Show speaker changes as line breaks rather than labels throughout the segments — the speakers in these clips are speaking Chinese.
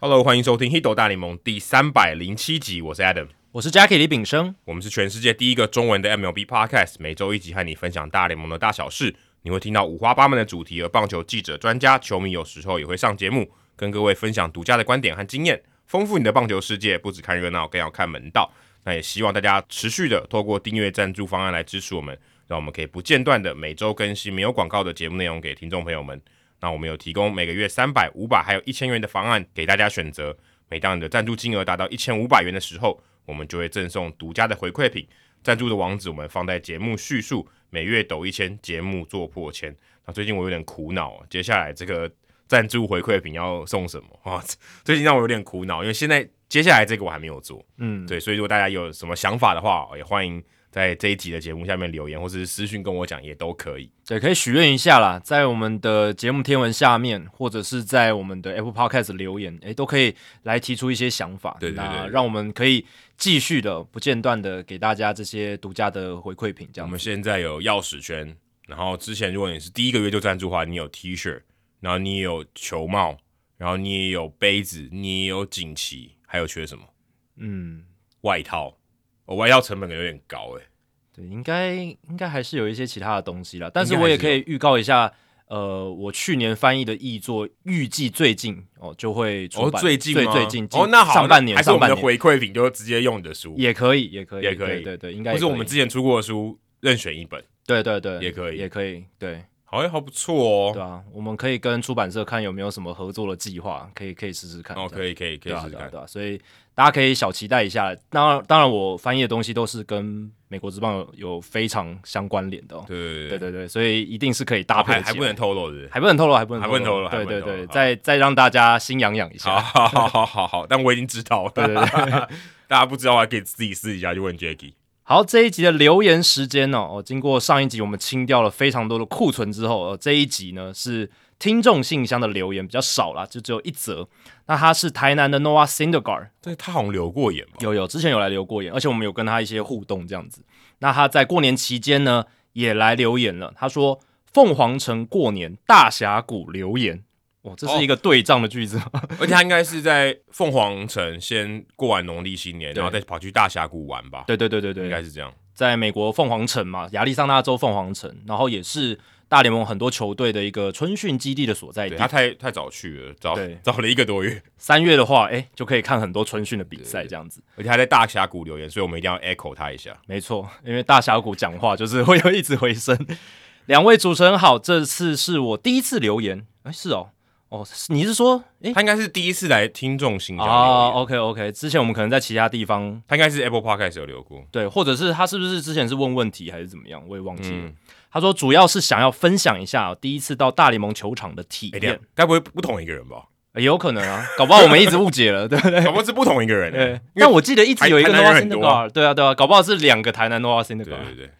Hello，欢迎收听《h i t o 大联盟》第三百零七集，我是 Adam，
我是 Jackie 李炳生。
我们是全世界第一个中文的 MLB Podcast，每周一集和你分享大联盟的大小事，你会听到五花八门的主题，而棒球记者、专家、球迷有时候也会上节目，跟各位分享独家的观点和经验，丰富你的棒球世界。不只看热闹，更要看门道。那也希望大家持续的透过订阅赞助方案来支持我们，让我们可以不间断的每周更新没有广告的节目内容给听众朋友们。那我们有提供每个月三百、五百还有一千元的方案给大家选择。每当你的赞助金额达到一千五百元的时候，我们就会赠送独家的回馈品。赞助的网址我们放在节目叙述，每月抖一千，节目做破千。那最近我有点苦恼，接下来这个赞助回馈品要送什么 啊？最近让我有点苦恼，因为现在接下来这个我还没有做。
嗯，
对，所以如果大家有什么想法的话，也欢迎在这一集的节目下面留言，或是私讯跟我讲，也都可以。
对，可以许愿一下啦，在我们的节目天文下面，或者是在我们的 Apple Podcast 留言，诶，都可以来提出一些想法。
对对对
那让我们可以继续的不间断的给大家这些独家的回馈品，这
我
样
们
子。
现在有钥匙圈，然后之前如果你是第一个月就赞助的话，你有 T 恤，然后你也有球帽，然后你也有杯子，你也有锦旗，还有缺什么？
嗯，
外套。哦，外套成本可能有点高欸诶、
对，应该应该还是有一些其他的东西啦，但是
应该
我也
还
可
是有
以预告一下。呃，我去年翻译的译作，预计最近哦就会出
哦，
版。
最近
最
吗
最近
哦，那好，
上半年
还是我
上
们
半
的
年
回馈品，就直接用你的书，
也可以，也可以，
也可以
对对对，应该
或是
也
我们
可以
之前出过的书，任选一本，
对对对，
也可以
也可以，对
好像还不错
对
哦。
啊，我们可以跟出版社看有没有什么合作的计划，可以可以试试看。
哦，
以，
可以，可以，可
对
以
啊
试试
对啊
看。
对啊，所以大家可以小期待一下。当然当然，我翻译的东西都是跟美国之棒有有非常相关联的哦。
对对哦
对对对，所以一定是可以搭配
还
的。
还不能，透露的。
还不能透露，还不能
还不能透露还
对
不能
对
透露
对，
好
再再让大家心痒痒一
好
下。
好好 好好好，但我已经知道了。
对对对，
大家不知道还可以自己私底下去问 Jacky。
好，这一集的留言时间哦，哦，经过上一集我们清掉了非常多的库存之后，呃，这一集呢是听众信箱的留言比较少啦，就只有一则。那他是台南的 Noah Syndergaard，
对他好像留过眼吧？
有有之前有来留过言，而且我们有跟他一些互动这样子。那他在过年期间呢也来留言了，他说凤凰城过年大峡谷留言，哇，这是一个对仗的句子吗，
而且他应该是在凤凰城先过完农历新年，
对
然后再跑去大峡谷玩吧？
对对对对
应
对
该，是这样。
在美国凤凰城嘛，亚利桑那州凤凰城，然后也是大联盟很多球队的一个春训基地的所在
对
地
他。太太早去了，早
对
早了一个多月，
三月的话，哎，就可以看很多春训的比赛，这样子。
而且他在大峡谷留言，所以我们一定要 echo 他一下。
没错，因为大峡谷讲话就是会有一直回声。 两位主持人好，这次是我第一次留言，哎，是哦，哦，是你是说，哎，
他应该是第一次来听众信箱
啊
留言，
，OK OK，之前我们可能在其他地方
他应该是 Apple Podcast 有留过。
对，或者是他是不是之前是问问题还是怎么样，我也忘记了。
嗯
他说主要是想要分享一下、哦第一次到大联盟球场的体
哎，等一
验
下，该不会不同一个人吧？
也有可能啊，搞不好我们一直误解了，对不对？
搞不好是不同一个人
对
欸。，因为
但我记得一直有一个
台台
Noah
南
s
人很
y n d e
多
g a r 对啊对啊，搞不好是两个台南 Noah s y n d e
对
g a r
对对，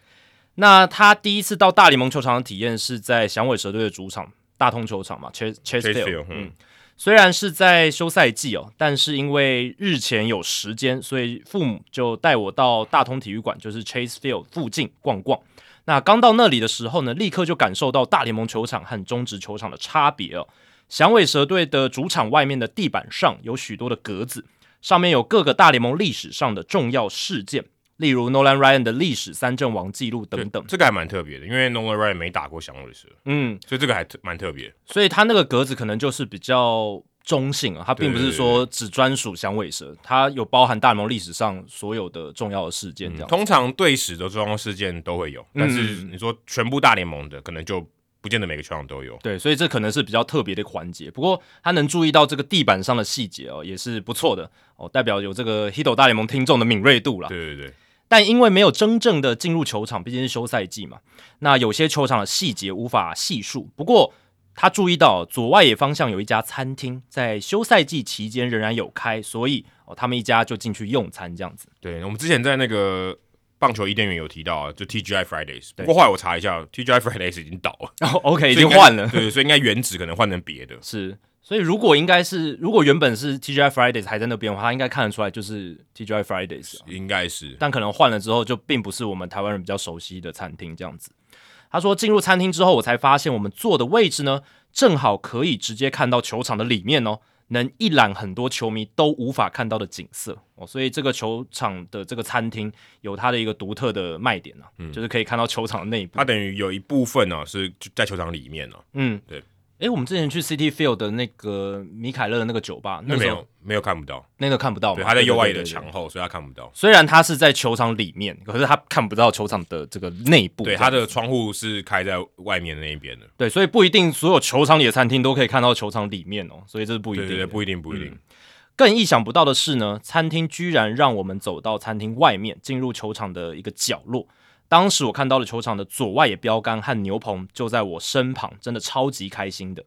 那他第一次到大联盟球场的体验是在响尾蛇队的主场大通球场嘛 c h a s e
Chasefield，
Field，
嗯
嗯，虽然是在休赛季哦，但是因为日前有时间，所以父母就带我到大通体育馆，就是 Chase Field 附近逛逛。那刚到那里的时候呢，立刻就感受到大联盟球场和中职球场的差别哦。响尾蛇队的主场外面的地板上有许多的格子，上面有各个大联盟历史上的重要事件，例如 Nolan Ryan 的历史三阵王记录
对
等等。
这个还蛮特别的，因为 Nolan Ryan 没打过响尾蛇，
嗯，
所以这个还特蛮特别。
所以它那个格子可能就是比较中性啊，它并不是说只专属响尾蛇，它有包含大联盟历史上所有的重要的事件这样。
通常队史的重要事件都会有，但是
嗯
你说全部大联盟的，可能就不见得每个球场都有。
对，所以这可能是比较特别的环节。不过他能注意到这个地板上的细节哦，也是不错的哦，代表有这个 Hito 大联盟听众的敏锐度啦。
对对对，
但因为没有真正的进入球场，毕竟是休赛季嘛，那有些球场的细节无法细数。不过他注意到左外野方向有一家餐厅，在休赛季期间仍然有开，所以哦，他们一家就进去用餐这样子。
对我们之前在那个棒球伊甸园有提到啊，就 TGI Fridays，不
对
过后来我查一下，TGI Fridays 已经倒 了，
然后 OK 已
所以
经
应该
换 了，
对，所以应该原址可能换成别的。
是。所以如果应该是如果原本是 TGI Fridays 还在那边的话，他应该看得出来就是 TGI Fridays 啊。
应该是，
但可能换了之后就并不是我们台湾人比较熟悉的餐厅这样子。他说进入餐厅之后，我才发现我们坐的位置呢，正好可以直接看到球场的里面哦。能一览很多球迷都无法看到的景色哦，所以这个球场的这个餐厅有它的一个独特的卖点啊，
嗯
就是可以看到球场的内部
它。等于有一部分呢、是就在球场里面哦呢、
嗯，
对。
诶，我们之前去 City Field 的那个米凯勒的那个酒吧，
那
那时
没
候
有没有看不到，
那个看不到
对，
嘛？
它在右外野的
对对对对
墙后，所以它看不到。
虽然它是在球场里面，可是它看不到球场的这个内部。
对，
这样
它的窗户是开在外面那一边的。
对，所以不一定所有球场里的餐厅都可以看到球场里面哦，所以这是不一
对
定的。
对对，不一定，
嗯
不一定。
更意想不到的是呢，餐厅居然让我们走到餐厅外面，进入球场的一个角落。当时我看到了球场的左外野标杆和牛棚就在我身旁，真的超级开心的。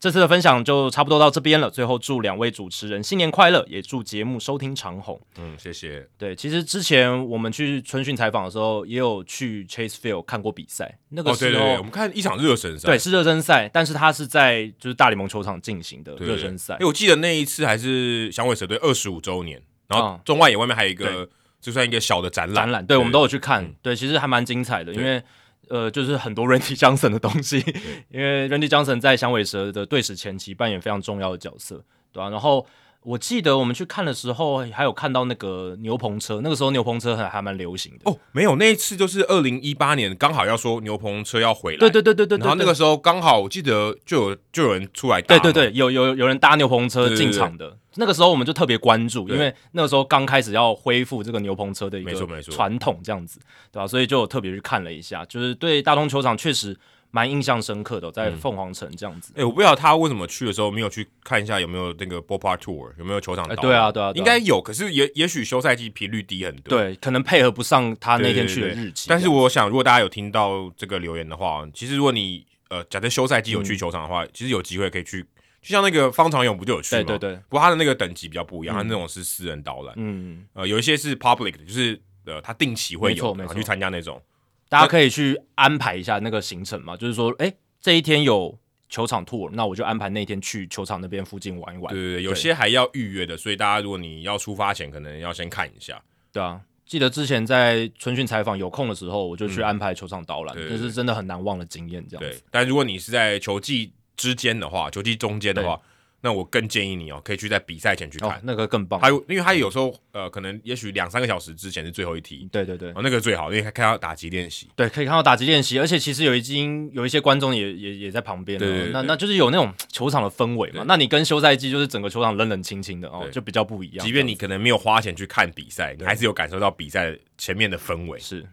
这次的分享就差不多到这边了，最后祝两位主持人新年快乐，也祝节目收听长虹。
嗯，谢谢。
对，其实之前我们去春训采访的时候，也有去 Chase Field 看过比赛，那个
哦，
时候、
对对对，我们看一场热身赛，
对是热身赛，但是它是在就是大联盟球场进行的
对对
热
对
身赛
因为。我记得那一次还是响尾蛇队二十五周年，然后
嗯
中外野外面还有一个，就算一个小的展览。
展览，对我们都有去看，
嗯
对，其实还蛮精彩的，
对
因为呃，就是很多 Randy Johnson 的东西， 因为 Randy Johnson 在响尾蛇的队史前期扮演非常重要的角色，对啊吧、然后我记得我们去看的时候，还有看到那个牛棚车，那个时候牛棚车还还蛮流行的，
哦，没有，那一次就是二零一八年，刚好要说牛棚车要回来，
对对对对对对，
然后那个时候刚好我记得就有就有人出来打
对
嘛，
对对，有有有人搭牛棚车
对对对
进场的，那个时候我们就特别关注，
对
因为那个时候刚开始要恢复这个牛棚车的一
没错
个
没错
传统，这样子，对吧、所以就有特别去看了一下，就是对大通球场确实蛮印象深刻的，在
嗯
凤凰城这样子。
哎、我不知道他为什么去的时候没有去看一下有没有那个 ballpark tour，有没有球场导
哎
览、
对啊对啊对啊
应该有，可是也也许休赛季频率低很多。
对，可能配合不上他
对，
啊那天
对
去的
对对
日期这
但
样，
是我想，如果大家有听到这个留言的话，其实如果你呃，假设休赛季有去球场的话，其实有机会可以去，就像那个方长勇不就有去吗？
嗯对对嗯对，
不过他的那个等级比较不一样，他那种是私人导览，
嗯，
呃，有一些是 public 的，就是呃，他定期会
没错
有的，
没
然后
错
去参加那种。
大家可以去安排一下那个行程嘛，就是说，哎，这一天有球场 tour，那我就安排那天去球场那边附近玩一玩
对，对对，有些还要预约的，所以大家如果你要出发前，可能要先看一下。
对啊，记得之前在春训采访有空的时候，我就去安排球场导
嗯
览，
对
这是真的很难忘的经验。这样
对
子，，
但如果你是在球季之间的话，球季中间的话，那我更建议你哦，可以去在比赛前去
哦
看，。
那个更棒。
还有，因为他有时候呃，可能也许两三个小时之前是最后一题，
对对对
哦，那个最好，因为看到打击练习。
对，可以看到打击练习，而且其实有已经有一些观众也也也在旁边了，哦
对对对
那那就是有那种球场的氛围
对。
嘛那你跟休赛季就是整个球场冷冷清清的哦
对，
就比较不一样。
即便你可能没有花钱去看比赛，你还是有感受到比赛前面的氛围。
是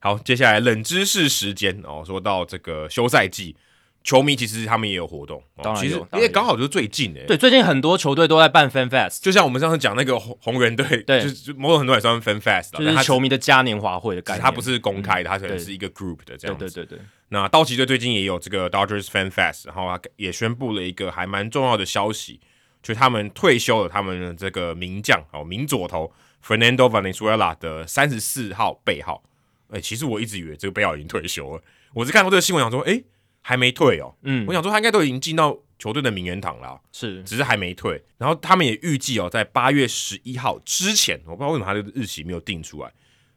好，接下来冷知识时间哦，说到这个休赛季，球迷其实他们也有活动，哦、
当然
其实
有当
因
然
为
有
刚好就是最近哎、
对，最近很多球队都在办 Fan Fest，
就像我们上次讲那个红红人队，
对
就是就某种很多也算 fan fest 啦，
就
但
是
它
球迷的嘉年华会的概念。
它不是公开的，它可能
对
是一个 group 的这
对
样子。
对对对，
那道奇队最近也有这个 Dodgers Fan Fest，然后啊也宣布了一个还蛮重要的消息，就是他们退休了他们的这个名将哦，名左投 Fernando Valenzuela 的三十四号背号。哎、其实我一直以为这个背号已经退休了，我是看到这个新闻想说，哎、还没退哦。
嗯
我，想说他应该都已经进到球队的名人堂了啊、
是
只是还没退。然后他们也预计哦，在八月十一号之前，我不知道为什么他的日期没有定出来，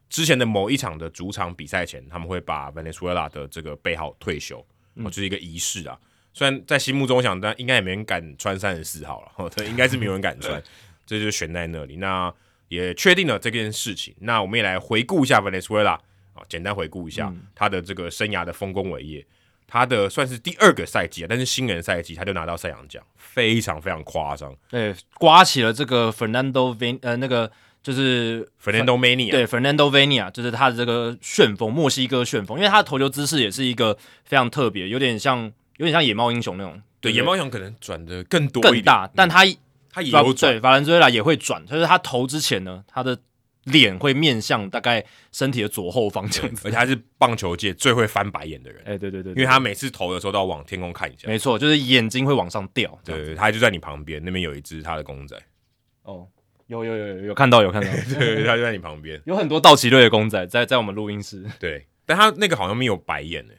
之前的某一场的主场比赛前，他们会把 Venezuela 的这个背号退休，哦，就是一个仪式啊。虽然在心目中想，但应该也没人敢穿三十四号了，哦，对，应该是没有人敢穿，这就悬在那里。那也确定了这件事情。那我们也来回顾一下 Venezuela 啊，简单回顾一下、他的这个生涯的丰功伟业。他的算是第二个赛季啊，但是新人赛季他就拿到赛扬奖，非常非常夸张。
对，刮起了这个 Fernando Van 呃那个就是。
Fernando Mania，
对，Fernando Vania 就是他的这个旋风，墨西哥旋风，因为他的投球姿势也是一个非常特别，有点像有点像野猫英雄那种，
对
不
野猫熊可能转的更多一
更
点，
大，但他
他也有转
对，法兰追拉也会转，就是他投之前呢，他的脸会面向大概身体的左后方这样子。
而且他是棒球界最会翻白眼的人，
哎、对对对
因为他每次投的时候都要往天空看一下。
没错，就是眼睛会往上掉。这样
对，他就在你旁边，那边有一只他的公仔，
哦，有有有有有看到有看到，
对，他就在你旁边。
有很多道奇队的公仔在在我们录音室。
对，但他那个好像没有白眼呢、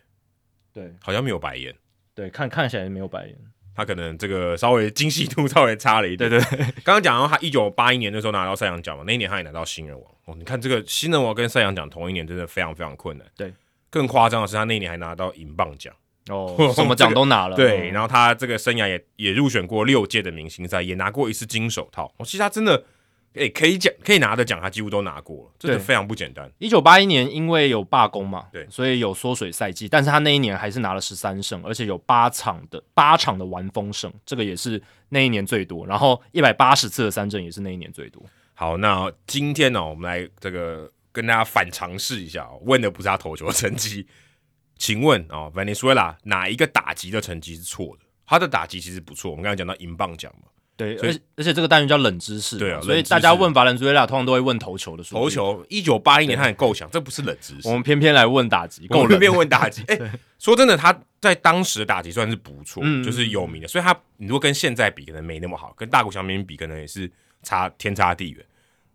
对
好像没有白眼，
对，看看起来没有白眼。
他可能这个稍微精细度稍微差了一
对
点。
对
刚刚讲到他一九八一年那时候拿到赛扬奖嘛，那一年他也拿到新人王哦。你看这个新人王跟赛扬奖同一年，真的非常非常困难。
对，
更夸张的是他那一年还拿到银棒奖。
哦，什么奖都拿了，
对，
嗯
然后他这个生涯也也入选过六届的明星赛，也拿过一次金手套。哦我、其实他真的，诶、可以奖可以拿的奖，他几乎都拿过了，真的
对
非常不简单。
一九八一年因为有罢工嘛，
对
所以有缩水赛季，但是他那一年还是拿了十三胜，而且有八场的八场的完封胜，这个也是那一年最多，然后一百八十次的三振也是那一年最多。
好，那今天呢、我们来这个跟大家反尝试一下、哦，问的不是他投球的成绩， 请问啊、哦、，Venezuela 哪一个打击的成绩是错的？他的打击其实不错，我们刚才讲到银棒奖嘛，
对，
所以
而且而且这个单元叫冷知识嘛，
对啊
所以
冷知识
大家问法兰追拉通常都会问投球的数据
投，球一九八一年他很够强，这不是冷知识
我。们偏偏来问打击，
我
够
们
冷。
便问打 击。哎、说真的，他在当时的打击算是不错，
嗯
就是有名的。所以他你如果跟现在比，可能没那么好；跟大谷翔平比，可能也是差天差地远。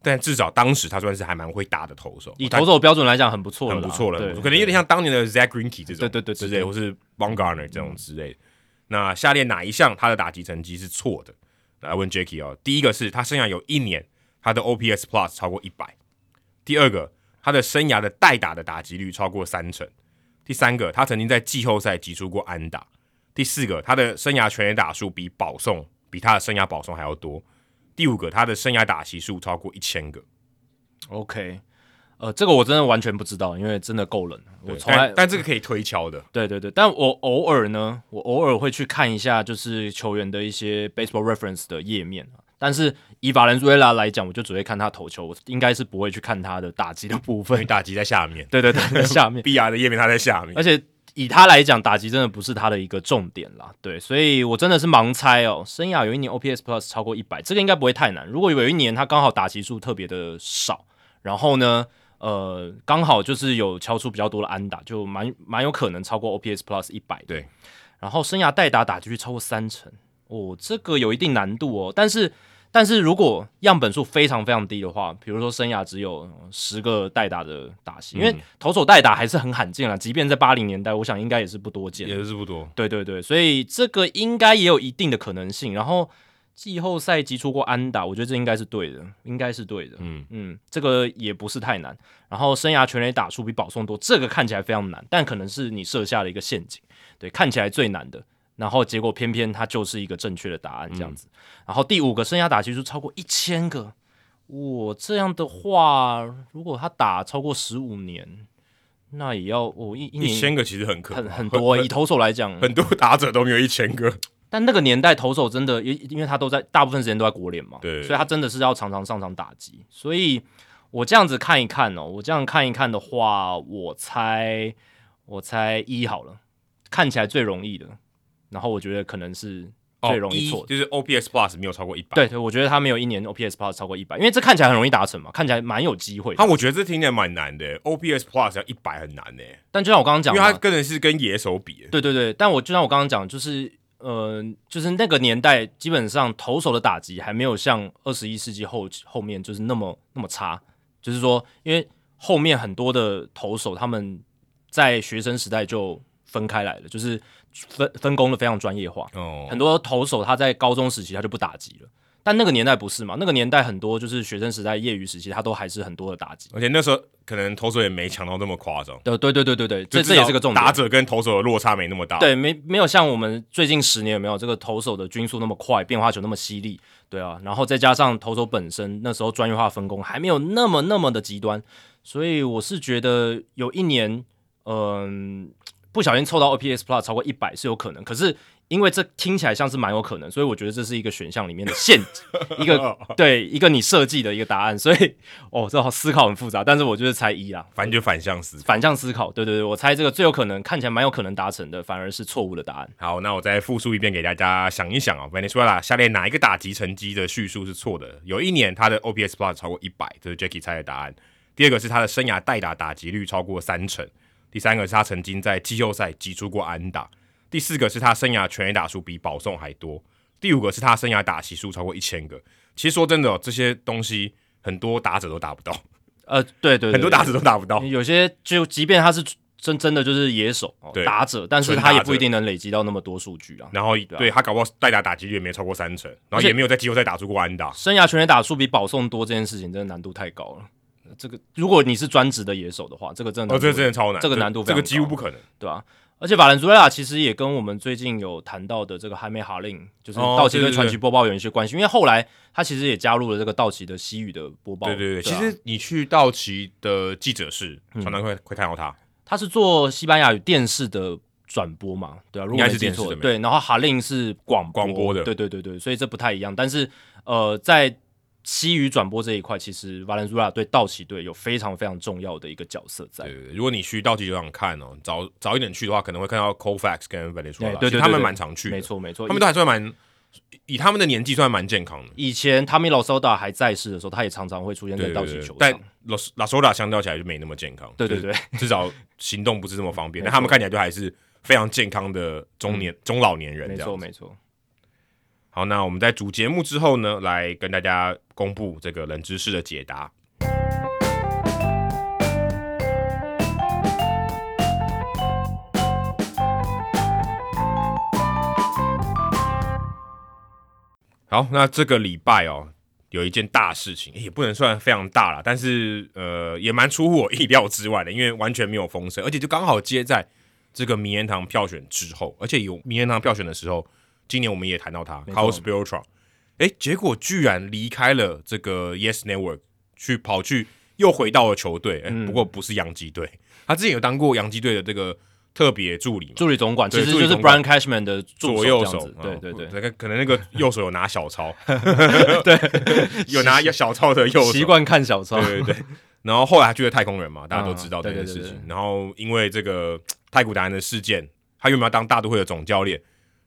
但至少当时他算是还蛮会打的投手，
以投手标准来讲，很不错
他
了啦，
很不错了，
对，
可能有点像当年的 Zach Greinke 这种，
对对对对
之
对嗯
类，或是 b o n g a r n e r 这种之类的。那下列哪一项他的打击成绩是错的？来问 Jacky 哦。第一个是他生涯有一年他的 OPS Plus 超过一百，第二个他的生涯的代打的打击率超过三成，第三个他曾经在季后赛击出过安打，第四个他的生涯全垒打数比保送比他的生涯保送还要多，第五个他的生涯打席数超过一千个。
OK，呃，这个我真的完全不知道，因为真的够冷，我
对
从来
但但这个可以推敲的，
对对对，但我偶尔呢，我偶尔会去看一下，就是球员的一些 Baseball Reference 的页面啊但是以法兰瑞拉来讲，我就只会看他投球，我应该是不会去看他的打击的 部
因为
分。
打击在下面。
对对对，在 下面。
B R 的页面它在下面
而。且以他来讲，打击真的不是他的一个重点啦。对，所以我真的是盲猜哦。生涯有一年 OPS Plus 超过一百，这个应该不会太难。如果有一年他刚好打击数特别的少，然后呢，呃，刚好就是有敲出比较多的安打，就蛮蛮有可能超过 OPS Plus 一百。
对，
然后生涯代打打击率超过三成，哦，这个有一定难度哦。但是但是如果样本数非常非常低的话，比如说生涯只有十个代打的打席，因为投手代打还是很罕见啦，即便在八零年代，我想应该也是不多见。
也是不多，
对对对，所以这个应该也有一定的可能性。然后季后赛击出过安打，我觉得这应该是对的，应该是对的。
嗯
嗯，这个也不是太难。然后生涯全垒打数比保送多，这个看起来非常难，但可能是你设下了一个陷阱，对，看起来最难的。然后结果偏偏它就是一个正确的答案，这样子。然后第五个生涯打击数超过一千个，我这样的话，如果他打超过十五年，那也要我、一一年
一千个其实很可怕
很很多、啊以投手来讲，
很多打者都没有一千个，
但那个年代投手真的，因因为他都在大部分时间都在国联嘛，
对
所以他真的是要常常上场打击。所以我这样子看一看哦，我这样看一看的话，我猜我猜一好了，看起来最容易的。然后我觉得可能是最容易
哦一
错的。
就是 O P S Plus 没有超过一百。，
对对，我觉得他没有一年 OPS Plus 超过一百，因为这看起来很容易达成嘛，看起来蛮有机会的
那我觉得这听起来蛮难的，O 欸 P S Plus 要一百很难呢，欸
但就像我刚刚讲
因为
的，
它跟人是跟野手比，
对对对，但我就像我刚刚讲，就是呃，就是那个年代，基本上投手的打击还没有像二十一世纪后后面就是那么那么差，就是说，因为后面很多的投手他们在学生时代就分开来了，就是分分工的非常专业化，
哦
很多投手他在高中时期他就不打击了。但那个年代不是嘛？那个年代很多就是学生时代、业余时期，他都还是很多的打击。
而且那时候可能投手也没强到那么夸张，
对对对对对对，
就
这这
至少
也是个重点。
打者跟投手的落差没那么大。，
对，没没有像我们最近十年有没有这个投手的均速那么快，变化球那么犀利，对啊，然后再加上投手本身那时候专业化分工还没有那么那么的极端，所以我是觉得有一年，嗯、不小心凑到 OPS Plus 超过一百是有可能，可是因为这听起来像是蛮有可能，所以我觉得这是一个选项里面的陷阱，一个对一个你设计的一个答案，所以哦，这好思考很复杂，但是我就是猜一啊啦，
反正就反向思考。
反向思考，对对对，我猜这个最有可能看起来蛮有可能达成的，反而是错误的答案。
好，那我再复述一遍给大家想一想啊、v e n e z u e l a 下列哪一个打击成绩的叙述是错的？有一年他的 OPS Plus 超过一百，这是 Jacky 猜的答案。第二个是他的生涯代打打击率超过三成。第三个是他曾经在季后赛击出过安打。第四个是他生涯全垒打数比保送还多。第五个是他生涯打席数超过一千个。其实说真的、哦，这些东西很多打者都达不到，
呃，对对对，
很多打者都达不到。
有些就即便他是真真的就是野手、哦
对
打者，但是
纯
他也
打者
不一定能累积到那么多数据啊。
然后
啊
对他搞不好代打打击率也没超过三成，然
而
后
且
也没有在季后赛打出过安打。
生涯全垒打数比保送多这件事情，真的难度太高了。这个如果你是专职的野手的话，这个真的
哦，
难度
这真的超难，
这个难度非
这个
常
几乎
高
不可能。
对吧、而且法兰苏莱拉其实也跟我们最近有谈到的这个海梅哈令，就是
哦
道奇
对
跟
对
传
对
奇播报有一些关系，因为后来他其实也加入了这个道奇的西语的播报。
对对对，其
啊嗯
实你去道奇的记者室，常常会会看到他。
他是做西班牙语电视的转播嘛，对啊，如
应
果
该
没
是
记
电视
错
的，没
对，然后哈令是广
广播的
对对对对，所以这不太一样。但是呃，在西语转播这一块，其实瓦伦苏拉对道奇队有非常非常重要的一个角色在
对。对对，如果你去道奇球场看哦，早早一点去的话，可能会看到 Colfax 跟 v a l e z u e
对
l a
哎对对，
他们
对
蛮常去的，
没，错没错。
他们都还算蛮以他们的年纪算蛮健康的。
以前他米老骚达还在世的时候，他也常常会出现在
对
道
对
奇
对
球，
但
场。
拉拉索达相较起来就没那么健康，
对对
就是
对，
至少行动不是这么方便，但他们看起来就还是非常健康的中年、中老年人
嗯没
这
错
样子。
没错。
好，那我们在主节目之后呢，来跟大家公布这个冷知识的解答。好，那这个礼拜哦，有一件大事情，也不能算非常大啦，但是呃，也蛮出乎我意料之外的，因为完全没有风声，而且就刚好接在这个名人堂票选之后，而且有名人堂票选的时候，今年我们也谈到他 c
没错
a r l s b i l t r a 哎，结果居然离开了这个 Yes Network，去跑去又回到了球队，哎、
嗯
不过不是洋基队，他之前有当过洋基队的这个特别助理嘛，
助理总管其
对
实
助
就
理
是
总管
Brian Cashman 的助
左右
这样
手嗯
子，对对对，
那个可能那个右手有拿小 抄，对， 有拿小抄的右手，
习惯看小抄，
对对对。然后后来他去了太空人嘛，大家都知道
啊
这
对
件
对
事
对
情。
对
然后因为这个太古达人的事件，他原本要当大都会的总教练，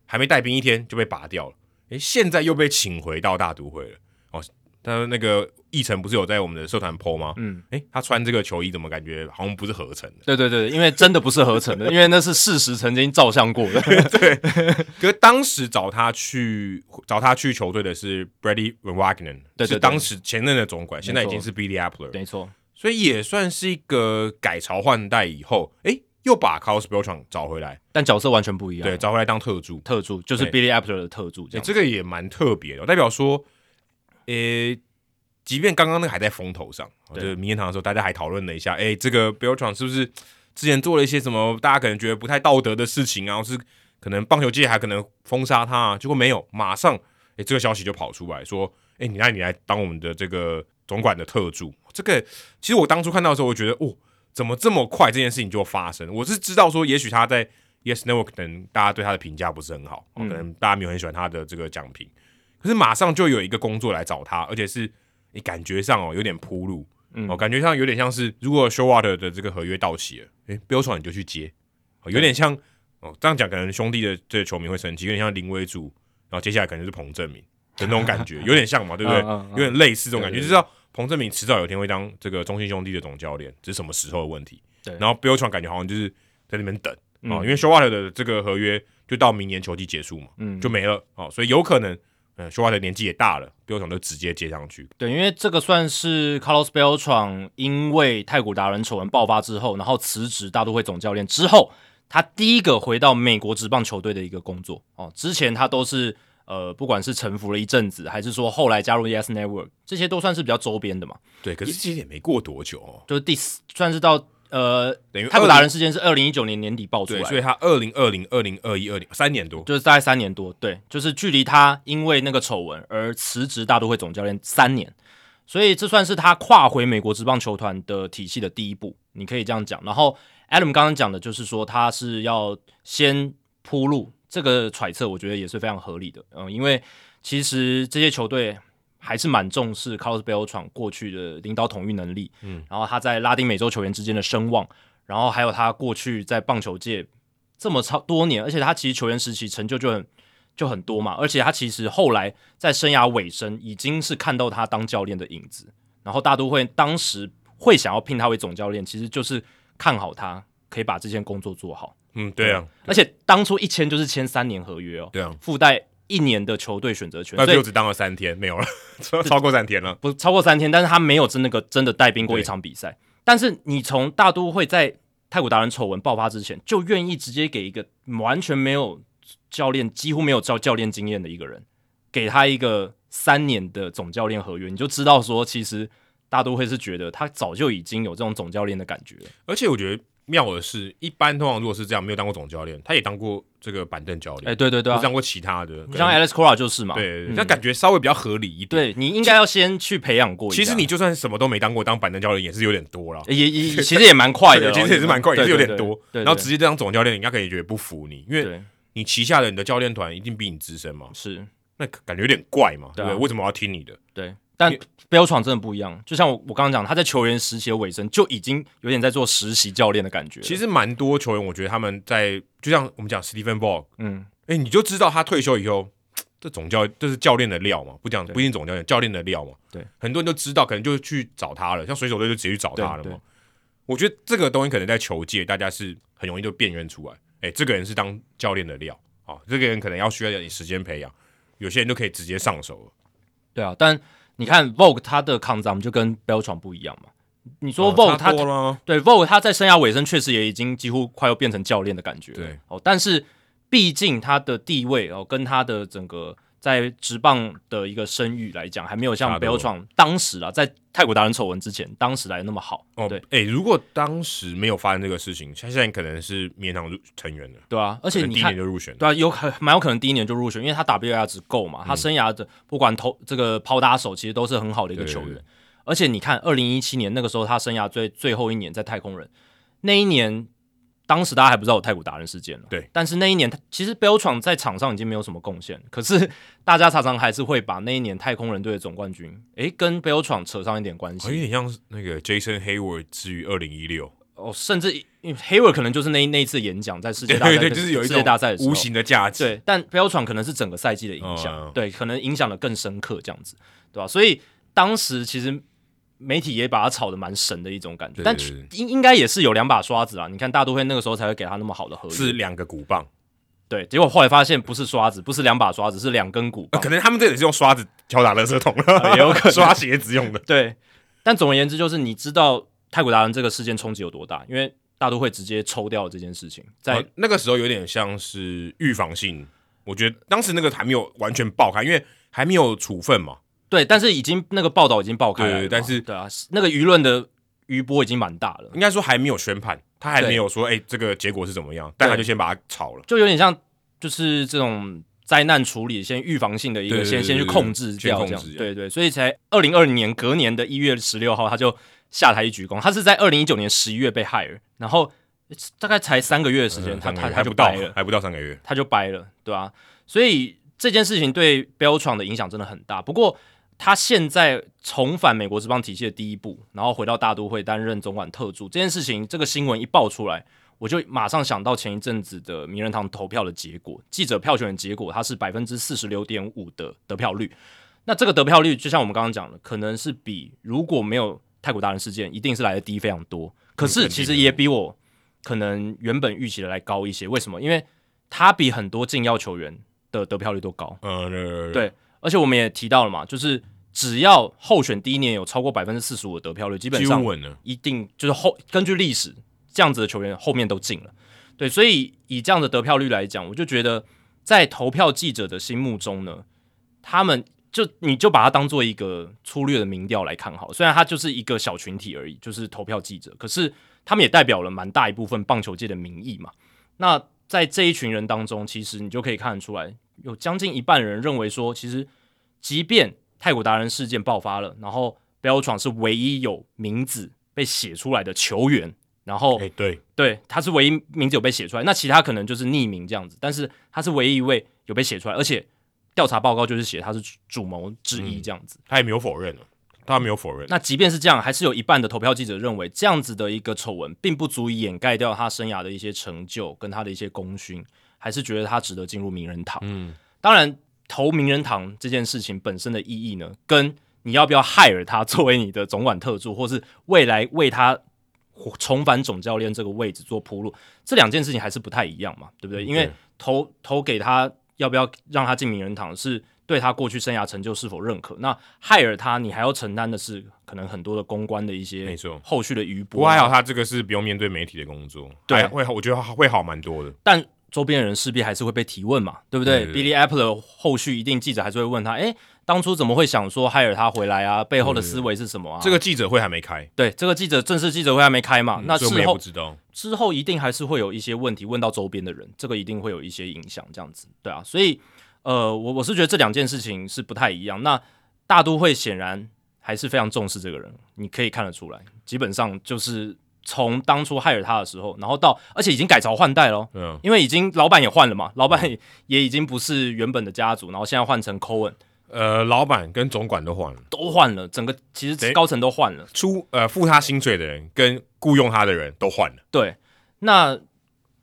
还没带兵一天就被拔掉了。诶，现在又被请回到大都会了。哦，他那个奕晨不是有在我们的社团 PO 吗？
嗯，
诶，他穿这个球衣怎么感觉好像不是合成的？
对对对，因为真的不是合成的，因为那是事实曾经照相过的。
可是当时找他去找他去球队的是 Brady Wagner，
对对
是
对
当时前任的总管，现在已
没
经
错
是 Billy Apple，
没错，
所以也算是一个改朝换代以后，诶，又把 Carlos b e l t r a n 找回来，
但角色完全不一样。
对，，找回来当特助，
特助就是
对
Billy Apple 的特助，这
诶
样
这个也蛮特别的，代表说，诶，即便刚刚那个还在风头上，哦就
对
是名人堂的时候，大家还讨论了一下，诶，这个 b e l t r a n 是不是之前做了一些什么大家可能觉得不太道德的事情啊，或是可能棒球界还可能封杀他啊，结果没有，马上，诶，这个消息就跑出来说，诶，你来你来当我们的这个总管的特助，这个其实我当初看到的时候，我觉得哦，怎么这么快这件事情就发生？我是知道说，也许他在 Yes Network 可能大家对他的评价不是很好，哦
嗯
可能大家没有很喜欢他的这个奖评，可是马上就有一个工作来找他，而且是你感觉上哦有点铺路，
嗯
哦感觉上有点像是如果 Showwater 的这个合约到期了，诶 b i l t r o n 你就去接，哦有点像哦这样讲可能兄弟的这个球迷会生气，有点像林威柱，然后接下来可能就是彭正明的那种感 觉，有点像嘛，对不对？
嗯嗯嗯
有点类似这种感觉，
对
就
对对
知道彭正明迟早有一天会当这个中信兄弟的总教练，只是什么时候的问题。
对
然后 Bill t r o n 感觉好像就是在那边等
嗯
啊、因为 Showalter 的这个合约就到明年球季结束嘛，
嗯
就没了哦，所以有可能，嗯，Showalter 年纪也大了，Bill t r o n 就直接接上去。
对，因为这个算是 Carlos Beltran 因为太古达人丑闻爆发之后，然后辞职大都会总教练之后，他第一个回到美国职棒球队的一个工作哦。之前他都是呃，不管是沉浮了一阵子，还是说后来加入 Yes Network，这些都算是比较周边的嘛，
对，可是其实也没过多久哦，
就是第四算是到呃
等于
泰国达
20
人事件是二零一九年年底爆出来
对，
的，
所以他二零二零、二零二一、二零三年多，
就是大概三年多，对，就是距离他因为那个丑闻而辞职大都会总教练三年，所以这算是他跨回美国职棒球团的体系的第一步，你可以这样讲。然后 Adam 刚刚讲的就是说他是要先铺路，这个揣测我觉得也是非常合理的，嗯，因为其实这些球队还是蛮重视 Carlos Beltran 过去的领导统御能力，嗯，然后他在拉丁美洲球员之间的声望，然后还有他过去在棒球界这么超多年，而且他其实球员时期成就就很就很多嘛，而且他其实后来在生涯尾声已经是看到他当教练的影子，然后大都会当时会想要聘他为总教练，其实就是看好他可以把这件工作做好，
嗯，对啊，
而且当初一签就是签三年合约哦，
对啊，
附带一年的球队选择权，
那
所以
就只当了三天，没有了， 超超过三天了。
不超过三天，但是他没有真那个真的带兵过一场比赛。但是你从大都会在太古达人丑闻爆发之前，就愿意直接给一个完全没有教练、几乎没有教教练经验的一个人，给他一个三年的总教练合约，你就知道说，其实大都会是觉得他早就已经有这种总教练的感觉了。
而且我觉得妙的是，一般通常如果是这样，没有当过总教练，他也当过这个板凳教练，
哎，对对对
或
啊
是，当过其他的，
像
可能
Alex Cora 就是嘛，
对，
嗯
那、感觉稍微比较合理一点。
对你应该要先去培养过一下。
其实你就算什么都没当过，当板凳教练也是有点多了。
也也其实也蛮快
对
的哦，
其实也是蛮快，也
对
是有点
对对
多。
对对
然后直接当总教练，人家可能也觉得不服你，因为
对
你旗下的你的教练团一定比你资深嘛，
是。
那感觉有点怪嘛，
对
对
啊
不对？为什么我要听你的？
对，但
因
标闯真的不一样。就像我我刚刚讲，他在球员实习的尾声就已经有点在做实习教练的感觉。
其
实，
实蛮多球员，我觉得他们在就像我们讲 Stephen Ball，
嗯，
哎，你就知道他退休以后，这总教这是教练的料嘛，不讲
对
不一定总教练，教练的料嘛。
对，
很多人就知道，可能就去找他了，像水手队就直接去找他了
对
嘛
对。
我觉得这个东西可能在球界，大家是很容易就辨认出来，哎、这个人是当教练的料啊，这个人可能要需要一点时间培养，有些人就可以直接上手了。
对啊。但你看 Vogue 他的抗涨就跟标闯不一样嘛。你说 Vogue
哦差
他、
多了，
对 Vogue 他在生涯尾声确实也已经几乎快要变成教练的感觉了。
对
哦，但是毕竟他的地位哦跟他的整个。在职棒的一个声誉来讲，还没有像
差
b
多
e
了
l 当时啊，在泰国达人丑闻之前，当时来的那么好，
哦
对，
哎、如果当时没有发生这个事情，他现在可能是绵堂入成员了，
对啊，
可
而且
能
你
第一
看
年，就入选了。
对啊，有很蛮有可能第一年就入选，因为他 W R 值够
嗯
嘛，他生涯的不管投这个抛打手，其实都是很好的一个球员。
对对
而且你看，二零一七年那个时候，他生涯最最后一年在太空人那一年，当时大家还不知道有太古达人事件了。
对，
但是那一年他其实 b e l t r a n 在场上已经没有什么贡献，可是 大家常常还是会把那一年太空人队的总冠军，诶，跟 b e l t r a n 扯上一点关
哦好像有
系。
点像那个 Jason Hayward 之于二零一六，
哦，甚至 Hayward 可能就是那那一次演讲在世
对
界大赛
对
跟，
对，就是有一
世
种
界大赛的时候
无形的价值。
对，但标闯可能是整个赛季的影响，
嗯嗯嗯
对，可能影响的更深刻，这样子，对吧、所以当时其实媒体也把他炒得蛮神的一种感觉，
对
但
对对
应应该也是有两把刷子啊。你看大都会那个时候才会给他那么好的合
是
约，
两个鼓棒，
对，结果后来发现不是刷子，不是两把刷子，是两根鼓
呃
棒，
可能他们这里是用刷子敲打垃圾 桶了，
啊也有可能
刷鞋子用的。
对。但总而言之，就是你知道泰国达人这个事件冲击有多大，因为大都会直接抽掉了这件事情，在、
哦那个时候有点像是预防性，我觉得当时那个还没有完全爆开，因为还没有处分嘛。
对，但是已经那个报道已经爆开
对
来了嘛，
但是
对啊，那个舆论的余波已经蛮大了。
应该说还没有宣判，他还
对
没有说哎、这个结果是怎么样，但他就先把它炒了，
就有点像就是这种灾难处理，先预防性的一个
对对
先
对
先去
对对
控制掉这
先
样
控制，掉
对对，所以才二零二零年隔年的一月十六号他就下台一鞠躬，他是在二零一九年十一月被 hire，然后大概才三个月的时间，
嗯
他
三个
他
月
他
还
就
不到
掰了，，
还不到三个月。
他就掰了，对啊吧、所以这件事情对 Beltran 的影响真的很大。不过他现在重返美国职棒体系的第一步，然后回到大都会担任总管特助，这件事情这个新闻一爆出来，我就马上想到前一阵子的名人堂投票的结果，记者票选的结果，它是百分之四十六点五的得票率。那这个得票率，就像我们刚刚讲的，可能是比如果没有泰国达人事件，一定是来的低非常多。可是其实也比我可能原本预期的来高一些。为什么？因为他比很多禁药球员的得票率都高。
嗯，对
对而且我们也提到了嘛，就是只要候选第一年有超过百分之四十五的得票率，基本
几
上
乎稳了。
一定就是后根据历史这样子的球员后面都进了，对，所以以这样的得票率来讲，我就觉得在投票记者的心目中呢，他们就你就把它当做一个粗略的民调来看好，虽然它就是一个小群体而已，就是投票记者，可是他们也代表了蛮大一部分棒球界的民意嘛。那在这一群人当中，其实你就可以看得出来，有将近一半人认为说，其实即便泰国达人事件爆发了，然后 b e l t r a n 是唯一有名字被写出来的球员，然后
哎、对，
对，他是唯一名字有被写出来，那其他可能就是匿名这样子，但是他是唯一一位有被写出来，而且调查报告就是写他是主谋之一这样子。
他也没有否认了，啊他没有否认。
那即便是这样，还是有一半的投票记者认为这样子的一个丑闻并不足以掩盖掉他生涯的一些成就跟他的一些功勋，还是觉得他值得进入名人堂。
嗯，
当然，投名人堂这件事情本身的意义呢，跟你要不要 hire 他作为你的总管特助，或是未来为他重返总教练这个位置做铺路，这两件事情还是不太一样嘛，对不对？因为
嗯对
投投给他要不要让他进名人堂，是对他过去生涯成就是否认可。那 hire 他，你还要承担的是可能很多的公关的一些
没错
后续的余
不
波
过
啊。
还好他这个是不用面对媒体的工作，
对
还会好，我觉得会好蛮多的。
但周边的人势必还是会被提问嘛，对不
对
对
对
b i l l y Apple 后续一定记者还是会问他，诶，当初怎么会想说海尔他回来啊？背后的思维是什么啊？
这个记者会还没开，
对这个记者正式记者会还没开嗯嘛，那
嗯所以我
事
们也不
后
知道。
之后一定还是会有一些问题问到周边的人，这个一定会有一些影响，这样子，对啊，所以呃，我我是觉得这两件事情是不太一样。那大都会显然还是非常重视这个人，你可以看得出来，基本上就是从当初害了他的时候，然后到而且已经改朝换代喽，
嗯，
因为已经老板也换了嘛，老板也也已经不是原本的家族，然后现在换成 Cohen，
呃，老板跟总管都换了，
都换了，整个其
对
实高层都换了。
出呃付他薪水的人跟雇佣他的人都换了。
对，那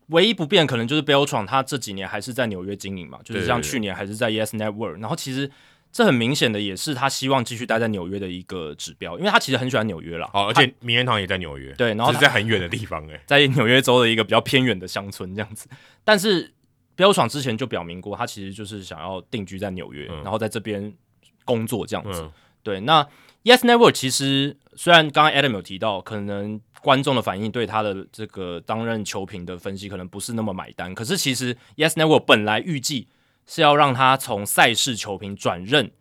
唯一不变可能就是 Beltran 他这几年还是在纽约经营嘛，就是像
对对对
去年还是在 Yes Network，然后其实这很明显的也是他希望继续待在纽约的一个指标，因为他其实很喜欢纽约啦，
哦好，而且名人堂也在纽约，
对，然后
只
他
是在很远的地方哎、
在纽约州的一个比较偏远的乡村这样子，但是 Beltran 之前就表明过，他其实就是想要定居在纽约，
嗯
然后在这边工作这样子。
嗯，
对，那 Yes Network 其实虽然刚刚 Adam 有提到，可能观众的反应对他的这个担任球评的分析可能不是那么买单，可是其实 Yes Network 本来预计是要让他从赛事球评转任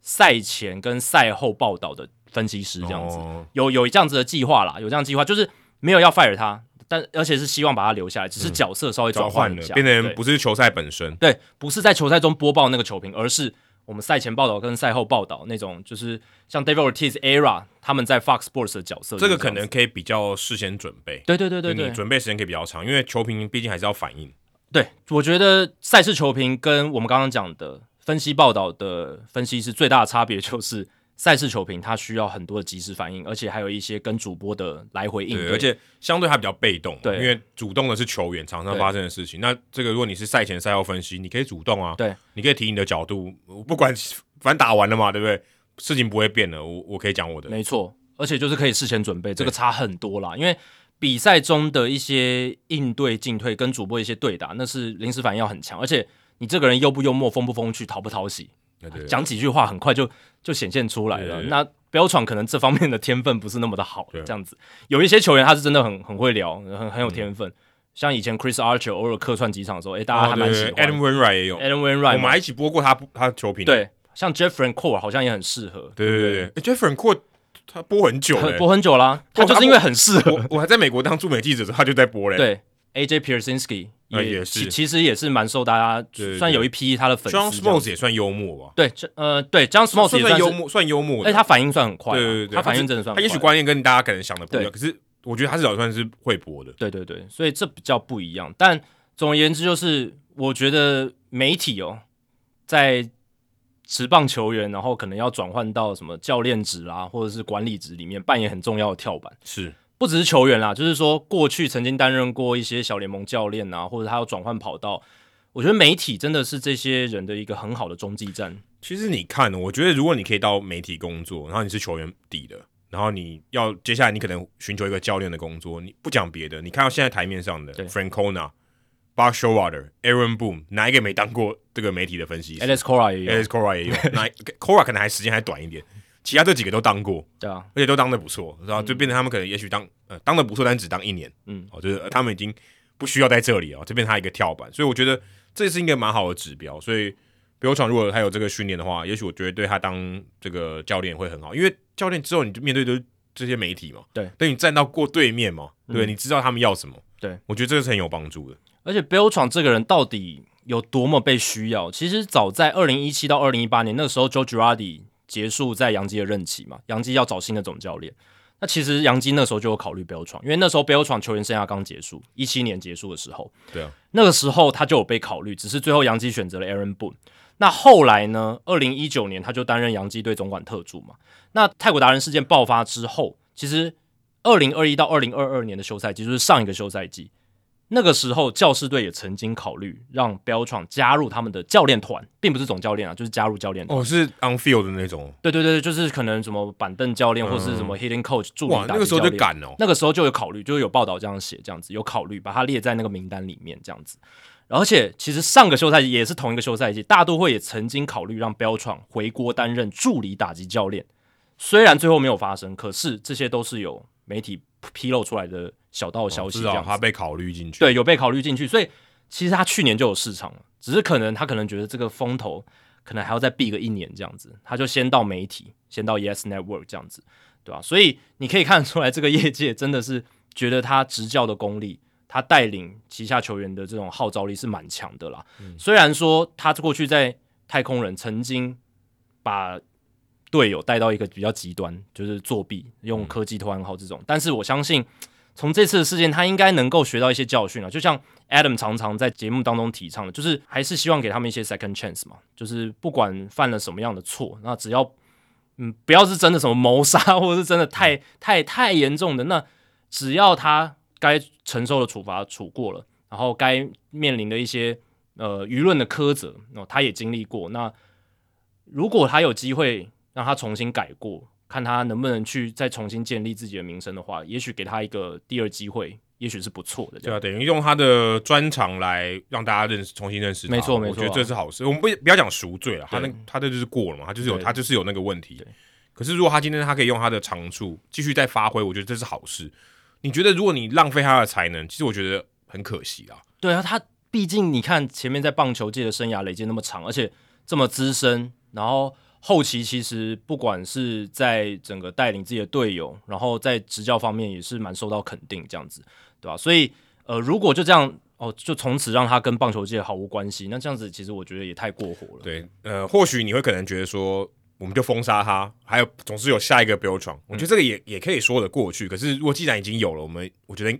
赛前跟赛后报道的分析师这样子，
哦
有有这样子的计划啦，有这样计划，就是没有要 fire 他，但而且是希望把他留下来，只是角色稍
嗯
微
转
转
换
一
了，
下，
变
对
成不是球赛本身，
对，不是在球赛中播报那个球评，而是我们赛前报道跟赛后报道那种，就是像 David Ortiz era 他们在 Fox Sports 的角色。
这个
就是
可
样
能
子
可以比较事先准备，
对对对对
就
对
你准备时间可以比较长，因为球评毕竟还是要反应。
对，我觉得赛事球评跟我们刚刚讲的分析报道的分析师最大的差别就是。赛事球评它需要很多的及时反应，而且还有一些跟主播的来回应
对，
对，
而且相对还比较被动嘛，
对
因为主动的是球员场上
对
发生的事情。那这个如果你是赛前赛后分析，你可以主动啊，
对，
你可以提你的角度，我不管反正打完了嘛，对不对？事情不会变了，我我可以讲我的，
没错，而且就是可以事前准备，这个差很多啦。因为比赛中的一些应对进退跟主播一些对打，那是临时反应要很强，而且你这个人幽不幽默、风不风趣、讨不讨喜，
对对对啊
讲几句话很快就就显现出来了。
对
那标闯可能这方面的天分不是那么的好，
对啊嗯
这样子有一些球员他是真的很很会聊，很很有天分。像以前 Chris Archer 偶尔客串几场的时候，哎、大家还蛮喜
哦
欢
对对 Adam Wainwright 也有，
Adam
我
Wainwright，
们
嘛
还一起播过他他球评，
对，像 Jeffrey Cole 好像也很适合，
对对对对，Jeff f r n c o 他播很久
很
嘞，
播很久啦，他就是因为很适合，
我我还在美国当驻美记者的时候，他就在播嘞，
对，AJ Piersinski
呃也是
其其实也是蛮受大家
对对
算有一批他的粉丝这样
，John
子。
Smalls 也算幽默吧，
对，这呃对，John Smalls 也
算
算
幽
是，
默，算幽默的，
哎，他反应算很快啊，
对对对，
他反
只
应真的算
他
很
也许
快。
观念跟大家可能想的不一样，
对
可是我觉得他至少算是会播的。
对对对，所以这比较不一样。但总而言之，就是我觉得媒体哦，在职棒球员，然后可能要转换到什么教练职啊，或者是管理职里面扮演很重要的跳板。
是，
不只是球员啦，就是说过去曾经担任过一些小联盟教练啊，或者他要转换跑道，我觉得媒体真的是这些人的一个很好的中继站。
其实你看，我觉得如果你可以到媒体工作，然后你是球员底的，然后你要接下来你可能寻求一个教练的工作，你不讲别的，你看到现在台面上的
对
Francona、Bob Showalter、Aaron Boom，哪一个没当过这个媒体的分析师
Alex Cora 也有
Alex Cora 也有，那 Cora 可能还时间还短一点，其他这几个都当过，
对啊，
而且都当的不错，然后就变成他们可能也许当呃当的不错，但只当一年，
嗯，
哦，就是呃他们已经不需要在这里了，这变成他一个跳板，所以我觉得这是一个蛮好的指标。所以刘闯如果他有这个训练的话，也许我觉得对他当这个教练会很好，因为教练之后你就面对都是这些媒体嘛，
对，
等你站到过对面嘛，对，你知道他们要什么，
对，
我觉得这个是很有帮助的。
而且 Bill 闯这个人到底有多么被需要？其实早在二零一七到二零一八年那个时候，Joe Girardi 结束在杨基的任期嘛，杨基要找新的总教练。那其实杨基那时候就有考虑 Bill 闯，因为那时候 Bill 闯球员生涯刚结束，一七年结束的时候，
对啊，
那个时候他就有被考虑，只是最后杨基选择了 Aaron Boone。那后来呢？二零一九年他就担任洋基队总管特助嘛。那泰国达人事件爆发之后，其实二零二一到二零二二年的休赛季，就是上一个休赛季，那个时候教士队也曾经考虑让 Beltran 加入他们的教练团，并不是总教练啊，就是加入教练团。
哦，是 on field 的那种，
对对对，就是可能什么板凳教练或是什么 hitting coach 助理
嗯哇，那
打击
个时候就
教练
敢哦，
那个时候就有考虑，就是有报道这样写，这样子有考虑把它列在那个名单里面，这样子。而且其实上个休赛季也是同一个休赛季，大都会也曾经考虑让 Beltran 回国担任助理打击教练，虽然最后没有发生，可是这些都是有媒体披露出来的小道消息，
至
这
少
样子、
哦他被考虑进去，
对，有被考虑进去，所以其实他去年就有市场了，只是可能他可能觉得这个风头可能还要再避个一年这样子，他就先到媒体，先到 Yes Network 这样子，对吧、所以你可以看得出来，这个业界真的是觉得他执教的功力，他带领旗下球员的这种号召力是蛮强的啦。
嗯
虽然说他过去在太空人曾经把队友带到一个比较极端，就是作弊，
嗯
用科技投暗号这种，但是我相信。从这次的事件，他应该能够学到一些教训啊。就像 Adam 常常在节目当中提倡的，就是还是希望给他们一些 second chance 嘛，就是不管犯了什么样的错，那只要嗯不要是真的什么谋杀，或者是真的太太太严重的，那只要他该承受的处罚处过了，然后该面临的一些呃舆论的苛责，哦，他也经历过。那如果他有机会让他重新改过，看他能不能去再重新建立自己的名声的话，也许给他一个第二机会，也许是不错的。这
对
样
啊，等于用他的专长来让大家认识，重新认识他。
没错没错啊
我觉得这是好事。我们不不要讲赎罪了，他那
对
他这就是过了嘛，他就是有
对
他就是有那个问题。可是如果他今天他可以用他的长处继续再发挥，我觉得这是好事。你觉得如果你浪费他的才能，其实我觉得很可惜啊。
对啊，他毕竟你看前面在棒球界的生涯累积那么长，而且这么资深，然后后期其实不管是在整个带领自己的队友，然后在执教方面也是蛮受到肯定，这样子，对吧、所以呃，如果就这样哦，就从此让他跟棒球界毫无关系，那这样子其实我觉得也太过火了。
对，呃，或许你会可能觉得说，我们就封杀他，还有总是有下一个标床，我觉
嗯
得这个也、也可以说得过去。可是如果既然已经有了，我们我觉得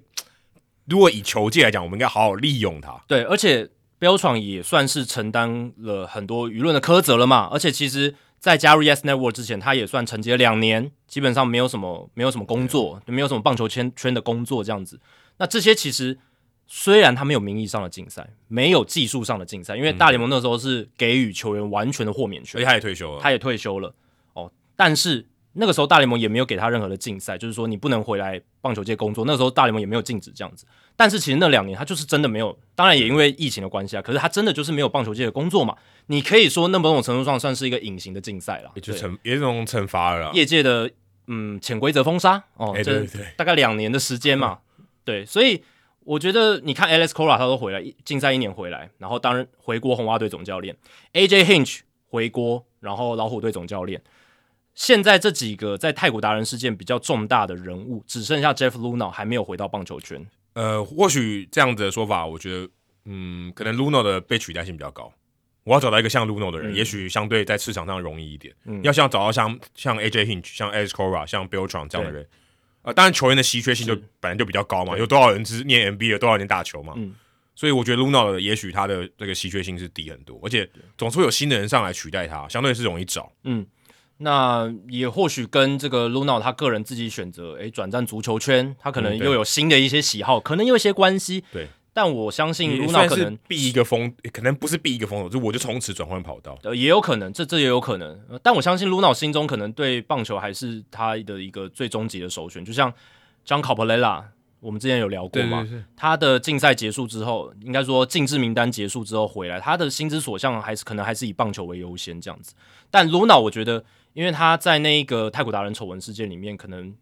如果以球界来讲，我们应该好好利用它。
对，而且标闯也算是承担了很多舆论的苛责了嘛。而且其实，在加入 Yes Network 之前，他也算承接两年，基本上没有什么没有什么工作，没有什么棒球圈圈的工作这样子。那这些其实虽然他没有名义上的竞赛，没有技术上的竞赛，因为大联盟那时候是给予球员完全的豁免权
而且，他也退休了，
他也退休了哦，但是那个时候大联盟也没有给他任何的禁赛，就是说你不能回来棒球界工作。那个时候大联盟也没有禁止这样子，但是其实那两年他就是真的没有，当然也因为疫情的关系啊，可是他真的就是没有棒球界的工作嘛。你可以说那某种程度上算是一个隐形的竞赛啦，
也就
对
惩也是种惩罚了啦。
业界的嗯潜规则封杀哦，
哎
这
对对对
大概两年的时间嘛，对，所以我觉得你看 Alex Cora 他都回来一竞赛一年回来，然后当然回国红袜队总教练，AJ Hinch 回国，然后老虎队总教练。现在这几个在太古达人事件比较重大的人物，只剩下 Jeff Luno 还没有回到棒球圈。
呃，或许这样子的说法，我觉得，嗯，可能 Luno 的被取代性比较高。我要找到一个像 Luno 的人，
嗯
也许相对在市场上容易一点。
嗯
要像找到像像 AJ Hinch、像 Alex Cora、像 Bill t r o n 这样的人，呃，当然球员的稀缺性就本来就比较高嘛，
对
有多少人只念 NBA，有多少人打球嘛，
嗯
所以我觉得 Luno 的也许他的这个稀缺性是低很多，而且总是会有新的人上来取代他，相对是容易找。
嗯，那也或许跟这个 Luna 他个人自己选择，诶，转战足球圈，他可能
嗯对
又有新的一些喜好，可能有一些关系。
对，
但我相信
也
Luna
算
可
是
能。
避一个风，可能不是避一个风头，就我就从此转换跑道。
呃，也有可能，这这也有可能，呃但我相信 Luna 心中可能对棒球还是他的一个最终极的首选，就像 John c a p a l e l a 我们之前有聊过嘛，
对，
他的竞赛结束之后，应该说禁制名单结束之后回来，他的薪资所向还是可能还是以棒球为优先这样子。但 Luna 我觉得，因为他在那个泰国达人丑闻事件里面，可能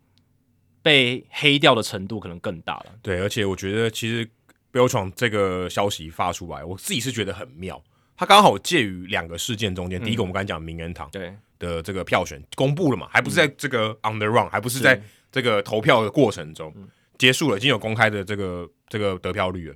被黑掉的程度可能更大了。
对，而且我觉得其实标闯这个消息发出来，我自己是觉得很妙。它刚好介于两个事件中间，第一个我们刚才讲名人堂
对，
的这个票选公布了嘛，还不是在这个 on the run，还不是嗯在这个投票的过程中结束了，已经有公开的这个这个得票率了。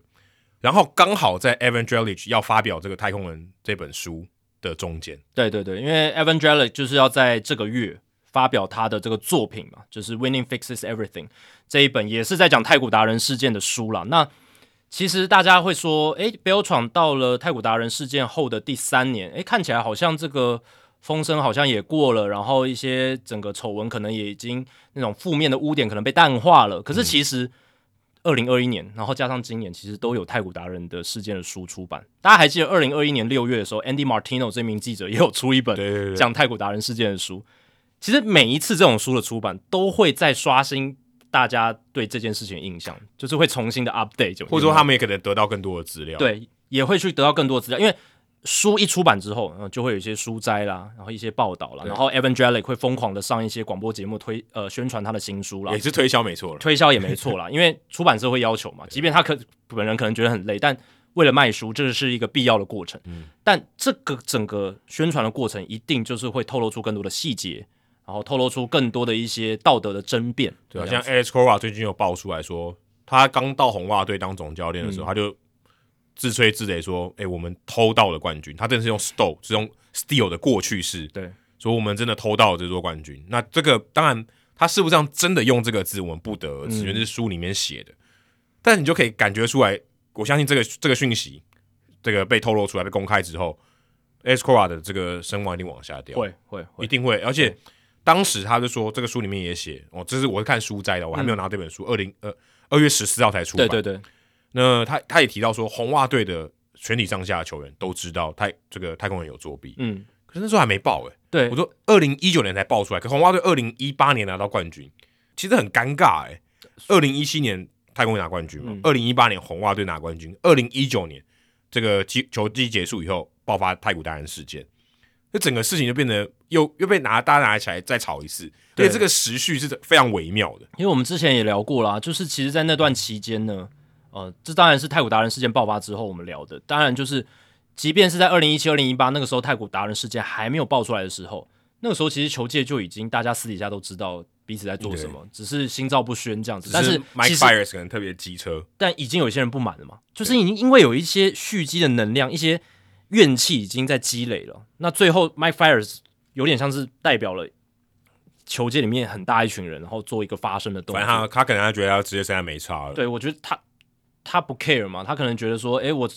然后刚好在 Evan Drellich 要发表这个《太空人》这本书的中间，
对对对，因为 Evan d r e l i c 就是要在这个月发表他的这个作品嘛，就是《Winning Fixes Everything》这一本，也是在讲太古达人事件的书啦。那其实大家会说，诶 b e l 闯到了太古达人事件后的第三年，诶，看起来好像这个风声好像也过了，然后一些整个丑闻可能也已经那种负面的污点可能被淡化了。
嗯
可是其实。二零二一年，然后加上今年，其实都有太古达人的事件的书出版。大家还记得二零二一年六月的时候，Andy Martino 这名记者也有出一本
对对对
讲太古达人事件的书。其实每一次这种书的出版，都会在刷新大家对这件事情的印象，就是会重新的 update，
或者说他们也可能得到更多的资料。
对也会去得到更多的资料，因为书一出版之后，呃、就会有一些书摘啦，然后一些报道啦，然后 Evangelic 会疯狂的上一些广播节目推呃宣传他的新书啦
也，是推销没错了。
推销也没错啦，因为出版社会要求嘛，即便他可本人可能觉得很累，但为了卖书，这是一个必要的过程。
嗯
但这个整个宣传的过程，一定就是会透露出更多的细节，然后透露出更多的一些道德的争辩。
对啊，
这
像
样
Alex Cora 最近有爆出来说，他刚到红袜队当总教练的时候，他就自吹自擂说：“哎、我们偷到了冠军。”他真的是用 stole，是用 steal 的过去式，
对，
说我们真的偷到了这座冠军。那这个当然，他是不是这样真的用这个字，我们不得而知，因为这是书里面写的。但你就可以感觉出来，我相信这个这个讯息，这个被透露出来、被公开之后 a s c o r a 的这个声望一定往下掉。
会会会嗯
一，定会。而且当时他就说，这个书里面也写哦，这是我是看书摘的，我还没有拿这本书，二零呃二月十四号才出版。
嗯对对对，
那他他也提到说，红袜队的全体上下的球员都知道太这个太空人有作弊，
嗯，
可是那时候还没报哎、
对
我，说二零一九年才爆出来，可红袜队二零一八年拿到冠军，其实很尴尬哎、二零一七年太空人拿冠军嘛
嗯，
二零一八年红袜队拿冠军，二零一九年这个季球季结束以后爆发太古达人事件，这整个事情就变得又又被拿大家拿起来再炒一次，而
对
且这个时序是非常微妙的。
因为我们之前也聊过啦，就是其实，在那段期间呢，呃，这当然是太古达人事件爆发之后我们聊的。当然，就是即便是在二零一七、二零一八那个时候，太古达人事件还没有爆出来的时候，那个时候其实球界就已经大家私底下都知道彼此在做什么，只是心照不宣这样子。但
只
是
Mike
其实，
Fires 可能特别机车，
但已经有一些人不满了嘛，就是已经因为有一些蓄积的能量，一些怨气已经在积累了。那最后，Mike Fires 有点像是代表了。球界里面很大一群人，然后做一个发声的动
反
作。
正他他可能他觉得他职业生涯没差了，
对，我觉得他他不 care 嘛，他可能觉得说，诶，我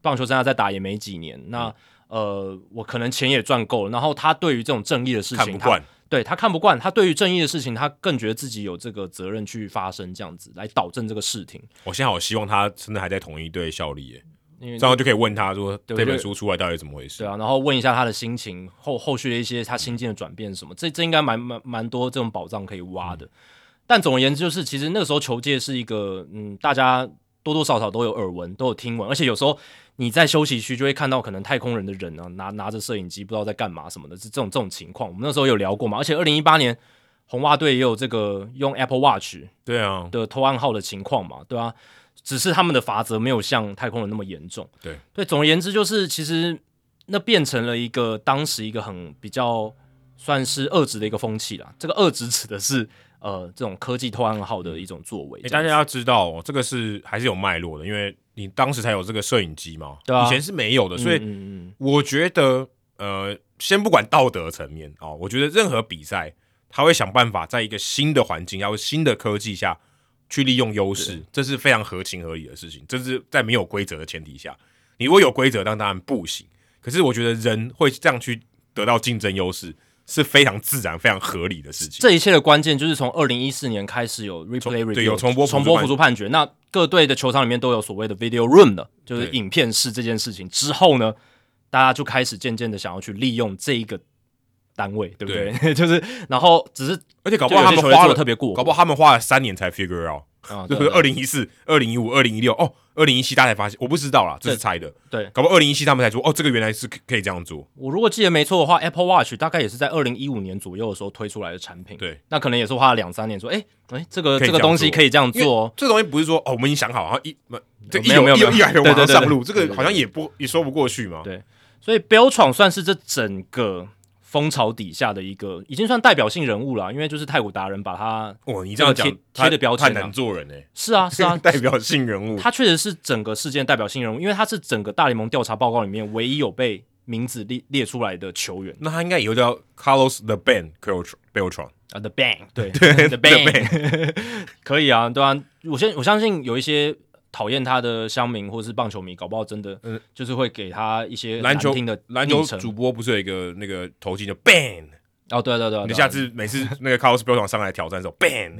棒球生涯再打也没几年，那、呃，我可能钱也赚够了，然后他对于这种正义的事
看
情，
不
他
惯。
对他看不惯，他对于正义的事情，他更觉得自己有这个责任去发声，这样子来导正这个事情。
我现在好希望他真的还在同一队效力耶，
因为
这样就可以问他说
对
这
对
本书出来到底怎么回事
对。啊，然后问一下他的心情，后后续的一些他心境的转变是什么，这这应该蛮蛮蛮多这种宝藏可以挖的。但总而言之，就是其实那个时候球界是一个，嗯，大家多多少少都有耳闻，都有听闻，而且有时候你在休息区就会看到可能太空人的人啊，拿拿着摄影机不知道在干嘛什么的，是这种这种情况。我们那时候有聊过嘛，而且二零一八年红袜队也有这个用 Apple Watch
对啊，
的偷暗号的情况嘛，对啊，只是他们的罚则没有像太空人那么严重。
对
对，总而言之就是，其实那变成了一个当时一个很比较算是恶质的一个风气啦。这个恶质指的是呃这种科技偷暗号的一种作为。
欸、
这
大
样子
家要知道、哦，这个是还是有脉络的，因为你当时才有这个摄影机嘛，
对啊
以前是没有的，所以
嗯嗯嗯
我觉得，呃，先不管道德层面啊、哦，我觉得任何比赛，他会想办法在一个新的环境，然后新的科技下去利用优势，这是非常合情合理的事情，这是在没有规则的前提下，你如果有规则，那当然不行。可是我觉得人会这样去得到竞争优势，是非常自然、非常合理的事情。
这一切的关键就是从二零一四年开始有 replay
从
review，
对有重播
重
辅助
播
判
辅助判决。那各队的球场里面都有所谓的 video room 的，就是
对
影片室这件事情之后呢，大家就开始渐渐的想要去利用这一个单位，对不对？ 就是然后只是
而且搞不
就有
好他们
些球队
花
做
了
得特别过
搞不好他们花了三年才 figure out。
啊，
这
对
不是
对
二零一四、二零一五、二零一六哦，二零一七大家才发现，我不知道啦，这是猜的。
对
搞不好二零一七他们才说，哦，这个原来是可可以这样做。
我如果记得没错的话，Apple Watch 大概也是在二零一五年左右的时候推出来的产品。
对，
那可能也是花了两三年说，哎、哎、这个
可以这样
这个东西
做
可以这样做哦。
这个东西不是说哦，我们已经想好，然后一这一
没有没有
一
没有
一来
对
往上
对对
上路，
对
这
对对
个好像也不也说不过去嘛。
对所以 Bill 闯算是这整个风潮底下的一个，已经算代表性人物了，因为就是太古达人把他，
哇，你这样讲
这个贴
他
贴的标签啊
太难做人哎，，
是啊是 啊
代表性人物。
他确实是整个事件代表性人物，因为他是整个大联盟调查报告里面唯一有被名字列列出来的球员
那他应该以后叫 Carlos the Ben Beltran，
啊、t h e Bang，对，The Bang，可 以啊，对啊，我相我相信有一些讨厌他的乡民或是棒球迷，搞不好真的
嗯
就是会给他一些
篮球
难听的
篮球
昵称
主播不是有一个那个头巾叫 Ben，
哦，对对对对，
你下次每次那个 Carlos Beltran 上来挑战的时候 Ben，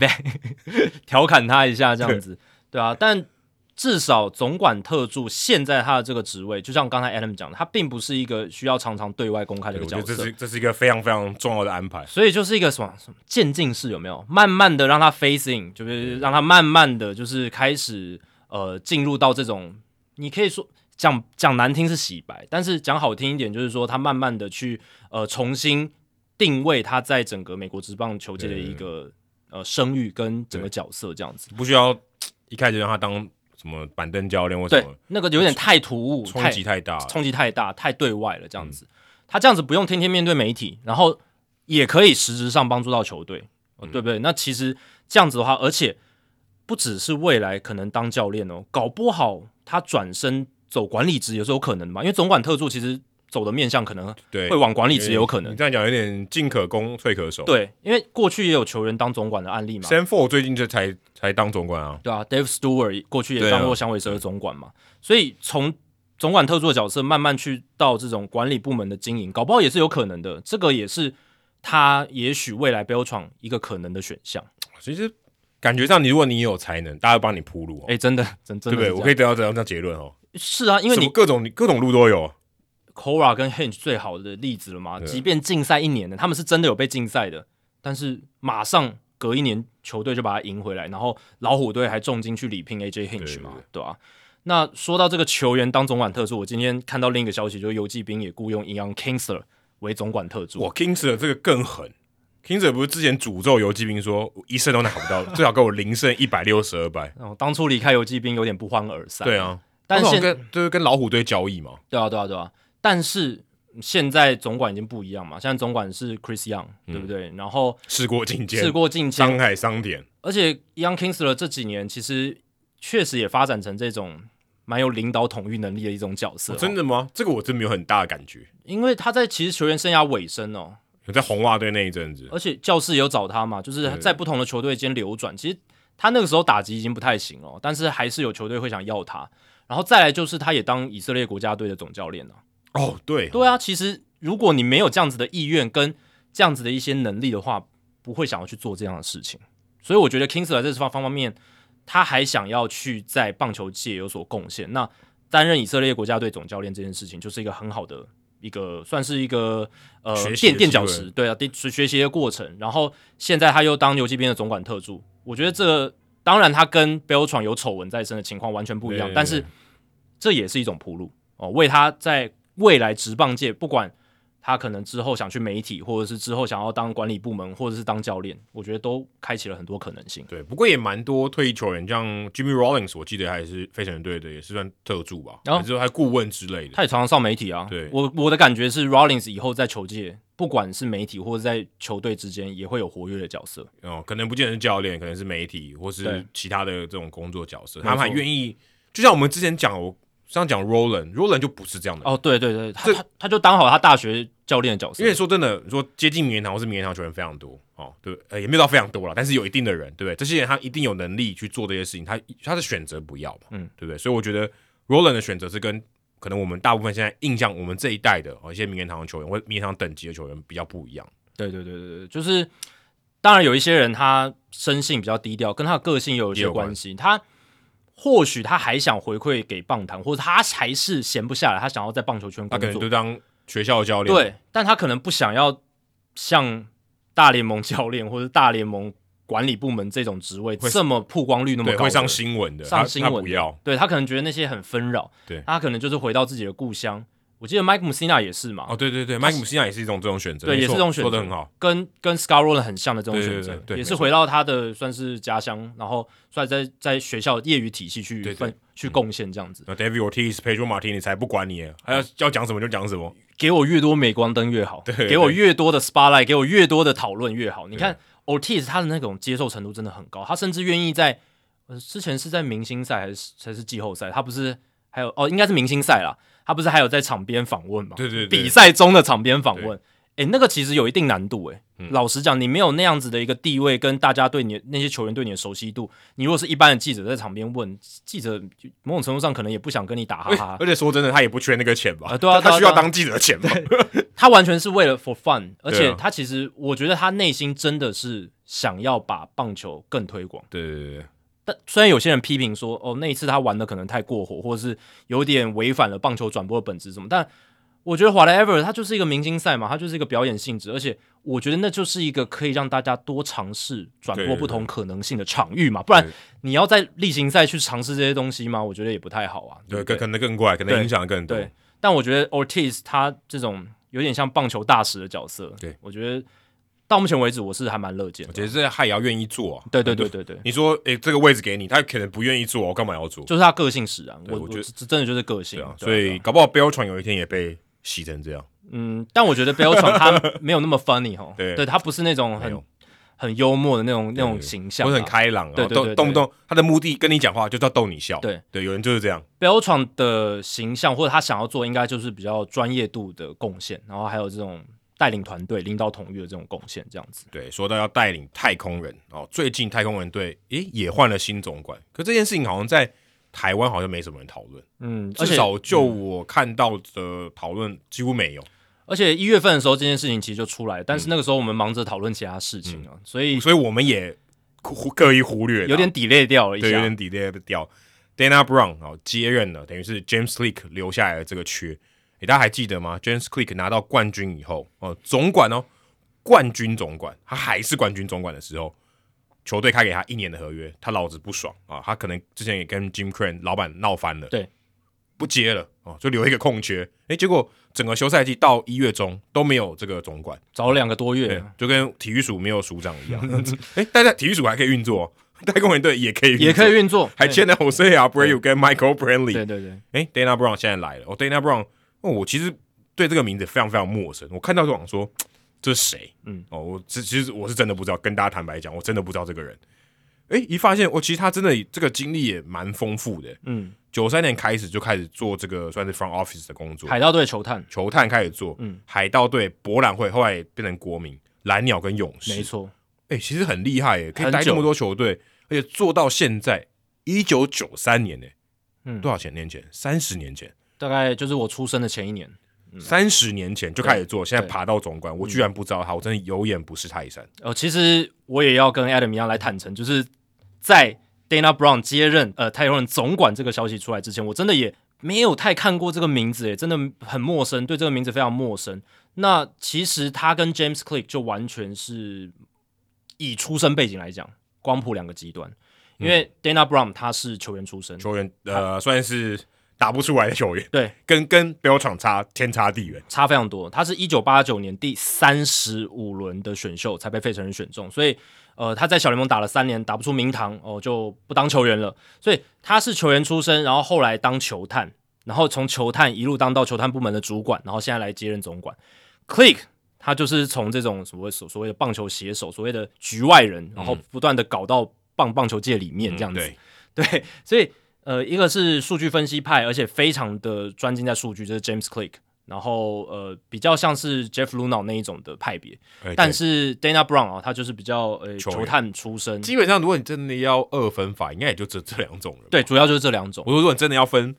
调侃他一下这样子，对啊，但至少总管特助现在他的这个职位，就像刚才 Adam 讲的，他并不是一个需要常常对外公开的一
对
个
我觉
角
得这
色
是，这是一个非常非常重要的安排。
所以就是一个什么什么渐进式，有没有？慢慢的让他 facing，就是让他慢慢的就是开始呃进入到这种，你可以说讲讲难听是洗白，但是讲好听一点就是说他慢慢的去呃重新定位他在整个美国职棒球界的一个呃声誉跟整个角色这样子。
不需要一开始让他当什么板凳教练或什
对
么，，
那个有点太突兀，
冲
太
击太大了。嗯
冲击太大，太对外了，这样子。他这样子不用天天面对媒体，然后也可以实质上帮助到球队，
嗯
呃对不对？那其实这样子的话，而且不只是未来可能当教练哦，搞不好他转身走管理职也是有可能的嘛，因为总管特助其实走的面向可能
对，
会往管理职也有可能
你。这样讲有点进可攻退可守。
对，因为过去也有球员当总管的案例嘛，
，Sam Four 最近这才才当总管啊，
对啊，Dave Stewart 过去也
对啊
当过响尾蛇的总管嘛，所以从总管特助的角色慢慢去到这种管理部门的经营，搞不好也是有可能的。这个也是他也许未来北欧闯一个可能的选项。
其实感觉上，你如果你有才能，大家会帮你铺路、哦，
哎、真的，真真
对不对？
的是这
我
样
可以得到这样这样结论哦，
是啊，因为
什
你
么各种各种路都有，
Cora 跟 Hinge 最好的例子了嘛，
对
即便禁赛一年的，他们是真的有被禁赛的，但是马上隔一年球队就把他赢回来，然后老虎队还重金去礼聘 AJ
对
Hinge
对
嘛，对吧、那说到这个球员当总管特助，我今天看到另一个消息，就是游骑兵也雇佣 i o n Kingsler 为总管特助
哇。，Kingser 这个更狠。Kingser 不是之前诅咒游击兵说我一胜都拿不到，最好给我零胜一百六十二 败。
然后当初离开游骑兵有点不欢而散，
对，啊，
但
那种
现
跟就是跟老虎队交易嘛，
对啊，对啊，对啊。但是现在总管已经不一样嘛，现在总管是 Chris Young，、对
嗯
不对？然后
事过境
事
迁，
过境迁，
伤害伤点，
而且 Young Kingsler 这几年其实确实也发展成这种蛮有领导统御能力的一种角色、
哦真
的，
的吗？这个我真没有很大的感觉。
因为他在其实球员生涯尾声哦，
有在红袜队那一阵子，
而且教室也有找他嘛，就是
对
在不同的球队间流转。其实他那个时候打击已经不太行了，哦但是还是有球队会想要他。然后再来就是他也当以色列国家队的总教练了、
哦，对，
对啊，其实如果你没有这样子的意愿跟这样子的一些能力的话，不会想要去做这样的事情。所以我觉得 Kingsler 在这方方方面，他还想要去在棒球界有所贡献。那担任以色列国家队总教练这件事情，就是一个很好的一个，算是一个呃
学习的
垫垫脚
机会
石，对啊，垫学学习的过程。然后现在他又当游击兵的总管特助，我觉得这个当然他跟 b e l 闯有丑闻在身的情况完全不一样，
对对对
但是这也是一种铺路哦，为他在未来职棒界，不管他可能之后想去媒体，或者是之后想要当管理部门，或者是当教练，我觉得都开启了很多可能性。
对，不过也蛮多退役球员，像 Jimmy Rollins，我记得还是飞城人队的，也是算特助吧，
哦
还是说还顾问之类的。
他也常常上媒体啊。
对
我我的感觉是，Rollins 以后在球界，不管是媒体或者在球队之间，也会有活跃的角色。
哦，可能不见得是教练，可能是媒体或
对
是其他的这种工作角色，
错
他们还愿意。就像我们之前讲，我上讲 Roland，Roland 就不是这样的人，
哦，对对对，他
这
他他就当好他大学教练的角色。
因为说真的，你说接近名人堂或是名人堂球员非常多哦，对，呃，也没有到非常多了，但是有一定的人，对不对？这些人他一定有能力去做这些事情，他他的选择不要嘛，
嗯
嗯，对不对？所以我觉得 Roland 的选择是跟可能我们大部分现在印象我们这一代的哦一些名人堂的球员或名人堂等级的球员比较不一样，
对对对对对，就是当然有一些人他生性比较低调，跟他的个性也有一
也
些
有关
关系。他或许他还想回馈给棒坛，或者他还是闲不下来，他想要在棒球圈
他
工
可能
作
就，当学校的教练，
对，但他可能不想要像大联盟教练或者大联盟管理部门这种职位
会
这么曝光率那么
对，
高，
会上。新闻的，
上
他
新
他
闻
不
的
要，
对他可能觉得那些很纷扰，
对
他可能就是回到自己的故乡。我记得 Mike Mussina 也是嘛，
哦，对对对，麦克姆西亚也是一种这种选择，
对
没
也是
错
这种选
说的
择
很好，
跟跟 s c a r r o l 很像的这种
对对
选择
对，对
也
没
是
错
回到他的算是家乡，然后算在在学校业余体系去
对对
分去贡献这样子，
那 David Ortiz、Pedro Martinez 才不管你耶，还要要讲什么就讲什么，
给我越多镁光灯越好，
对对
给我越多的 spotlight，给我越多的讨论越好。你看 Ortiz 他的那种接受程度真的很高，他甚至愿意在呃之前是在明星赛还是还是季后赛，他不是还有哦应该是明星赛啦，他不是还有在场边访问嘛？
对对对
比赛中的场边访问，诶，那个其实有一定难度诶。
嗯
老实讲，你没有那样子的一个地位，跟大家对你那些球员对你的熟悉度，你如果是一般的记者在场边问，记者某种程度上可能也不想跟你打哈
而且
哈
而，且说真的，他也不缺那个钱吧？
啊对啊
他
对啊
他需要
对啊
当记者的钱吧？
他完全是为了 for fun，而
对
且
啊
他其实我觉得他内心真的是想要把棒球更推广。
对 对对
但虽然有些人批评说，哦，那一次他玩的可能太过火，或者是有点违反了棒球转播的本质什么，但我觉得 whatever，它就是一个明星赛嘛，它就是一个表演性质，而且我觉得那就是一个可以让大家多尝试转播
对
不同可能性的场域嘛，不然
对
你要在例行赛去尝试这些东西嘛，我觉得也不太好啊。
对，
对，
可可能更怪，可能
对
影响更多。
对，但我觉得 Ortiz 他这种有点像棒球大使的角色，
对
我觉得到目前为止，我是还蛮乐见
我
的。
觉得这他也要愿意做啊。
对对对对对，
你说，诶、这个位置给你，他可能不愿意做，我干嘛要做？
就是他个性使然。我
我
我
觉得
这真的就是个性
对啊，，
对
所
对
以
啊
搞不好 b e l t r a n 有一天也被洗成这样。
嗯，但我觉得 b e l t r a 他没有那么 funny 哈，
对
他不是那种
没
很
有
很幽默的那种那种
对
形象
或
啊。
者很开朗啊，
对对对
动
对
动不动他的目的跟你讲话就是要逗你笑。
对
对，有人就是这样。
Beltran 的形象或者他想要做，应该就是比较专业度的贡献，然后还有这种带领团队、领导统御的这种贡献，这样子。
对，说到要带领太空人哦，最近太空人队诶也换了新总管，可这件事情好像在台湾好像没什么人讨论，
嗯，而
至
且
少就我看到的讨论几乎没有。
而且一月份的时候，这件事情其实就出来了，但是那个时候我们忙着讨论其他事情啊，所以
所以嗯我们也忽刻意忽略了，
有点 delay 掉了一
对，有
下。
点 delay 掉。Dana Brown 哦接任了，等于是 James Click 留下来的这个缺。诶，大家还记得吗？James Click 拿到冠军以后，哦，总管哦，冠军总管，他还是冠军总管的时候，球队开给他一年的合约，他老子不爽啊、他可能之前也跟 Jim Crane 老板闹翻了，
对，
不接了哦，就留一个空缺。诶，结果整个休赛季到一月中都没有这个总管，
找了两个多
对
月，，
就跟体育署没有署长一 样。哎，但是体育署还可以运作哦，太空人队也可以运作，
也可以运作，
还签了 Jose Abreu 跟 Michael
对
Brantley。
对对，
哎，Dana Brown 现在来了。哦，Dana Brown，哦，我其实对这个名字非常非常陌生。我看到就想说，这是谁？
嗯，
哦，我这其实我是真的不知道，跟大家坦白讲，我真的不知道这个人。哎，一发现我、哦其实他真的这个经历也蛮丰富的。
嗯，
九三年开始就开始做这个算是 front office 的工作，
海盗队球探，
球探开始做，
嗯，
海盗队、博览会后来变成国民、蓝鸟跟勇士，
没错，
哎、其实很厉害耶，可以
很
带这
久
么多球队，而且做到现在一九九三年呢，
嗯
多少钱年前？三十年前，
大概就是我出生的前一年，
三十年前就开始做，现在
嗯对嗯
爬到总管，我居然不知道他，我真的有眼不识泰山。
呃，其实我也要跟 Adam 一样来坦诚，就是在 Dana Brown 接任呃太空人总管这个消息出来之前，我真的也没有太看过这个名字，也真的很陌生，对这个名字非常陌生。那其实他跟 James Click 就完全是以出身背景来讲，光谱两个极端。因为 Dana Brown 他是球员出身，
球员呃，算是打不出来的球员，
嗯对，
跟跟标场差天差地远。
差非常多。他是一九八九年第三十五轮的选秀才被费城人选中，所以呃，他在小联盟打了三年，打不出名堂哦、就不当球员了。所以他是球员出身，然后后来当球探，然后从球探一路当到球探部门的主管，然后现在来接任总管。Click 他就是从这种所谓所所谓的棒球写手，所谓的局外人，然后不断的搞到棒棒球界里嗯面这样子。
嗯对，
对，所以呃，一个是数据分析派，而且非常的专精在数据，这、是 James Click。然后呃，比较像是 Jeff Luno 那一种的派别，
哎
但
对
是 Dana Brown 啊，他就是比较呃
球员
球探出身，
基本上，如果你真的要二分法，应该也就这这两种人。
对，，主要就是这两种
我。说如果你真的要分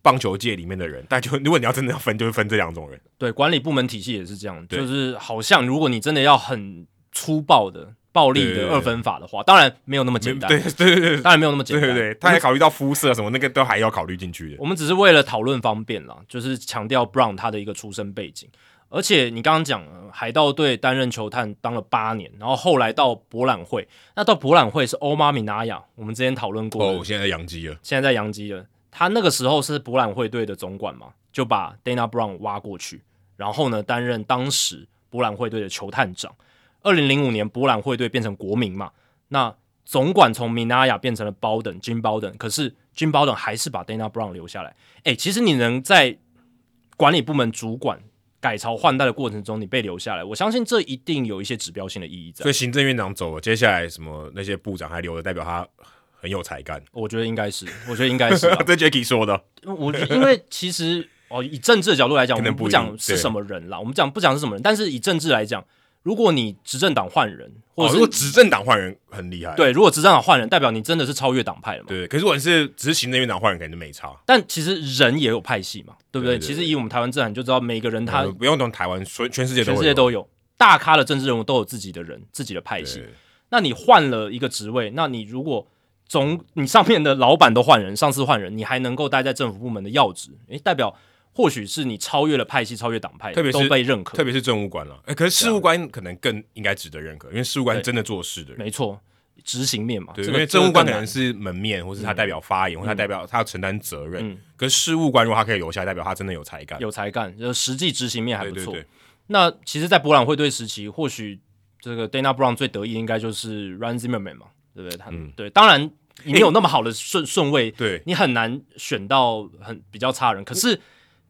棒球界里面的人，但就如果你要真的要分，就是分这两种人。
对，管理部门体系也是这样，
对
就是好像如果你真的要很粗暴的、暴力
对对
的
对
二分法的话，当然没有那么简单，
对对对对
当然没有那么简
对
单，
对对，他还考虑到肤色什么，那个都还要考虑进去的。
我们只是为了讨论方便啦，就是强调 Brown 他的一个出身背景。而且你刚刚讲呃海盗队担任球探当了八年，然后后来到博览会，那到博览会是欧妈米纳亚，我们之前讨论过的
哦，现在养鸡了，
现在在洋基了。他那个时候是博览会队的总管嘛，就把 Dana Brown 挖过去，然后呢担任当时博览会队的球探长。二零零五年博览会队变成国民嘛，那总管从 Minaya 变成了 Bowden Jim Bowden，可是 Jim Bowden 还是把 Dana Brown 留下来。诶，其实你能在管理部门主管改朝换代的过程中，你被留下来，我相信这一定有一些指标性的意义在
所。以行政院长走了，接下来什么那些部长还留着，代表他很有才干。
我觉得应该是，我觉得应该 是啊、
这 Jacky 说的，
我觉得因为其实哦，以政治的角度来讲，我
可能
们
不
不
一
讲
定
是
对
什么人啦，我们讲不讲是什么人，但是以政治来讲，如果你执政党换人，或
哦，
者
如
是、
果执政党换人很厉害，
对，如果执政党换人，代表你真的是超越党派了嘛？
对。可是我是只是行政院长换人，可能就没差。
但其实人也有派系嘛，对不对？
对对
其实以我们台湾政坛就知道，每个人他
呃不用从台湾，全全世界都
全
有
世界都有大咖的政治人物都有自己的人、自己的派系
对。
那你换了一个职位，那你如果总你上面的老板都换人，上司换人，你还能够待在政府部门的要职，诶，代表或许是你超越了派系，超越党派，
特别是
都被认可
特。别是政务官了。哎，可是事务官可能更应该值得认可，因为事务官
对
真的做事的人。
没错，执行面嘛，
对，
这
因
个
为政务官可
这
能
个更难
是门面，或是他代表发言，或他代表他要承担责任
嗯。
可是事务官如果他可以留下来，代表他真的有才干。
呃有才干，就实际执行面还
对
不
对
错。
对，
那其实，在博览会队时期，或许这个 Dana Brown 最得意应该就是 Ryan Zimmerman 嘛，对不对？他、
嗯
对，当然你没有那么好的顺顺位，
对，
你很难选到很比较差的人。可是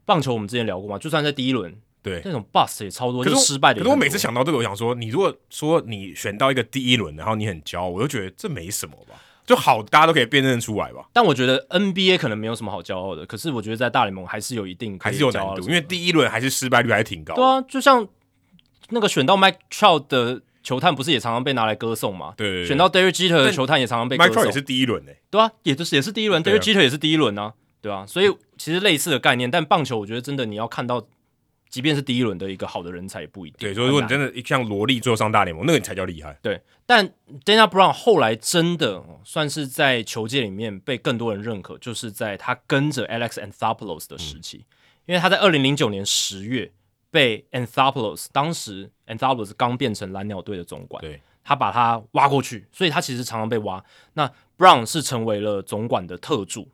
棒球我们之前聊过嘛，就算在第一轮
对。
那种 bust 也超多，
可是
就
我
失败的
可
也
是我
很
每次
多
想到这个，我想说，你如果说你选到一个第一轮，然后你很骄傲，我就觉得这没什么吧，就好，大家都可以辨认出来吧，
但我觉得 NBA 可能没有什么好骄傲的，可是我觉得在大联盟还是有一定可
还
以
是有
骄
难
傲的
度，
地
因为
方
第一轮还是失败率还是挺高的
对。啊，就像那个选到 Mike Trout 的球探，不是也常常被拿来歌颂嘛？
对对对
选到 Derek Jeter 的
但
球探也常常被
m i
歌
c r o
颂
也，是第一轮欸诶、
对啊，也就是也是第一轮
对啊
，Derek Jeter 也是第一轮啊，对啊，所以其实类似的概念，但棒球我觉得真的你要看到，即便是第一轮的一个好的人才也不一定。
对，所以如果你
很难
真的像萝莉最后上大联盟，那个你才叫厉害。
但 Dana Brown 后来真的哦算是在球界里面被更多人认可，就是在他跟着 Alex Anthopoulos 的时期，因为他在二零零九年十月被 Anthopoulos，当时 Anthopoulos 刚变成蓝鸟队的总管，
对，
他把他挖过去，所以他其实常常被挖。那 Brown 是成为了总管的特助，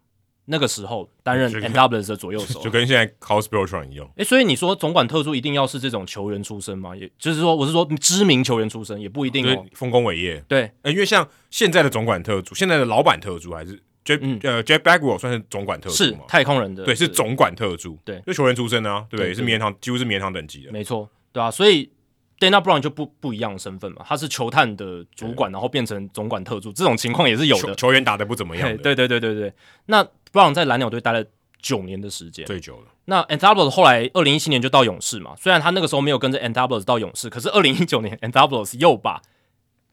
那个时候担任
就跟
Anthopoulos 的左右 手
就，跟现在 Cos b i l t r o n 一样。
诶，所以你说总管特助一定要是这种球员出身吗？也就是说，我是说知名球员出身也不一定
就是
哦。
丰功伟业。
对，
呃，因为像现在的总管特助，现在的老板特助还是 J、
嗯
呃 J Bagwell 算是总管特助
是
嘛？
太空人的，
对，是总管特助，
对
就球员出身啊，对不
对
对？是
对
名人堂，几乎是名人堂等级的。
没错，对啊，所以 Dana Brown 就不不一样的身份嘛，他是球探的主管，然后变成总管特助，这种情况也是有
球
的。
球员打的不怎么样
嘿
的，
对对对对对，那 Brown 在蓝鸟队待了九年的时间。
最久了。
那 a n t h o b l o s 后来二零一七年就到勇士嘛，虽然他那个时候没有跟着 a n t h o b l o s 到勇士，可是二零一九年 a n t h o b l o s 又把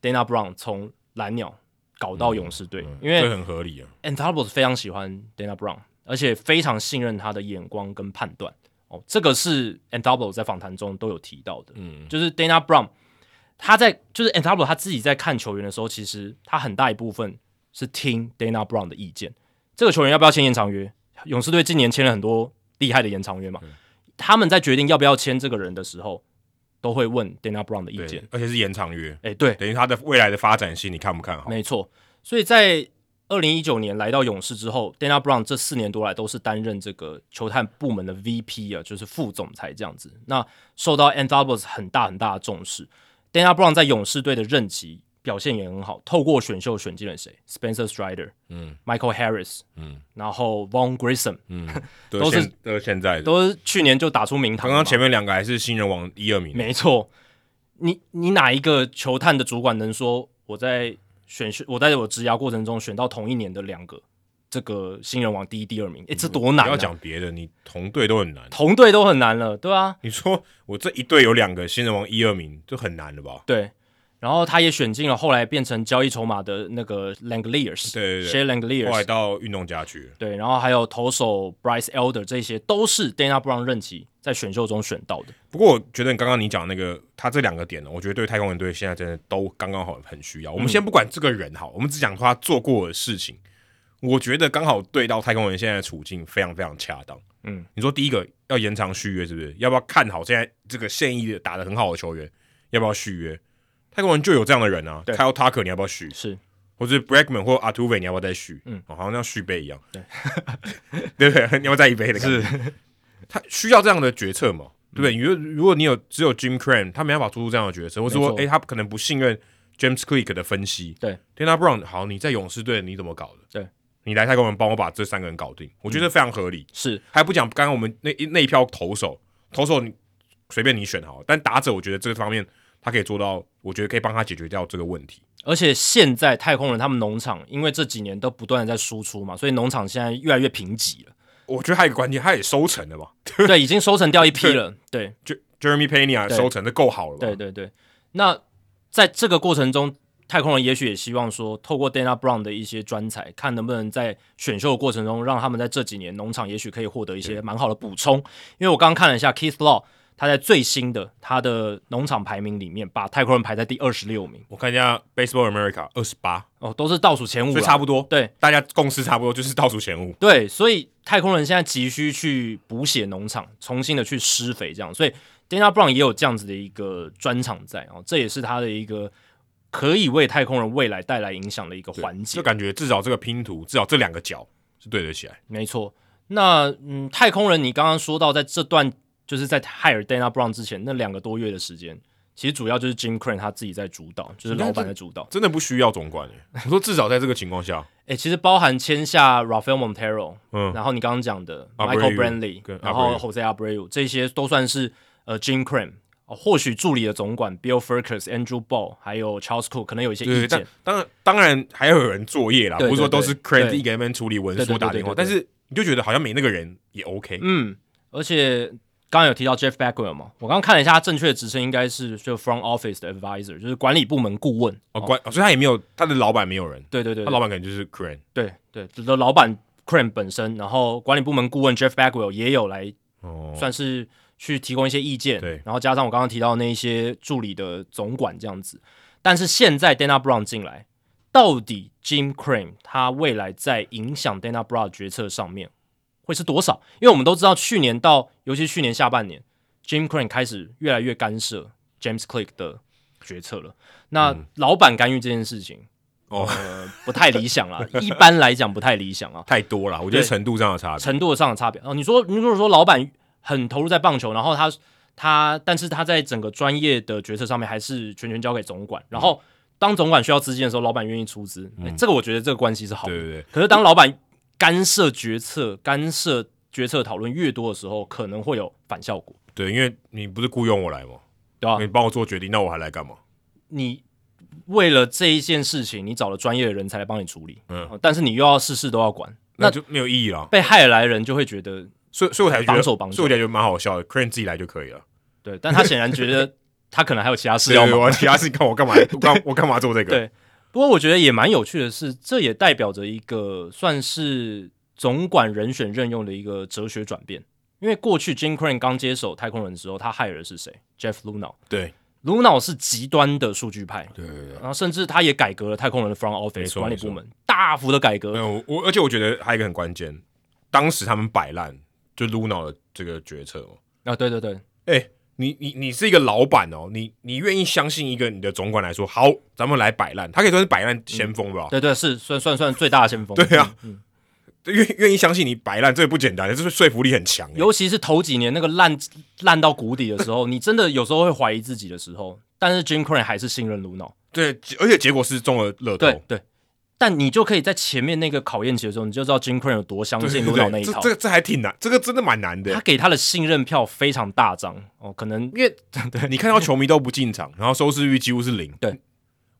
Dana Brown 从蓝鸟搞到勇士队，
嗯
因为
这很合理啊。
a n t h o b l o s 非常喜欢 Dana Brown，而且非常信任他的眼光跟判断。哦，这个是 a n t h o b l o s 在访谈中都有提到的。
嗯，
就是 Dana Brown，他在就是 a n t a b l o 他自己在看球员的时候，其实他很大一部分是听 Dana Brown 的意见。这个球员要不要签延长约？勇士队今年签了很多厉害的延长约嘛，他们在决定要不要签这个人的时候，都会问 Dana Brown 的意见
对。，而且是延长约，
哎、对，
等于他的未来的发展性，你看不看好？
没错。所以在二零一九年来到勇士之后，Dana Brown 这四年多来都是担任这个球探部门的 VP 啊，就是副总裁这样子。那受到 a n t h o b l o s 很大很大的重视。Dana Brown 在勇士队的任期表现也很好，透过选秀选进了谁？Spencer Strider、
嗯
Michael Harris，
嗯
然后 Von Grissom，
嗯，
都是
现都是现在的。
都是去年就打出名堂
刚
了嘛。
刚前面两个还是新人王一二名，啊
没错，你你哪一个球探的主管能说我在选秀，我在我职涯过程中选到同一年的两个这个新人王第一、第二名？诶，这多
嗯
难、
不
啊！
要讲别的，你同队都很难。
同队都很难了，对啊，
你说我这一队有两个新人王一二名，就很难了吧？
对。然后他也选进了后来变成交易筹码的那个 Langliers，
对对
s h
对
e，
后来
Langliers，
到运动家去了。
对，然后还有投手 Bryce Elder，这些都是 Dana Brown 任期在选秀中选到的。
不过我觉得刚刚你讲那个他这两个点呢，我觉得对太空人队现在真的都刚刚好很需要。
嗯
我们先不管这个人好，我们只讲他做过的事情，我觉得刚好对到太空人现在的处境非常非常恰当。
嗯，
你说第一个要延长续约是不是？要不要看好现在这个现役的打得很好的球员，要不要续约？太空人就有这样的人啊
对
，Kyle Tucker 你要不要续？
是，
或者 Blackman 或 Artuve，你要不要再续？
嗯
嗯，哦、好像要续杯一样，对， 对不对？你要不 要再一杯的？是， 他需要这样的决策嘛？对不
嗯
对？如果如果你有只有 Jim Crane，他没办法做出这样的决策，或者
没
说，
错
诶，他可能不信任 James Click 的分析。
对
d a n a Brown，好，你在勇士队你怎么搞的？
对，嗯
你来太空人帮我把这三个人搞定，我觉得非常合理。
是
还不讲刚刚我们那那一票投手，投手你随便你选好了，但打者我觉得这方面他可以做到，我觉得可以帮他解决掉这个问题。
而且现在太空人他们农场，因为这几年都不断的在输出嘛，所以农场现在越来越贫瘠了。
我觉得还有一个关键，他也收成了吧？
对，已经收成掉一批 了。对，
Jer- Jeremy Pena
对
收成，这够好了吧？
对，对，对。那在这个过程中，太空人也许也希望说，透过 Dana Brown 的一些专才，看能不能在选秀的过程中，让他们在这几年农场也许可以获得一些蛮好的补充。因为我刚刚看了一下 Keith Law，他在最新的他的农场排名里面，把太空人排在第二十六名，
我看一下 Baseball America 二十八，
哦，都是倒数前五
所
了。
以差不多，
对，
大家共识差不多就是倒数前五。
对，所以太空人现在急需去补血农场，重新的去施肥，这样。所以 Dana Brown 也有这样子的一个专场在哦，这也是他的一个可以为太空人未来带来影响的一个环节
就。感觉至少这个拼图，至少这两个角是对得起来。
没错。那嗯，太空人，你刚刚说到在这段就是在海尔 Dana Brown 之前那两个多月的时间，其实主要就是 Jim Crane 他自己在主导，就是老板在主导。
真的不需要总管、 欸。我说至少在这个情况下，
诶、其实包含签下 Rafael Montero，
嗯，
然后你刚刚讲的
Abreu
Michael Brantley，
跟
然后
Abreu
Jose Abreu 这些都算是呃 Jim Crane，、哦、或许助理的总管 Bill Furkers、Andrew Ball 还有 Charles Cook 可能有一些
对
意
对，但
见。
当然当然还要有人作业啦，
对对
不是说都是 Crane
对
一个人在那边处理文
对对
书
对
打电话，
对对对
但是你就觉得好像没那个人也 OK，哦
嗯，而且刚刚有提到 Jeff Beckwell 嘛，我刚刚看了一下，他正确的职称应该是就 Front Office 的 Advisor，就是管理部门顾问。
哦，关，哦所以他也没有他的老板没有人，
对对对
他老板可能就是 Crane，
对对，指的老板 Crane 本身，然后管理部门顾问 Jeff Beckwell 也有来
哦，
算是去提供一些意见，
对
然后加上我刚刚提到那一些助理的总管这样子。但是现在 Dana Brown 进来，到底 Jim Crane 他未来在影响 Dana Brown 决策上面会是多少？因为我们都知道，去年到尤其去年下半年，Jim Crane 开始越来越干涉 James Click 的决策了。那老板干预这件事情，
嗯哦
呃，不太理想啦， 一般来讲不太理想啊。
太多了，我觉得
对
程度上的差别，
程度上的差别。哦，你说如果说老板很投入在棒球，然后他他，但是他在整个专业的决策上面还是全权交给总
嗯
管，然后当总管需要资金的时候，老板愿意出资、哎这个我觉得这个关系是好的。
对对对，
可是当老板干涉决策、干涉决策讨论越多的时候，可能会有反效果，
对，因为你不是雇佣我来吗？
对吧、
你帮我做决定，那我还来干嘛？
你为了这一件事情，你找了专业的人才来帮你处理，
嗯
哦，但是你又要事事都要管，那
那就没有意义了。
被害来的人就会觉得
所以，所以我才觉得，
绑手绑脚
所以我才觉得蛮好笑的。Crane 自己来就可以了。
对，但他显然觉得他可能还有其他事
对
要
对，
忙
对。我其他事情看我干 嘛？我干我干嘛做这个？
对不过我觉得也蛮有趣的是，这也代表着一个算是总管人选任用的一个哲学转变。因为过去 Jim Crane 刚接手太空人之后，他害的是谁？Jeff Luno。
对
Luno 是极端的数据派，
对对对。
然后甚至他也改革了太空人的 front
没
office
错
管理
没错啊
部门，大幅的改革。
没有我，而且我觉得还有一个很关键，当时他们摆烂，就 Luna 的这个决策嘛。
啊，对对对，
哎、你你你是一个老板哦，你你愿意相信一个你的总管来说，好，咱们来摆烂，他可以算是摆烂先锋吧？
对对是算算算最大的先锋。
对啊
嗯，嗯
对，愿愿意相信你摆烂，这个不简单，这是说服力很强、哎
尤其是头几年那个烂烂到谷底的时候，你真的有时候会怀疑自己的时候，但是 Jim Crane 还是信任 Luno。
对，而且结果是中了乐透，
对对，但你就可以在前面那个考验期的时候，你就知道金 i 有多相
对
信
对
卢脑那
对，
一
这
套。
这个这还挺难，这个真的蛮难
他
的。
给他的信任票非常大张哦，可能因为
你看到球迷都不进场，然后收视率几乎是零，
对。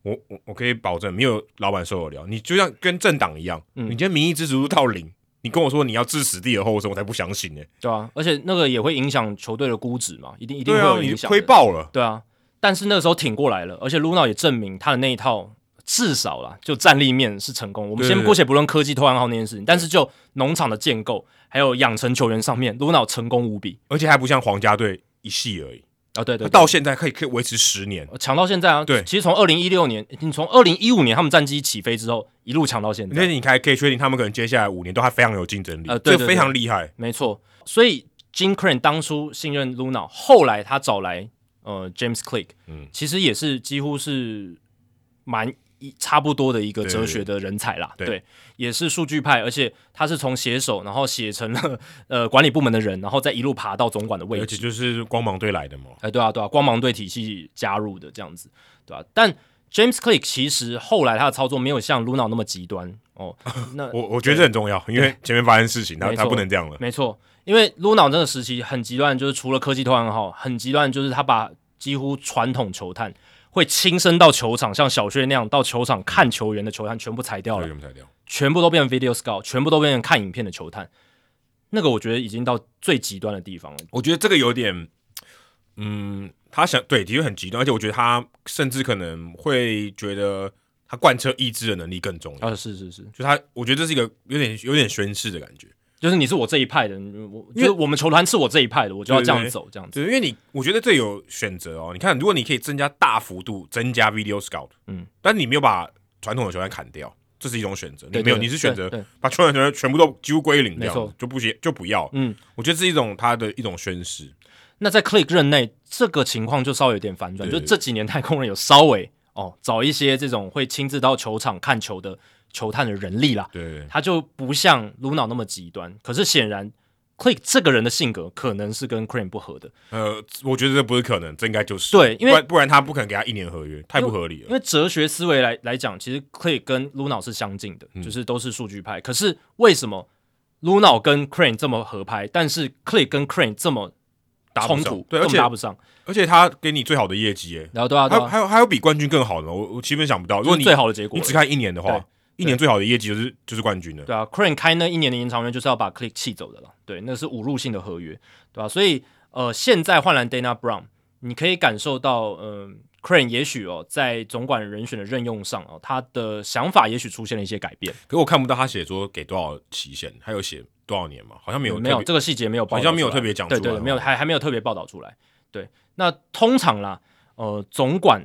我我我可以保证，没有老板受得了。你就像跟政党一样，
嗯
你今天民意支持度到零，你跟我说你要置死地而后生，我才不相信呢、
对啊，而且那个也会影响球队的估值嘛，一定一定
对
会
啊，
有
你
影响的。
亏爆了。
对啊，但是那个时候挺过来了，而且卢脑也证明他的那一套至少啦，就战力面是成功。我们
对
先
对
姑且不论科技偷暗号那件事情，但是就农场的建构还有养成球员上面，卢脑成功无比
而且还不像皇家队一系而已，
啊！对
他
对对，
到现在可以可以维持十年。
抢到现在啊！
对
其实从二零一六年，你从二零一五年他们战绩起飞之后，一路抢到现
那
在，
你还可以确定他们可能接下来五年都还非常有竞争力，
呃对对
这非常厉害。
没错。所以 Jim Crane 当初信任 Luna，后来他找来呃 James Click，
嗯
其实也是几乎是蛮一差不多的一个
对
哲学的人才啦，
对
也是数据派，而且他是从写手，然后写成了呃管理部门的人，然后再一路爬到总管的位
而
置
且。就是光芒队来的嘛，
哎，对啊，对啊，光芒队体系加入的这样子，对啊。但 James Click 其实后来他的操作没有像 Luna 那么极端哦，
嗯
那
我我觉得这很重要，因为前面发生事情，他
没错
他不能这样了。
没错，因为 Luna 那个时期很极端，就是除了科技投暗号，很极端就是他把几乎传统球探会亲身到球场，像小薛那样到球
嗯
场看球员的球探全部裁掉
所以
了
我，们才掉。
全部都变成 video scout，全部都变成看影片的球探。那个我觉得已经到最极端的地方了，
我觉得这个有点，嗯，他想对的确很极端，而且我觉得他甚至可能会觉得他贯彻意志的能力更重要。
啊，是是是，
就他，我觉得这是一个有点有点宣誓的感觉。
就是你是我这一派的，你我
因
就
为
是我们球团是我这一派的，我就要这
对
样
对对
走，这样子。
对，因为你我觉得这有选择哦。你看，如果你可以增加大幅度增加 video scout，
嗯，
但你没有把传统的球员砍掉，这是一种选择。你
对
没有，
对
你是选择
对对
把传统球员全部都几乎归零
没
掉
错，
就不行就不要。
嗯，
我觉得是一种他的一种宣誓。
那在 Click 任内，这个情况就稍微有点反转，
对
就这几年太空人有稍微哦找一些这种会亲自到球场看球的球探的人力啦，
对，
他就不像卢脑那么极端。可是显然 Click 这个人的性格可能是跟 Crane 不合的，
呃，我觉得这不是可能，这应该就是
对因为
不然不然他不可能给他一年合约，太不合理
因
了。
为哲学思维来来讲，其实 Click 跟 Luna 是相近
嗯
的，就是都是数据派。可是为什么 Luna 跟 Crane 这么合拍，但是 Click 跟 Crane 这么
搭不
冲
上
突，
对
这
而
么
且
搭不上？
而且他给你最好的业绩，耶，
然后对啊，
还
对
有
啊，
还有还有比冠军更好的吗，我我基本想不到。如
这
果
是
你
最好的结果
你
了。
只看一年的
对
话，一年最好的业绩就是就是冠军了。
对啊，Crane 开那一年的延长约就是要把 Click 气走的了，对，那是侮辱性的合约，对吧、所以呃，现在换来 Dana Brown，你可以感受到，嗯、c r a n e 也许哦，在总管人选的任用上哦，他的想法也许出现了一些改变，
可我看不到他写说给多少期限，还有写多少年嘛？好像没有
嗯没有
特别
这个细节没有报道出来，
好像没有特别讲出
对
来
对，对
哦
没有还还没有特别报道出来。对，那通常啦，呃，总管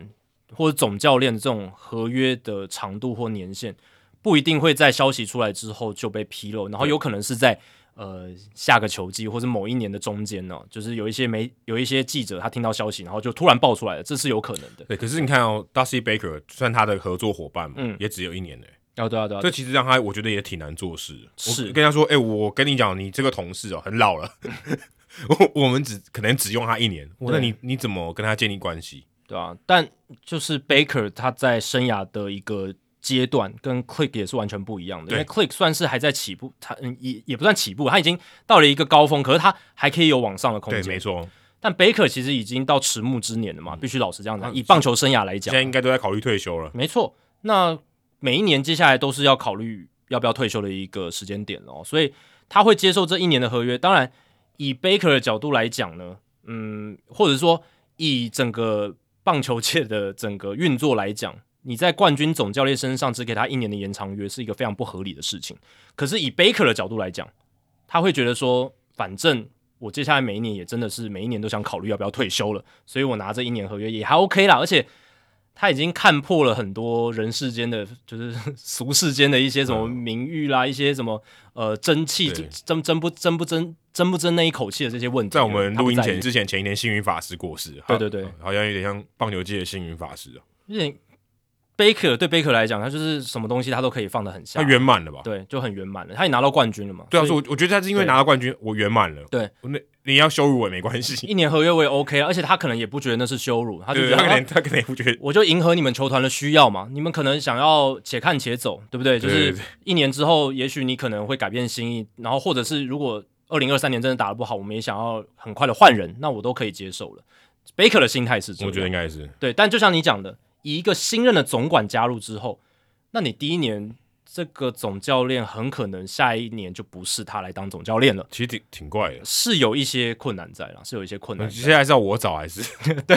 或者总教练这种合约的长度或年限，不一定会在消息出来之后就被披露，然后
对
有可能是在呃下个球季或者某一年的中间呢、哦就是有一些媒有一些记者他听到消息，然后就突然爆出来了，这是有可能的。
对。可是你看哦，Dusty Baker 算他的合作伙伴嘛，
嗯
也只有一年呢。
哦，对啊，对啊，
这其实让他我觉得也挺难做事的。
是
我跟他说，哎、我跟你讲，你这个同事哦，很老了， 我我们只可能只用他一年。我那
对
你你怎么跟他建立关系？
对啊，但就是 Baker 他在生涯的一个阶段跟 Click 也是完全不一样的，因
对
为 Click 算是还在起步，他嗯也也不算起步，他已经到了一个高峰，可是他还可以有往上的空
对，
间。
没。错，
但 Baker 其实已经到迟暮之年了嘛，必须老实这样讲，
嗯
以棒球生涯来
现
讲
在，应该都在考虑退休了。
没错。那每一年接下来都是要考虑要不要退休的一个时间点哦，所以他会接受这一年的合约。当然，以 Baker 的角度来讲呢，嗯，或者说以整个棒球界的整个运作来讲，你在冠军总教练身上只给他一年的延长约是一个非常不合理的事情。可是以 Baker 的角度来讲，他会觉得说，反正我接下来每一年也真的是每一年都想考虑要不要退休了，所以我拿这一年合约也还 OK 啦，而且。他已经看破了很多人世间的， 就是俗世间的一些什么
嗯
名誉啦，一些什么呃争气
对
争争不争不争争不争那一口气的这些问题，
在我们
他不
录音
在
前
意
之前，前一天星云法师过世，
对对对啊
好好像有点像棒球界的星云法师哦，
有点 Baker 对 Baker 来讲，他就是什么东西他都可以放得很下
他，圆满了吧？
对，就很圆满了。他也拿到冠军了嘛？
对啊，
所
所以我我觉得他是因为拿到冠军，我圆满了。
对
我那你要羞辱我也没关系，
以一年合约我也 OK 啊，而且他可能也不觉得那是羞辱， 他就
对
觉得
他可能
啊
他可能也不觉得，
我就迎合你们球团的需要嘛，你们可能想要且看且走，对不对？就
对
是
对对
一年之后，也许你可能会改变心意，然后或者是如果二零二三年真的打得不好，我们也想要很快的换人，那我都可以接受了。Baker 的心态是这样，
我觉得应该是
对，但就像你讲的，以一个新任的总管加入之后，那你第一年这个总教练很可能下一年就不是他来当总教练了，
其实挺挺怪的。
是有一些困难在啦，是有一些困难
接
在。
下来是要我找还是？ 对，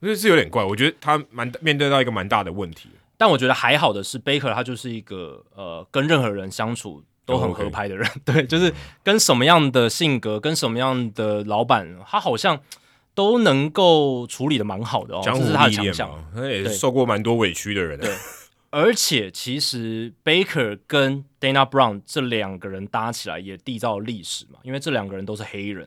就是有点怪。我觉得他蛮面对到一个蛮大的问题。
但我觉得还好的是，Baker 他就是一个呃，跟任何人相处都很合拍的人， 对，就是跟什么样的性格，跟什么样的老板，他好像都能够处理的蛮好的哦，
江
这
湖
是他的
历
强
练
项。
嘛，他也
对
受过蛮多委屈的人啊。
对而且其实 Baker 跟 Dana Brown 这两个人搭起来也缔造了历史嘛，因为这两个人都是黑人，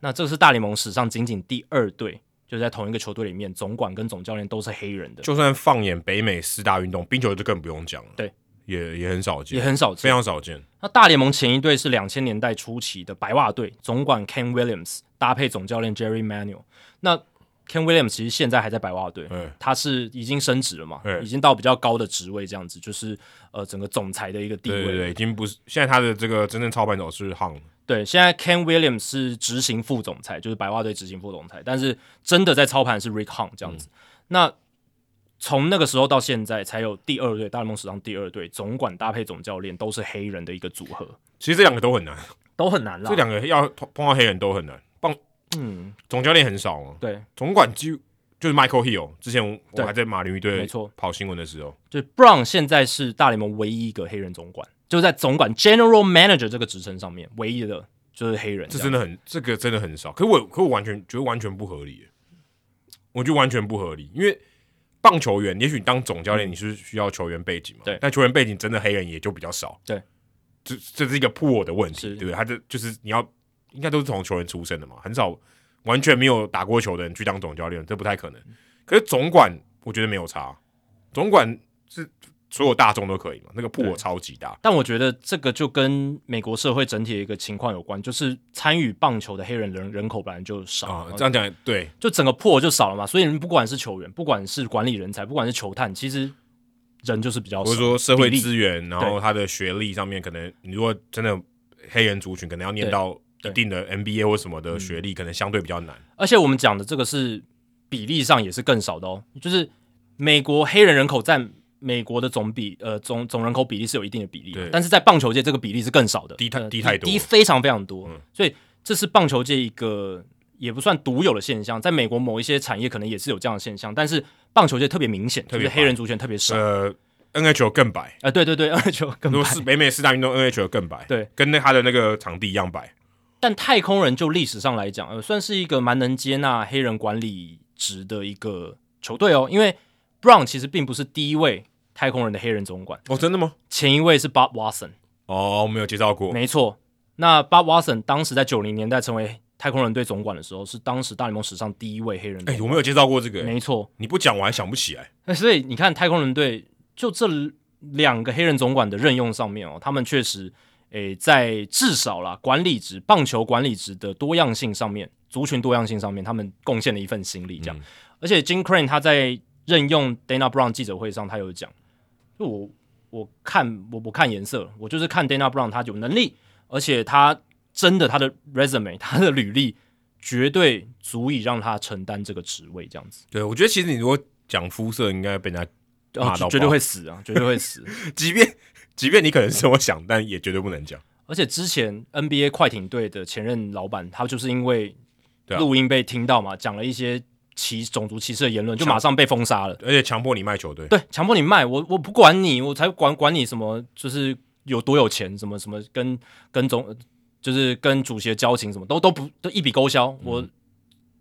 那这是大联盟史上仅仅第二队，就是在同一个球队里面，总管跟总教练都是黑人的，
就算放眼北美四大运动，冰球就更不用讲了。
对，
也也很少
也
见，
很少
非
见。
常少见。
那大联盟前一队是两千年代初期的白袜队，总管 Ken Williams 搭配总教练 Jerry Manuel。那 Ken Williams 其实现在还在白袜队，
嗯，
他是已经升职了嘛，
对
已经到比较高的职位，这样子就是呃整个总裁的一个地位
对
了。
对对，已经不是现在他的这个真正操盘手是 h
对，现在 Ken Williams 是执行副总裁，就是白袜队执行副总裁，但是真的在操盘是 Rick Hahn 这样子。
嗯
那从那个时候到现在，才有第二队大联盟史上第二队总管搭配总教练都是黑人的一个组合，
其实这两个都很难，
都很难啦。
这两个要碰碰到黑人都很难。棒
嗯，
总教练很少嘛，
对，
总管几乎就是 Michael Hill。之前我
对
我还在马林鱼队
没错
跑新闻的时候，
就 Brown 现在是大联盟唯一一个黑人总管，就是在总管 General Manager 这个职称上面唯一的就是黑人
这
样
真的很，这个真的很少。可我可我完全觉得完全不合理耶，我觉得完全不合理，因为棒球员也许你当总教练你是需要球员背景嘛，
对
但球员背景真的黑人也就比较少，
对，
这这是一个 poor 的问
是
题，对不对？他这就是你要应该都是从球员出身的嘛，很少完全没有打过球的人去
嗯
当总教练，这不太可能。可是总管我觉得没有差，总管是所有大众都可以嘛，那个
对
破超级大。
但我觉得这个就跟美国社会整体的一个情况有关，就是参与棒球的黑人人人口本来就少，
啊、
然后
这样讲也对，
就整个破就少了嘛。所以你不管是球员，不管是管理人才，不管是球探，其实人就是比较
或
少。
者说社会
比例
资源，然后他的学历上面，可能你如果真的黑人族群，可能要念
对
到一
对
定的 MBA 或什么的学历，可能相对比较难。
而且我们讲的这个是比例上也是更少的哦，就是美国黑人人口占美国的总比呃总总人口比例是有一定的比例
对，
但是在棒球界这个比例是更少的，
低太
呃
低太多
低非常非常多，
嗯
所以这是棒球界一个也不算独有的现象，在美国某一些产业可能也是有这样的现象，但是棒球界特别明显，
特
就
别
是黑人族群特别少，啊、呃
呃，NHL 更白，
对对 对，就更
如果
白
是北美四大运动 NHL 更白，
对，
跟那他的那个场地一样白。
但太空人就历史上来讲，呃，算是一个蛮能接纳黑人管理职的一个球队哦。因为 Brown 其实并不是第一位太空人的黑人总管，
哦，真的吗？
前一位是 Bob Watson，
哦，我没有介绍过。
没错。那 Bob Watson 当时在九零年代成为太空人队总管的时候，是当时大联盟史上第一位黑人
哎、
总管
我没有介绍过这个、
没错。
你不讲我还想不起来。
那所以你看，太空人队就这两个黑人总管的任用上面哦，他们确实，诶，在至少啦管理职、棒球管理职的多样性上面、族群多样性上面，他们贡献了一份心力。这样，
嗯
而且 Jim Crane 他在任用 Dana Brown 记者会上，他有讲，就我我看我不看颜色，我就是看 Dana Brown 他有能力，而且他真的他的 resume 他的履历绝对足以让他承担这个职位，这样子。
对，我觉得其实你如果讲肤色，应该被人骂
啊，
到
绝绝对
爆
会死啊，绝对 会死！
家，即便即便你可能是这么想，但也绝对不能讲。
而且之前 NBA 快艇队的前任老板，他就是因为
对啊
录音被听到嘛，讲了一些歧种族歧视的言论，就
强
马上被封杀了。
而且强迫你卖球队，
对，强迫你卖我，我不管你，我才管管你什么，就是有多有钱，什么什么跟跟总就是跟主席的交情什么都都不都一笔勾销，我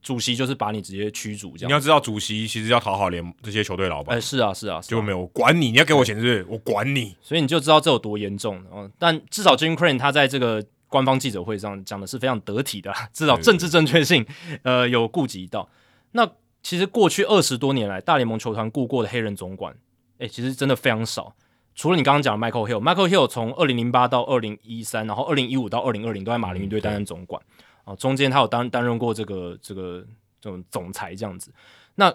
主席就是把你直接驱逐这
嗯你
样。
要知道，主席其实要讨好联这些球队老
哎、
板，
是啊，是啊，是啊
结果没有，我管你，你要给我钱是不是？我管你，
所以你就知道这有多严重了哦。但至少 Jim Crane 他在这个官方记者会上讲的是非常得体的啊 啦，至少
对
政治正确性呃有顾及到。那其实过去二十多年来，大联盟球团雇过的黑人总管，诶，其实真的非常少。除了你刚刚讲的 Michael Hill，Michael Hill 从二零零八到二零一三，然后二零一五到二零二零都在马林鱼队担任总管，啊、中间他有担担任过这个这个这种总裁这样子。那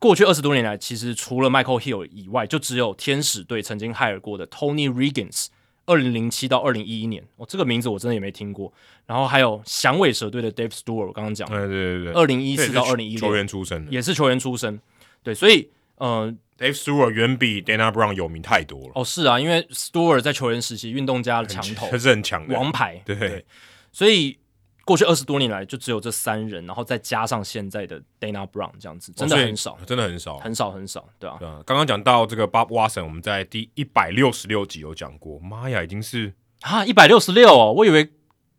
过去二十多年来，其实除了 Michael Hill 以外，就只有天使队曾经害尔过的 Tony Regans，二零零七到二零一一年，哦，这个名字我真的也没听过。然后还有响尾蛇队的 Dave Stewart，我刚刚讲，
嗯，对对对，
二零一四到二零一
球
六
员出身的
也是球员出身，对，所以呃，
，Dave Stewart 远比 Dana Brown 有名太多了，
哦，是啊，因为 Stewart 在球员时期运动家的强头
他，是很强的，
王牌，
对哦
所以过去二十多年来就只有这三人，然后再加上现在的 Dana Brown 这样子，真的
哦所以
很少，
真的很少。
很少，很少，对啊，
对啊，刚刚讲到这个 Bob Watson，我们在第一百六十六集有讲过，妈呀，已经是
啊，一百六十六哦，我以为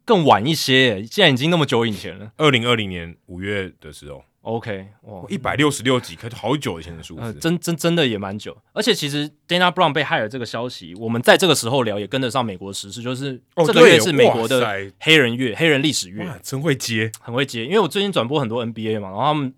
更晚一些耶，既然已经那么久以前了
二零二零年五月的时候，
，OK，哇，
一百六十六集，可是好久以前的数
呃，
字，
真真真的也蛮久，而且其实 Dana Brown 被害了这个消息，我们在这个时候聊也跟得上美国时事，就是
哦
这个
对
月
耶
是美国
哇
的
塞
黑人月、黑人历史月，
哇，真会 接，
很会接。因为我最近转播很多 NBA 嘛，然后他们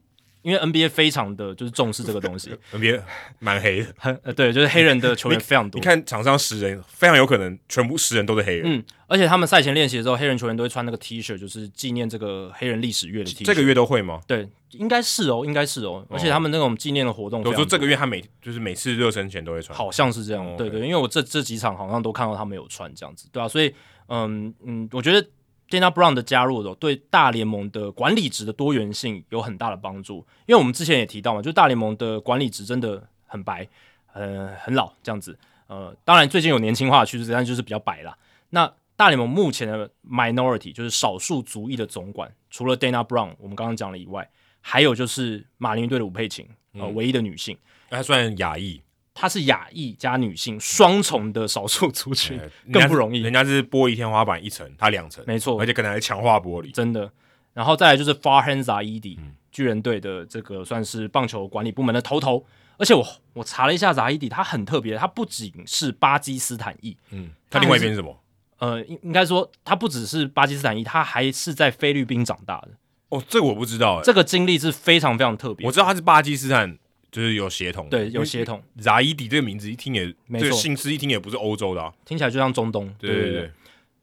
因为 NBA 非常的就是重视这 个东西，
别蛮黑的。
很呃对，就是黑人的球员非常多
你，看场上十人，非常有可能全部十人都是黑人。
嗯，而且他们赛前练习的时候，黑人球员都会穿那个 T 恤，就是纪念这个黑人历史月的 T 恤。
这个月都会吗？
对，应该是哦，应该是哦，而且他们那种纪念的活动非
我
常多，
说这个月他每就是每次热身前都会穿。，
好像是这样，
哦
对
OK
对，因为我这这几场好像都看到他们有穿这样子，对啊，所以嗯嗯，我觉得 Dana Brown 的加入的对大联盟的管理职的多元性有很大的帮助，因为我们之前也提到嘛，就大联盟的管理职真的很白，呃，很老这样子，呃，当然最近有年轻化的趋势，但就是比较白啦。那大联盟目前的 minority 就是少数族裔的总管，除了 Dana Brown 我们刚刚讲了以外，还有就是马林鱼队的吴佩琴，呃，
嗯
唯一的女性。
他算亚裔，
她是亚裔加女性双重的少数族群，
呃人家
更
是
不容易
人家是玻璃天花板一层，他两层，
没错
而，且可能还强化玻璃。
真的。然后再来就是 Farhanza Edi，、巨
嗯
人队的这个算是棒球管理部门的头头。而且我我查了一下扎伊迪，他很特别，他不仅是巴基斯坦裔，
嗯，他另外一边是什么？
呃，应应该说他不只是巴基斯坦裔，他还是在菲律宾长大的。
哦，这个我不知道哎、
这个经历是非常非常特别
我。知道他是巴基斯坦就是有协同的，
对，有协同，
扎伊迪这个名字一听也，
没
这个
错
姓氏一听也不是欧洲的、啊，
听起来就像中东。
对
对
对对，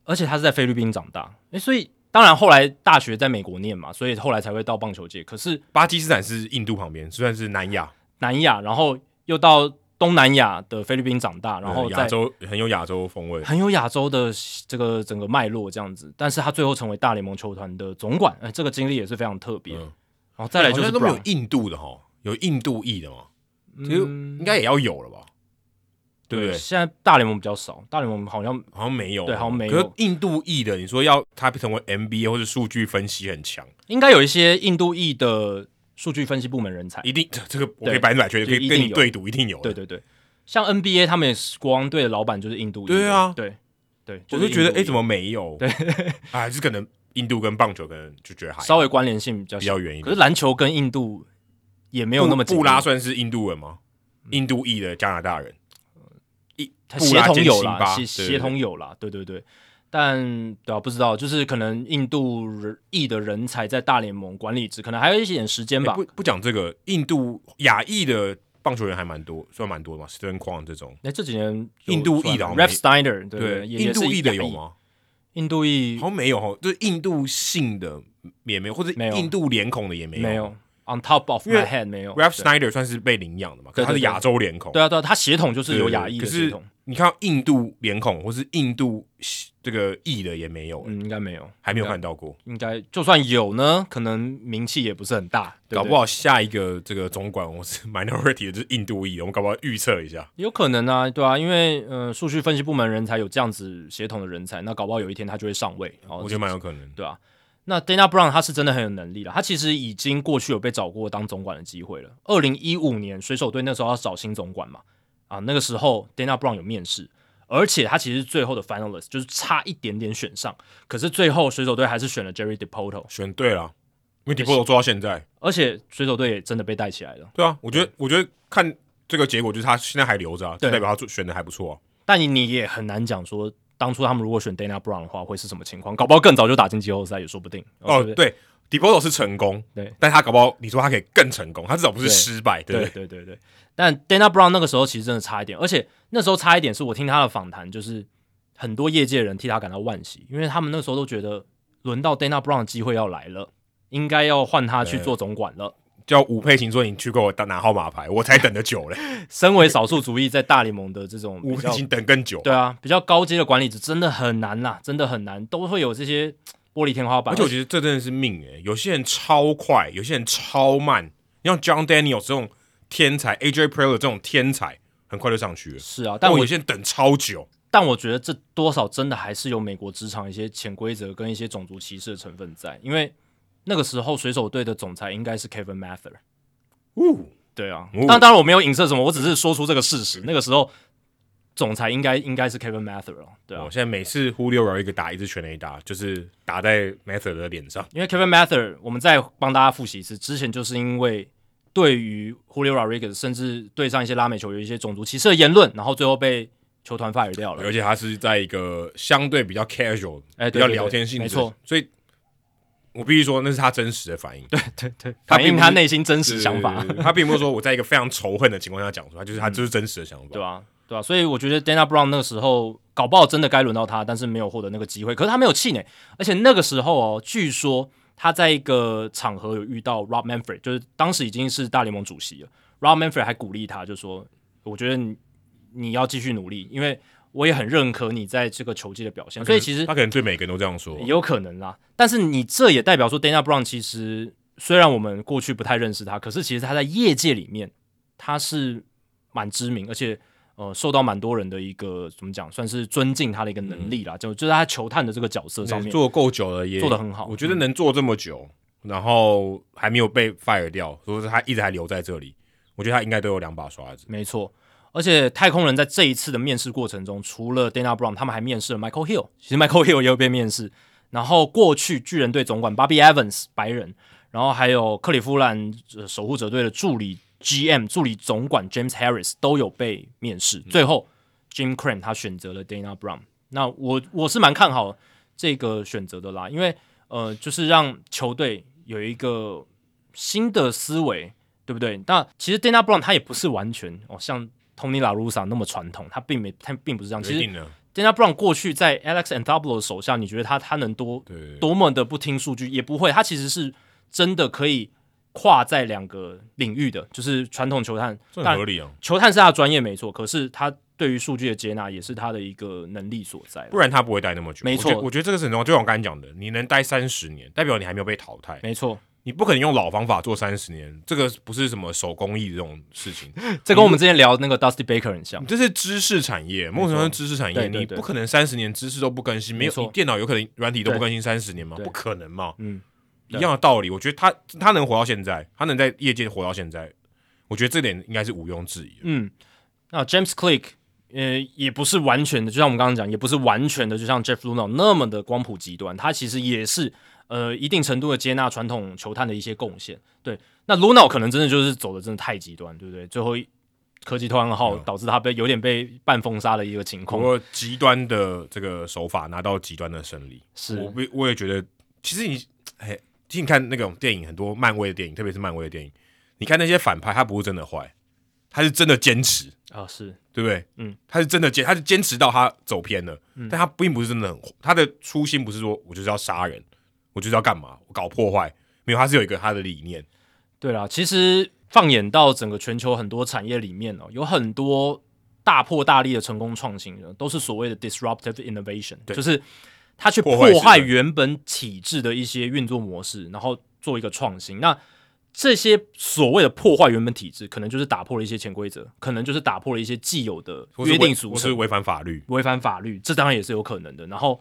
而且他是在菲律宾长大，诶，所以当然后来大学在美国念嘛，所以后来才会到棒球界。可是
巴基斯坦是印度旁边，算是南亚，
南亚，然后又到东南亚的菲律宾长大，然后
对亚
在
洲很有亚洲风味，
很有亚洲的这个整个脉络这样子，但是他最后成为大联盟球团的总管，哎、这个经历也是非常特别。
嗯
然后 再来就
好
是
像都没有
Brown，
印度的哈，有印度裔的嘛，其实
嗯
应该也要有了吧，对不对？
现在大联盟比较少，大联盟好像
好像没有，
对好像没有
可是印度裔的，你说要他成为 MBA 或是数据分析很强，
应该有一些印度裔的数据分析部门人才。
一定 这这个我可以
哎对
百分之百确定，可
就
以
一定
跟你
有
对赌，一定有的。
对对对，像 NBA 他们也是国王队的老板就是印度裔的。
对啊
对对，
我就
是
觉得
印度裔
哎、怎么没有？对， 啊，还是可能印度跟棒球可能就觉得还
稍微关联性比较
比
小。
较远一
可
点
是。篮球跟印度也没有那么紧
布
密嗯
布拉算是印度人吗？印度裔的加拿大人，一
它
布
协
拉
同
兼
有
辛
啦，
巴
协
对
协同有啦，对对对。但对啊，不知道，就是可能印度人裔的人才在大联盟管理职，可能还有一点时间
哎
吧。
不不讲这个，印度亚裔的棒球员还蛮多，算蛮多的嘛。斯滕矿这种，
那、这几年
印度裔的好像
r
没
a p Steiner 对对，也
印度裔的？
也
有
是亚裔
吗？
印度裔
好像没有哦，就是印度姓的也没有，或者
没有
印度脸孔的也没有。
没有，On top of
因为
my head 没有。
r a p
对
Snyder 算是被领养的嘛，可是他是
对对对
亚洲脸孔。
对啊对啊，他血统就
对
是有亚裔
可
的血
是
统，
你看到印度脸孔或是印度这个裔的也没有、
嗯，应该没有，
还没有看到过。
应该就算有呢，可能名气也不是很大，对
搞
对
不好下一个这个总管我是 minority 的，就是印度裔的，我们搞不好预测一下。
有可能啊，对啊，因为呃，数据分析部门人才有这样子协同的人才，那搞不好有一天他就会上位。哦，
我觉得蛮有可能。
对啊。那 Dana Brown 他是真的很有能力了，他其实已经过去有被找过当总管的机会了。二零一五年水手队那时候要找新总管嘛，啊，那个时候 Dana Brown 有面试，而且他其实最后的 finalist 就是差一点点选上，可是最后水手队还是选了 Jerry Depoto，
选对了，因为 d e p o 做到现在，
而且水手队也真的被带起来了。
对啊，我觉得我觉得看这个结果，就是他现在还留着、啊，就
对
代表他做选的还不错、啊。
但你你也很难讲说，当初他们如果选 Dana Brown 的话，会是什么情况？搞不好更早就打进季后赛也说不定。
哦，
对不对
对 d e p o 是成功，
对，
但他搞不好你说他可以更成功，他至少不是失败，对不
对
对？
对对对。但 Dana Brown 那个时候其实真的差一点，而且那时候差一点是我听他的访谈，就是很多业界人替他感到惋惜，因为他们那时候都觉得轮到 Dana Brown 的机会要来了，应该要换他去做总管了。
叫吴佩琴说你去给我拿号码牌，我才等得久嘞。
身为少数族裔，在大联盟的这种
吴
比
佩
较
琴等更久，
对啊比较高阶的管理者，真的很难啦，真的很难，都会有这些嘖玻璃天花板
而且。我觉得这真的是命诶、有些人超快，有些人超慢。你像 John Daniel 这种天才，AJ p r e l l e r 这种天才，很快就上去了。
是啊，但
但我
我
有些人等超久，
但我觉得这多少真的还是有美国职场一些潜规则跟一些种族歧视的成分在，因为那个时候水手队的总裁应该是 Kevin Mather。
呜，
对啊
哦，
当当然我没有影射什么，我只是说出这个事实。那个时候总裁应该应该是 Kevin Mather 哦，对啊
我，现在每次忽略了一个打一支全垒打，就是打在 Mather 的脸上。
因为 Kevin Mather，我们再帮大家复习一次，之前就是因为对于 Julio Rodriguez 甚至对上一些拉美球有一些种族歧视的言论，然后最后被球团 fire 掉了
而。且他是在一个相对比较 casual、
哎
比
对
较
对对
聊天性质，
没错，
所以我必须说那是他真实的反应，对
对对，
他
反
并
映
不是
他内心真实想法。 嗯
他并不是说我在一个非常仇恨的情况下讲出来，就是他就是真实的想法，
对啊吧、对吧、所以我觉得 Dana Brown 那个时候搞不好真的该轮到他，但是没有获得那个机会。可是他没有气馁，而且那个时候哦，据说他在一个场合有遇到 Rob Manfred，就是当时已经是大联盟主席了。Rob Manfred 还鼓励他，就说：“我觉得你你要继续努力，因为我也很认可你在这个球界的表现。”所以其实
嗯他可能对每个人都这样说
也。有可能啦。但是你这也代表说，Dana Brown 其实虽然我们过去不太认识他，可是其实他在业界里面他是蛮知名，而且呃受到蛮多人的一个怎么讲，算是尊敬他的一个能力啦，就就是他球探的这个角色上面
做够久了也
做得很好嗯
我觉得能做这么久，然后还没有被 fire 掉，所以说他一直还留在这里，我觉得他应该都有两把刷子。
没错。而且太空人在这一次的面试过程中，除了 Dana Brown，他们还面试了 Michael Hill。其实 Michael Hill 也有被面试。然后过去巨人队总管 Bobby Evans 白人，然后还有克利夫兰、呃守护者队的助理 GM 助理总管 James Harris 都有被面试。最后 Jim Crane 他选择了 Dana Brown。那我我是蛮看好这个选择的啦，因为呃，就是让球队有一个新的思维，对不对？那其实 Dana Brown 他也不是完全哦，像 Tony La Russa 那么传统，他并没他并不是这样。其
一
实
定的，
Dana Brown 过去在 Alex Anthopoulos 手下，你觉得他他能多
对对对，
多么的不听数据，也不会，他其实是真的可以跨在两个领域的，就是传统球探，
这
当
很
然
合理啊。
球探是他的专业没错，可是他对于数据的接纳也是他的一个能力所在。
不然他不会待那么久。
没错
我觉得我觉得这个是很重要。就像我刚才讲的，你能待三十年，代表你还没有被淘汰。
没错，
你不可能用老方法做三十年，这个不是什么手工艺这种事情，
这跟我们之前聊那个 Dusty Baker 很像。
这是知识产业，某种程度上是知识产业，
对对
你
对
不可能三十年知识都不更新，没
没
有
错
你电脑有可能软体都不
对
更新三十年吗？
对
不可能嘛，
嗯，
一样的道理。我觉得他他能活到现在，他能在业界活到现在，我觉得这点应该是毋庸置疑的。
嗯，那 James Click，呃，也不是完全的，就像我们刚刚讲，也不是完全的，就像 Jeff Luno 那么的光谱极端，他其实也是呃一定程度的接纳传统球探的一些贡献。对，那 Luno 可能真的就是走的真的太极端，对不对？最后一科技投暗号
嗯
导致他被有点被半封杀的一个情
不
况，
过极端的这个手法拿到极端的胜利，我
是
不我也觉得，其实你，哎，其实你看那种电影，很多漫威的电影，特别是漫威的电影，你看那些反派，他不是真的坏，他是真的坚持，
啊、是
对不对？
嗯，
他是真的坚，他是坚持到他走偏了，但他并不是真的很，他的初心不是说我就是要杀人，我就是要干嘛，我搞破坏，没有，他是有一个他的理念，
对啦，其实放眼到整个全球很多产业里面哦，有很多大破大立的成功创新人，都是所谓的 disruptive innovation，
对
就是他去
破
破
坏式的
坏原本体制的一些运作模式，然后做一个创新。那这些所谓的破坏原本体制，可能就是打破了一些潜规则，可能就是打破了一些既有的
我是
约
违
定俗
我
成
是，违反法律，
违反法律，这当然也是有可能的。然后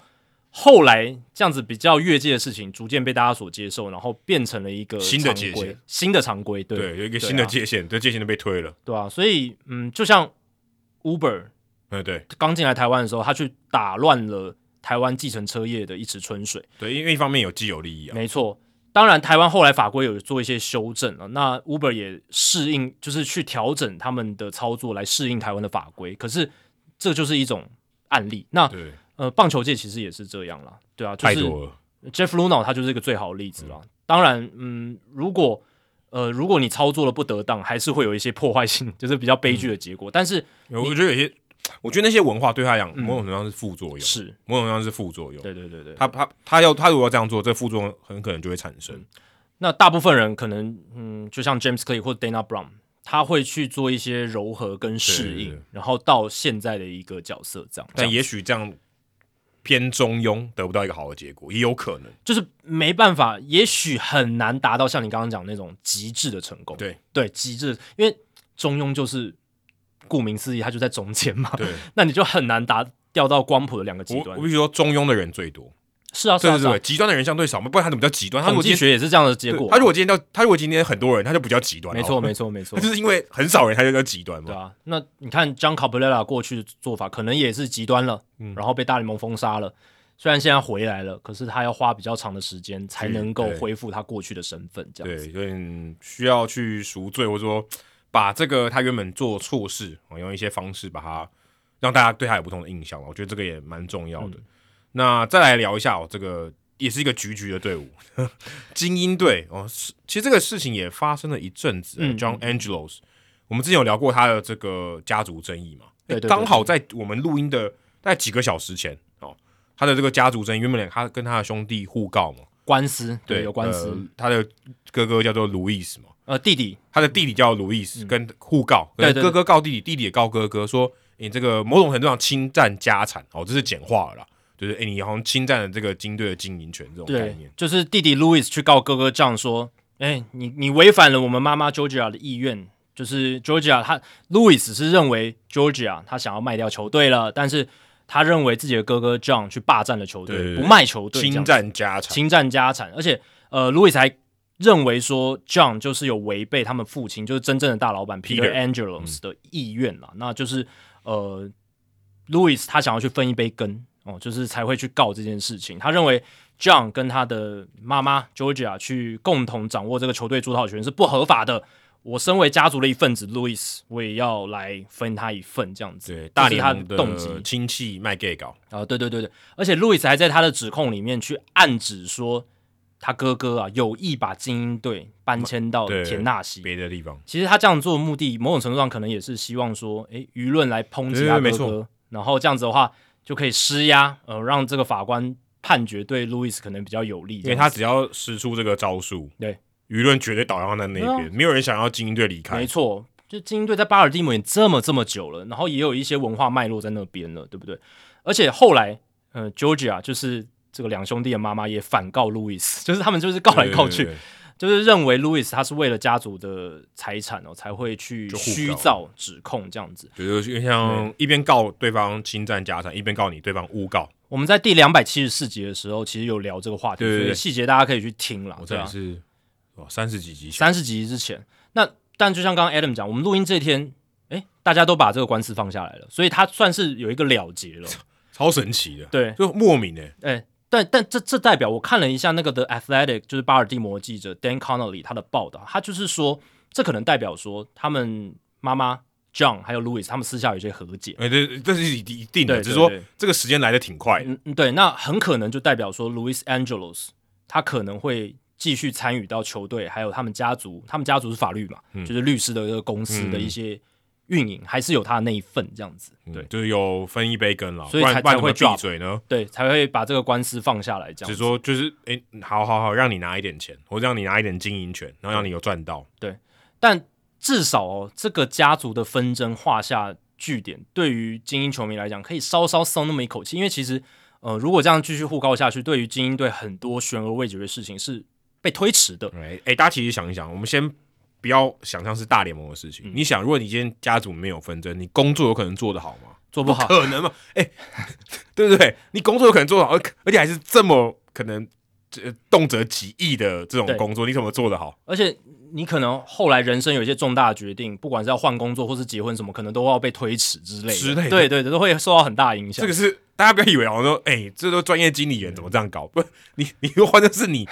后来这样子比较越界的事情，逐渐被大家所接受，然后变成了一个
新的
常
界
规
限，
新的常规，对
对，有一个
对
新的
啊
界限，这界限都被推了，
对啊，所以嗯，就像 Uber
嗯，对
刚进来台湾的时候，他去打乱了台湾计程车业的一池春水。
对，因为一方面有既有利益啊，
没错，当然台湾后来法规有做一些修正了，那 Uber 也适应，就是去调整他们的操作来适应台湾的法规。可是这就是一种案例。那
对，
呃，棒球界其实也是这样啦，对啊，就
太
是
多了，
Jeff Luno 他就是一个最好的例子啦。当然，嗯，如果呃如果你操作的不得当，还是会有一些破坏性， 就是比较悲剧的结
嗯
果。但是
我觉得有些，我觉得那些文化对他来讲，某种程度上是副作用，
嗯是，
某种程度上是副作用。
对对对对，
他他他要他如果要这样做，这副作用很可能就会产生。
那大部分人可能，嗯，就像 James Clay 或 Dana Brown，他会去做一些柔和跟适应，
对对对
然后到现在的一个角色这样。
但
这样
也许这样偏中庸，得不到一个好的结果，也有可能。
就是没办法，也许很难达到像你刚刚讲那种极致的成功。
对
对，极致，因为中庸就是顾名思义，它就在中间嘛。
对，
那你就很难达掉到光谱的两个极
我
端
我。必须说，中庸的人最多，
是啊，是
对
啊，
对
是啊
对，。极端的人相对少嘛，不然他怎么叫极端？他如
统
果
计
今天
学也是这样的结
对
果。
他如果今天叫他如果今天很多人，他就不叫极端。
没
好
错，
不好
没错，没错
他。就是因为很少人，他就叫极端
对
嘛。
啊，那你看 John Cabrera 过去的做法，可能也是极端了，
嗯
然后被大联盟封杀了。虽然现在回来了，可是他要花比较长的时间才能够
对
恢复他过去的身份，这样
对，
子。
有点需要去赎罪，或者说把这个他原本做错事，哦用一些方式把它让大家对他有不同的印象嘛。我觉得这个也蛮重要
嗯
的。那再来聊一下哦，这个也是一个局局的队伍， 精英队哦。是，其实这个事情也发生了一阵子、
嗯
j o h n Angelos，我们之前有聊过他的这个家族争议嘛？欸
对对对
刚好在我们录音的大概几个小时前哦，他的这个家族争议，原本他跟他的兄弟互告嘛。
官司对
对，
有官司，
呃他的哥哥叫做路易斯嘛，
呃，弟弟
他的弟弟叫路易斯，跟互告，
嗯对
跟
对对
哥哥告弟弟，弟弟也告哥哥，说你这个某种程度上侵占家产，哦，这是简化了啦，就是哎、你好像侵占了这个金队的经营权这种概
对
念，，
就是弟弟 Louis 去告哥哥这样说：“哎、你你违反了我们妈妈 Georgia 的意愿。”就是 Georgia，他 Louis 是认为 Georgia 他想要卖掉球队了，但是他认为自己的哥哥 John 去霸占了球
对对
队，
对
不卖球队，这
侵
样子
占家产，
侵占家产，而且呃，路易斯还认为说 John 就是有违背他们父亲，就是真正的大老板
Peter 嗯
Peter Angelos 的意愿啦，那就是呃，路易斯他想要去分一杯羹哦，就是才会去告这件事情。他认为 John 跟他的妈妈 Georgia 去共同掌握这个球队主导权是不合法的。我身为家族的一份子，路易斯，我也要来分他一份，这样子。
对，
这
大
是
联
他
盟
动机嗯
的亲
哦
戚卖 gay 搞，
啊，对对对对，而且路易斯还在他的指控里面去暗指说，他哥哥啊有意把精英队搬迁到
对
田纳西。
别的地方，
其实他这样做的目的，某种程度上可能也是希望说，诶，舆论来抨击他
对对对没
哥哥
错，
然后这样子的话就可以施压，呃，让这个法官判决对路易斯可能比较有利。
因为他只要使出这个招数，
对
舆论绝对倒向在那
对啊
边，没有人想要精英队离
没
开。
错，就精英队在巴尔的摩也这么这么久了，然后也有一些文化脉络在那边了，对不对？而且后来，呃，Georgia 就是这个两兄弟的妈妈也反告路易斯， 就是他们就是告来告去，
对，对对
就是认为路易斯他是为了家族的财产哦才会去
就互告
虚造指控这样子。
对就是有点像一边告对方侵占家产，一边告你对方诬告。
我们在第两百七十四集的时候，其实有聊这个话题，
对对
所以
对
细节大家可以去听啦。
我这
对
里
啊，
是哇三十几集前，
三十集之前。那但就像刚刚 Adam 讲，我们录音这天，哎，大家都把这个官司放下来了，所以他算是有一个了结了。
超神奇的，
对，
就莫名欸的，
哎、但但这这代表我看了一下那个的 Athletic，就是巴尔的摩记者 Dan Connolly 他的报道，他就是说，这可能代表说他们妈妈 John 还有 Louis 他们私下有一些和解。
哎，这这是一定的，
对
只是说
对对
这个时间来的挺快的。
嗯，嗯对，那很可能就代表说 Louis Angelos 他可能会继续参与到球队，还有他们家族，他们家族是法律嘛，
嗯
就是律师的这个公司的一些运营，还是有他的那一份这样子。对
嗯就是有分一杯羹了，
所以
不然
才
不然
才
怎
会
么
drop
闭嘴呢？
对，才会把这个官司放下来这样
只
子。
说就是，哎、好好好，让你拿一点钱，或者让你拿一点经营权，然后让你有赚到。
但至少哦，这个家族的纷争画下句点，对于精英球迷来讲，可以稍稍松那么一口气，因为其实，呃，如果这样继续互告下去，对于精英队很多悬而未决的事情是被推迟的。
哎、哎大家其实想一想，我们先不要想象是大联盟的事
嗯
情。你想，如果你今天家族没有纷争，你工作有可能做得好吗？
做不好
可能吗？哎、 对不对？你工作有可能做得好，而而且还是这么可能，呃，动辄几亿的这种
对
工作，你怎么做得好？
而且你可能后来人生有一些重大的决定，不管是要换工作或是结婚什么，可能都要被推迟之类的。
之类的
对对对，都会受到很大影响。
这个是大家不要以为哦，说哎、这都专业经理人怎么这样搞？不，你 你如果换成是你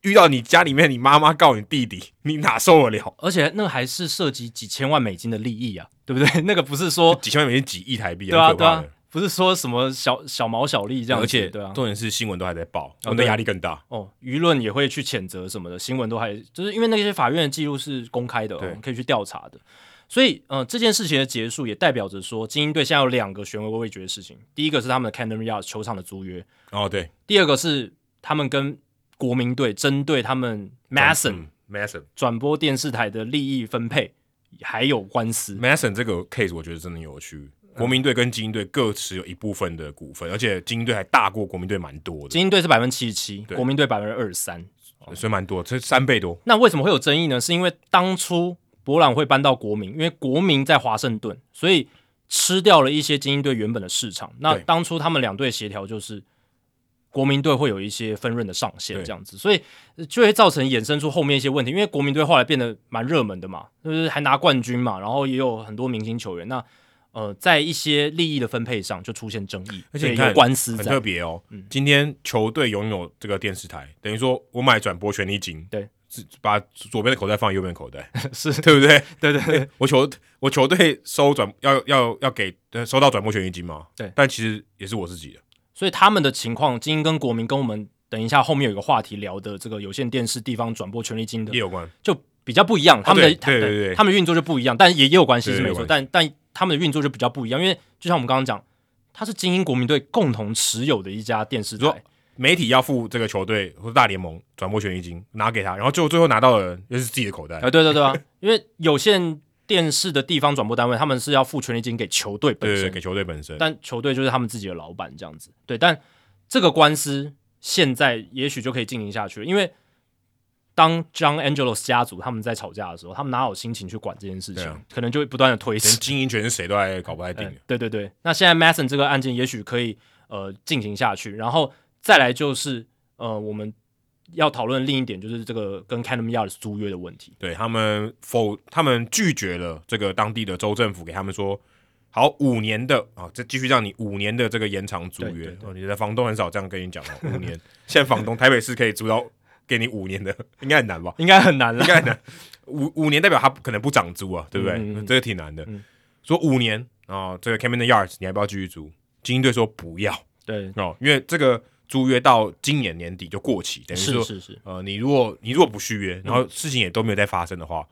遇到你家里面你妈妈告你弟弟，你哪受得了？
而且那还是涉及几千万美金的利益啊，对不对？那个不是说
几千万美金、几亿台币，
对啊
很可
对
怕
啊
的。，
不是说什么小小毛小利这样子，
而且
对啊，
重点是新闻都还在报，我
哦
们的压力更大。
哦，舆论也会去谴责什么的，新闻都还就是因为那些法院的记录是公开的、哦
对，
可以去调查的。所以，呃，这件事情的结束也代表着说，精英队现在有两个悬而未决的事情。第一个是他们的 Camden Yards 球场的租约，
哦，对
第二个是他们跟国民队针对他们
嗯
Mason、
Mason
转播电视台的利益分配还有官司。
Mason 这个 case 我觉得真的有趣。
嗯
国民队跟精英队各持有一部分的股份，而且精英队还大过国民队蛮多的，
精英队是百分之七十七，
对
国民队百分之二十三。
所以蛮多，这三倍多。
那为什么会有争议呢？是因为当初博览会搬到国民，因为国民在华盛顿，所以吃掉了一些精英队原本的市场。那
对
当初他们两队协调就是。国民队会有一些分润的上限，
对
这样子，所以呃就会造成衍生出后面一些问题。因为国民队后来变得蛮热门的嘛，就是还拿冠军嘛，然后也有很多明星球员。那呃，在一些利益的分配上就出现争议，
而且你
所以有
看
官司
很
在
特。别哦。
嗯
今天球队拥有这个电视台，等于说我买转播权利金，
对
是，把左边的口袋放右边的口袋，
是
对不对？
对对对，
我球我球队收转要要要给呃收到转播权利金嘛，
对
但其实也是我自己的，
所以他们的情况，精英跟国民跟我们等一下后面有一个话题聊的这个有线电视地方转播权利金的
也，有关。
就比较不一样，他们的
对对对对
他们的运作就不一样，但也也有关系
对
是没
有
错，
关
但但他们的运作就比较不一样，因为就像我们刚刚讲，它是精英国民队共同持有的一家电视
你说
台，
媒体要付这个球队或者大联盟转播权利金拿给他，然后最后最后拿到的人又是自己的口袋
啊，，对对对啊，因为有线电视的地方转播单位，他们是要付权利金给球队本
对对
身
对，，给球队本身。
但球队就是他们自己的老板这样子。对，但这个官司现在也许就可以进行下去了，因为当 John Angelos 家族他们在吵架的时候，他们哪有心情去管这件事
对
情？
啊
可能就会不断的推
连
迟。
经营权是谁都还搞不太定
嗯，对对对，那现在 Mason 这个案件也许可以呃进行下去，然后再来就是呃我们要讨论另一点，就是这个跟 Canem Yards 租约的问题。
对他们否，他们拒绝了这个当地的州政府给他们说，好五年的啊，这继续让你五年的这个延长租
对
约。
对对
哦，你的房东很少这样跟你讲哦， 五年。现在房东台北市可以租到 给你五年的，应该很难 吧？
应该很难 了
应，该很难。五五年代表他可能不涨租啊，对不对？
嗯嗯嗯
这个挺难的。
嗯
说五年啊、哦这个 Camden Yards 你还不要继续租？精英队说不要
对，
哦，因为这个租约到今年年底就过期，等于
是
说，
是是，
呃，你如果你如果不续约，然后事情也都没有再发生的话，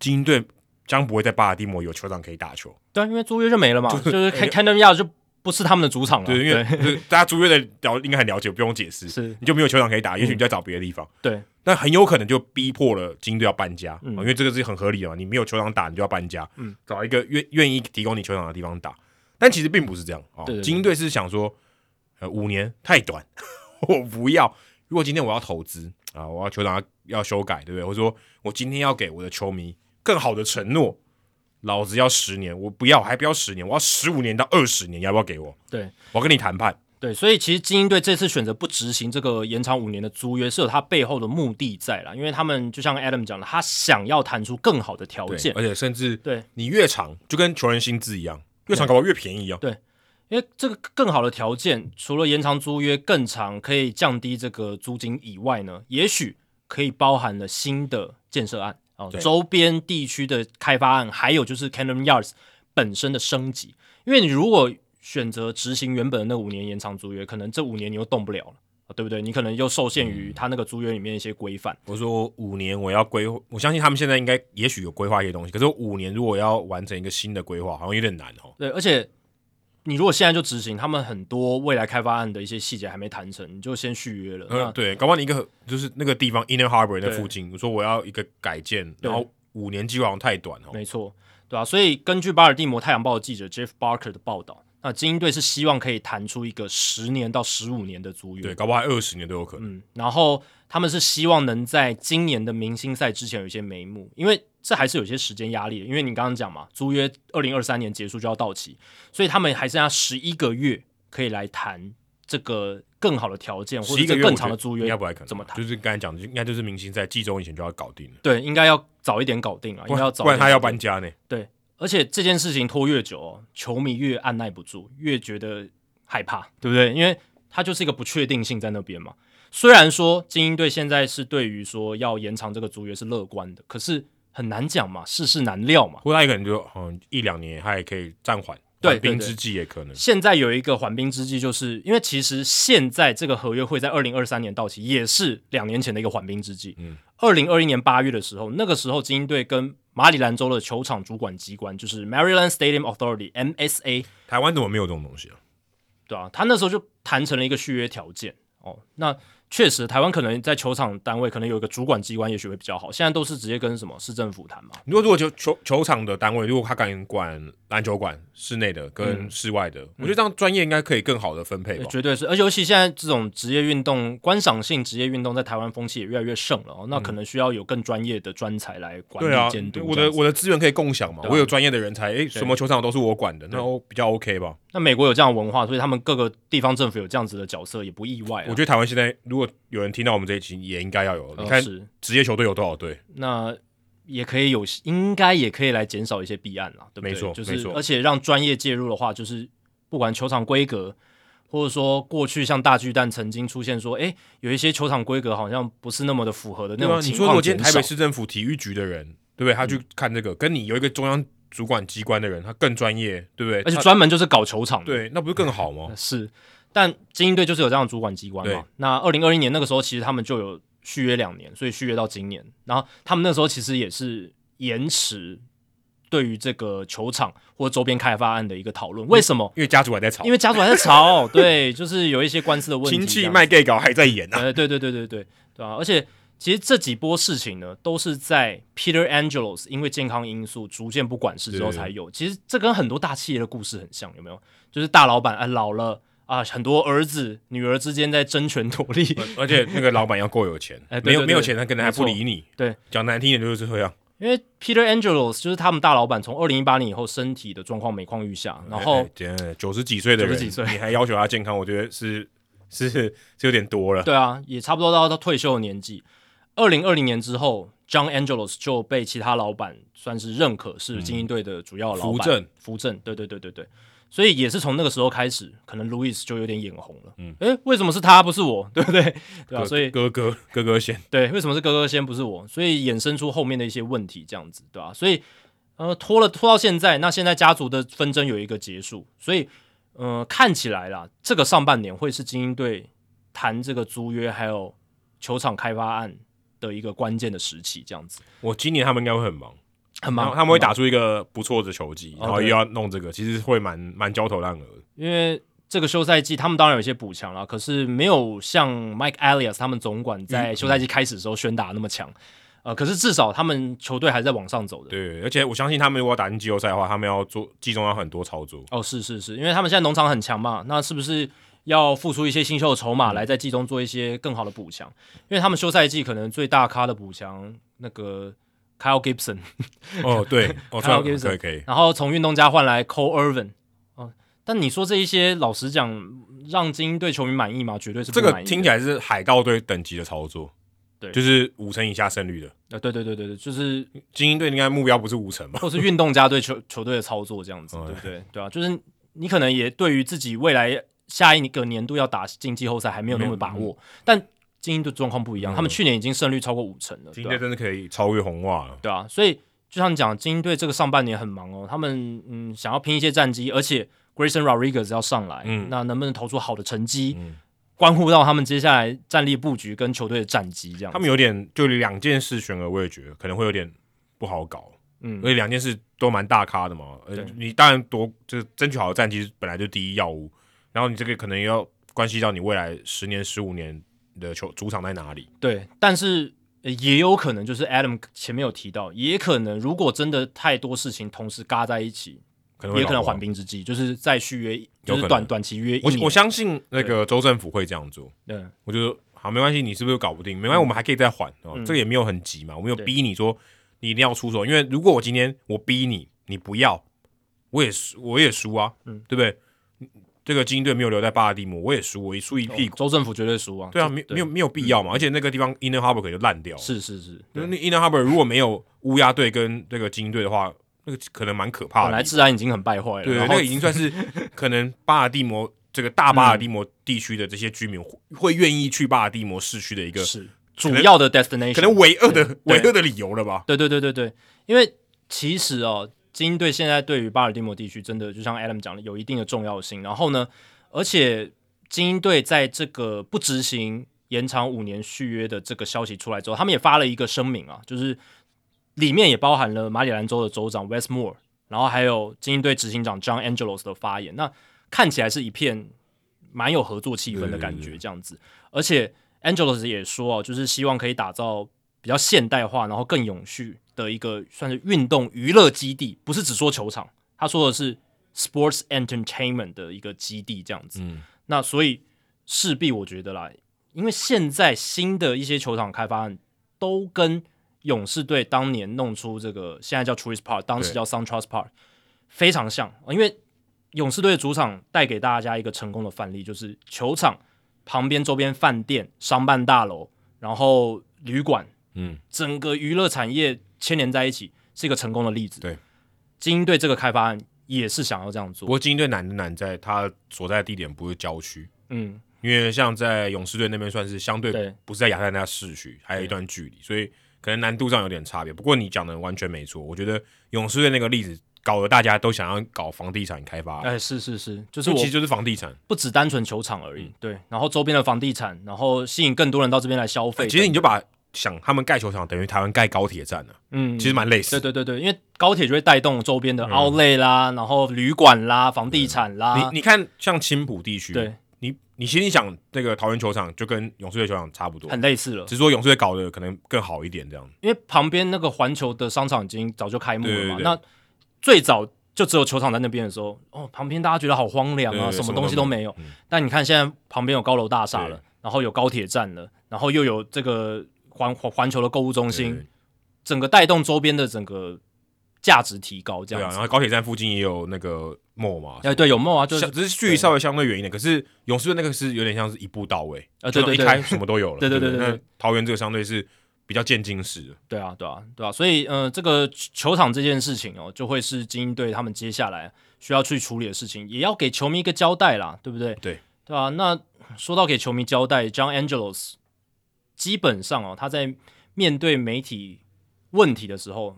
精英队将不会在巴尔的摩有球场可以打球。
对啊，因为租约就没了嘛，
就是哎
就是开开登亚就不是他们的主场了，
对，因为就是大家租约的了应该很了解，不用解释，
是
你就没有球场可以打，也许你就要找别的地方。
对，
但很有可能就逼迫了精英队要搬家，
嗯
啊因为这个是很合理的嘛，你没有球场打，你就要搬家，
嗯
找一个愿愿意提供你球场的地方打。但其实并不是这样啊，
对对对
精英队是想说，呃，五年太短， 我不要。如果今天我要投资啊，我要球场要要修改，对不对？或者说我今天要给我的球迷更好的承诺，老子要十年，我不要，还不要十年，我要十五年到二十年，你要不要给我？
对，
我要跟你谈判。
对，所以其实精英队这次选择不执行这个延长五年的租约，是有他背后的目的在啦。因为他们就像 Adam 讲的，他想要谈出更好的条
对，
件，
而且甚至
对
你越长，就跟球员薪资一样，越长搞不好越便宜啊。
因为这个更好的条件，除了延长租约更长，可以降低这个租金以外呢，也许可以包含了新的建设案哦
对，
周边地区的开发案，还有就是 Cannon Yards 本身的升级。因为你如果选择执行原本的那五年延长租约，可能这五年你又动不了了，哦对不对？你可能又受限于他那个租约里面一些规范。
我说五年我要规划，我相信他们现在应该也许有规划一些东西，可是五年如果要完成一个新的规划，好像有点难哦。
对，而且你如果现在就执行，他们很多未来开发案的一些细节还没谈成，你就先续约了。
呃，
那
对，搞不好你一个就是那个地方 Inner Harbor 那
啊对
附近，我说我要一个改建，
对
然后五年计划好像太短哦。
没错，对啊，所以根据巴尔的摩太阳报的记者 Jeff Barker 的报道，那精英队是希望可以谈出一个十年到十五年的租约。
对，搞不好二十年都有可能。
嗯，然后他们是希望能在今年的明星赛之前有一些眉目，因为这还是有些时间压力的。因为你刚刚讲嘛，租约二零二三年结束就要到期，所以他们还剩下十一个月可以来谈这个更好的条件嗯或
十
者
一个
这
月
更
我觉
长
得
的租
应该
约
不。太可能，
怎么谈
就是刚才讲的，就应该就是明星在季中以前就要搞定了，
对，应该要早一点搞定啊，
不
应该
然
要早一点
不然他要
搞定
搬家呢。
而且这件事情拖越久、哦，球迷越按耐不住，越觉得害怕，对不对？因为它就是一个不确定性在那边嘛。虽然说精英队现在是对于说要延长这个租约是乐观的，可是很难讲嘛，世事难料嘛。
或者他可能就嗯一两年，他也可以暂缓，
对
缓兵
对对
之计也可能。
现在有一个缓兵之计，就是因为其实现在这个合约会在二零二三年到期，也是两年前的一个缓兵之计。
嗯，
二零二一年八月的时候，那个时候精英队跟马里兰州的球场主管机关就是 Maryland Stadium Authority（MSA）
台湾怎么没有这种东西啊？
对啊，他那时候就谈成了一个续约条件哦。那确实，台湾可能在球场单位可能有一个主管机关，也许会比较好。现在都是直接跟什么市政府谈嘛。
如果如果球球球场的单位，如果他敢管篮球馆室内的跟室外的，我觉得这样专业应该可以更好的分配
对
吧。
绝对是，而且尤其现在这种职业运动、观赏性职业运动在台湾风气也越来越盛了哦，那可能需要有更专业的专才来管
嗯对啊
理监，督
我
这样
的
子。
我的资源可以共享嘛，
对啊
我有专业的人才，诶，什么球场都是我管的，那我比较 OK 吧。
那美国有这样的文化，所以他们各个地方政府有这样子的角色也不意外、啊。
我觉得台湾现在如果有人听到我们这一期，也应该要有。
呃
你看
是
职业球队有多少队？
那也可以有，应该也可以来减少一些弊案啦，对不对？
没错
就
没
是
错
而且让专业介入的话，就是不管球场规格，或者说过去像大巨蛋曾经出现说，哎，有一些球场规格好像不是那么的符合的
对
那
啊，
种
你
情
说如
况
果今
减
天
少。
台北市政府体育局的人，对不对？他去看这个，跟你有一个中央主管机关的人，他更专业，对不对？
而且
他
专门就是搞球场的，
对，那不是更好吗？
是，但精英队就是有这样的主管机关
对
嘛。那二零二一年那个时候，其实他们就有续约两年，所以续约到今年。然后他们那时候其实也是延迟对于这个球场或周边开发案的一个讨论。为什么？
因为家族还在吵
因，为家属还 在吵，对，就是有一些官司的问题。
亲戚
这样
卖 gay 稿还在演啊。
呃，对对对对对对啊！而且其实这几波事情呢，都是在 Peter Angelos 因为健康因素逐渐不管事之后才有。其实这跟很多大企业的故事很像，有没有？就是大老板啊、老了啊，很多儿子女儿之间在争权夺利。
而且那个老板要够有钱，
哎
没
对
有
对对
没有钱，他可能还不
没
理你。
对，
讲难听一点就是这样。
因为 Peter Angelos 就是他们大老板，从二零一八年以后身体的状况每况愈下，然后
哎九十几岁的人，
90几岁
你还要求他健康，我觉得是 是是有点多了。
对啊，也差不多到他退休的年纪。二零二零年之后，John Angelos 就被其他老板算是认可是精英队的主要老板。
扶正，
扶正，对对对对对。所以也是从那个时候开始，可能 Louis 就有点眼红了。嗯，诶，为什么是他不是我？ 对不对？对啊，
哥
所以
哥哥哥哥先，
对，为什么是哥哥先不是我？所以衍生出后面的一些问题，这样子，对吧、所以呃，拖了拖到现在，那现在家族的纷争有一个结束，所以呃，看起来啦，这个上半年会是精英队谈这个租约还有球场开发案的一个关键的时期，这样子
我今年他们应该会很忙，然后
很忙。
他们会打出一个不错的球技，
哦
然后又
对
要弄这个，其实会蛮蛮焦头烂额的。
因为这个休赛季他们当然有一些补强了，可是没有像 Mike Elias 他们总管
嗯
在休赛季开始的时候宣打那么强。呃，可是至少他们球队还是在往上走的。
对，而且我相信他们如果要打进季后赛的话，他们要做季中要很多操 作。
哦，是是是，因为他们现在农场很强嘛，那是不是要付出一些新秀的筹码来在季中做一些更好的补强？因为他们休赛季可能最大咖的补强那个 Kyle Gibson，
哦，对， 哦，
Kyle
这样
Gibson
可以可以，
然后从运动家换来 Cole Irvin。哦，但你说这一些，老实讲，让精英队球迷满意吗？绝对是不
这个
满意的
听起来是海盗队等级的操作，
对
就是五成以下胜率的。
呃，对对对对对，就是
精英队应该目标不是五成吧？
或是运动家对球球队的操作这样子，
嗯
对不对？对啊，就是你可能也对于自己未来下一个年度要打进季后赛还没有那么把握，但精英队状况不一样，
嗯
他们去年已经胜率超过五成了，
精
对
英队
啊
真的可以超越红袜了。
对啊，所以就像你讲，精英队这个上半年很忙哦，他们嗯想要拼一些战绩，而且 Grayson Rodriguez 要上来，
嗯
那能不能投出好的成绩，
嗯
关乎到他们接下来战力布局跟球队的战绩这样子。
他们有点就两件事悬而未决，可能会有点不好搞。
嗯
而且两件事都蛮大咖的嘛，呃
对，
你当然夺就是争取好的战绩本来就第一要务，然后你这个可能也要关系到你未来十年、十五年的球主场在哪里。
对，但是呃也有可能就是 Adam 前面有提到，也可能如果真的太多事情同时嘎在一起，
可能会
也可能
老化
缓兵之计，就是再续约，
有可
就是
能
短短期约一
我
年。
我相信那个州政府会这样做，
嗯，
我觉得好没关系，你是不是搞不定？没关系，我们还可以再缓哦，这个也没有很急嘛，我没有
嗯对
逼你说你一定要出手，因为如果我今天我逼你，你不要，我也输，我也输啊，
嗯
对不对？这个精英队没有留在巴尔的摩，我也输，我一输一屁股。
州政府绝对输啊。
对啊，
这
没没有没有必要嘛，而且那个地方 Inner Harbor 可能就烂掉了。
是是是，
那那 Inner Harbor 如果没有乌鸦队跟那个精英队的话，那个可能蛮可怕
本
的
来
地方。
治安已经很败坏了，
啊对，
然
那
后
个已经算 是可能巴尔的摩这个大巴尔
嗯
的摩地区的这些居民会会愿意去巴尔的摩市区的一个
是主
能
要的 destination，
可能唯二的 唯
对
二的理由了吧？
对对对对对，因为其实哦，精英队现在对于巴尔的摩地区真的就像 Adam 讲的，有一定的重要性。然后呢，而且精英队在这个不执行延长五年续约的这个消息出来之后，他们也发了一个声明啊，就是里面也包含了马里兰州的州长 Wes Moore，然后还有精英队执行长 John Angelos 的发言。那看起来是一片蛮有合作气氛的感
对对
觉，这样子。而且 Angelos 也说哦，就是希望可以打造比较现代化，然后更永续的一个算是运动娱乐基地，不是只说球场，他说的是 sports entertainment 的一个基地这样子。
嗯，
那所以势必我觉得啦，因为现在新的一些球场开发案都跟勇士队当年弄出这个现在叫 Truist Park，当时
对
叫 SunTrust Park 非常像，呃因为勇士队的主场带给大家一个成功的范例，就是球场旁边周边饭店、商办大楼，然后旅馆，
嗯，
整个娱乐产业牵连在一起，是一个成功的例子。
对，
精英队这个开发案也是想要这样
不
做，
过精英队难就难在它所在的地点不是郊区，
嗯，
因为像在勇士队那边算是相对
对
不是在亚特兰大市区，还有一段距离，所以可能难度上有点差别。不过你讲的完全没错，我觉得勇士队那个例子搞得大家都想要搞房地产开发，
哎，是是是，就是
这
我
其实就是嗯房地产。
不只单纯球场而已，对，然后周边的房地产，然后吸引更多人到这边来消费。
啊其实你就把想他们盖球场等于台湾盖高铁站了、
嗯，
其实嗯蛮类似
对
的。
对对对，因为高铁就会带动周边的 outlet 啦，然后旅馆啦、房地产啦，
你你看，像青浦地区，
啊对，
你你心里想那个桃园球场就跟勇士队球场差不多，
很类似了
只。是说勇士队搞得可能更好一点这样。
因为旁边那个环球的商场已经早就开幕了嘛，
对对对
那最早就只有球场在那边的时候，哦，旁边大家觉得好荒凉啊，
对对
什么东西都没有。
嗯
但你看现在旁边有高楼大厦
对
了，然后有高铁站了，然后又有这个环环环球的购物中
对
心，
对
整个带动周边的整个价值提高，这
对啊，
样
然
子。
后高铁站附近也有那个 mall 嘛，
哎，对，有梦啊，就是
像只是距离稍微相对远一点，可是勇士队那个是有点像是一步到位，
啊
就
对对
一
对
开什么都有了。
对
对
对
不
对对
那桃园这个相对是比较渐进式的，
对啊，对啊，对啊，所以呃，这个球场这件事情哦，就会是精英队他们接下来需要去处理的事情，也要给球迷一个交代啦，对不对？
对，
对啊。那说到给球迷交代，John Angelos 基本上哦，他在面对媒体问题的时候，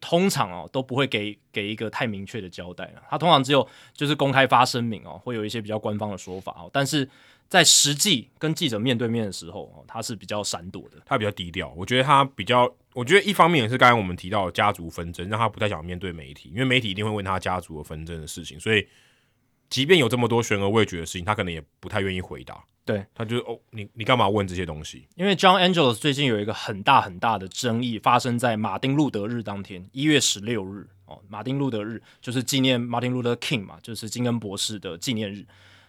通常哦都不会给给一个太明确的交代了，他通常只有就是公开发声明哦，会有一些比较官方的说法哦，但是在实际跟记者面对面的时候哦，他是比较闪躲的。
他比较低调，我觉得他比较，我觉得一方面也是刚才我们提到的家族纷争，让他不太想面对媒体，因为媒体一定会问他家族的纷争的事情，所以即便有这么多悬而未决的事情，他可能也不太愿意回答。
对，
他就是哦，你你干嘛问这些东西？
因为 John Angelos 最近有一个很大很大的争议，发生在马丁路德日当天，一月十六日哦，马丁路德日就是纪念 Martin Luther King 嘛，就是金恩博士的纪念日。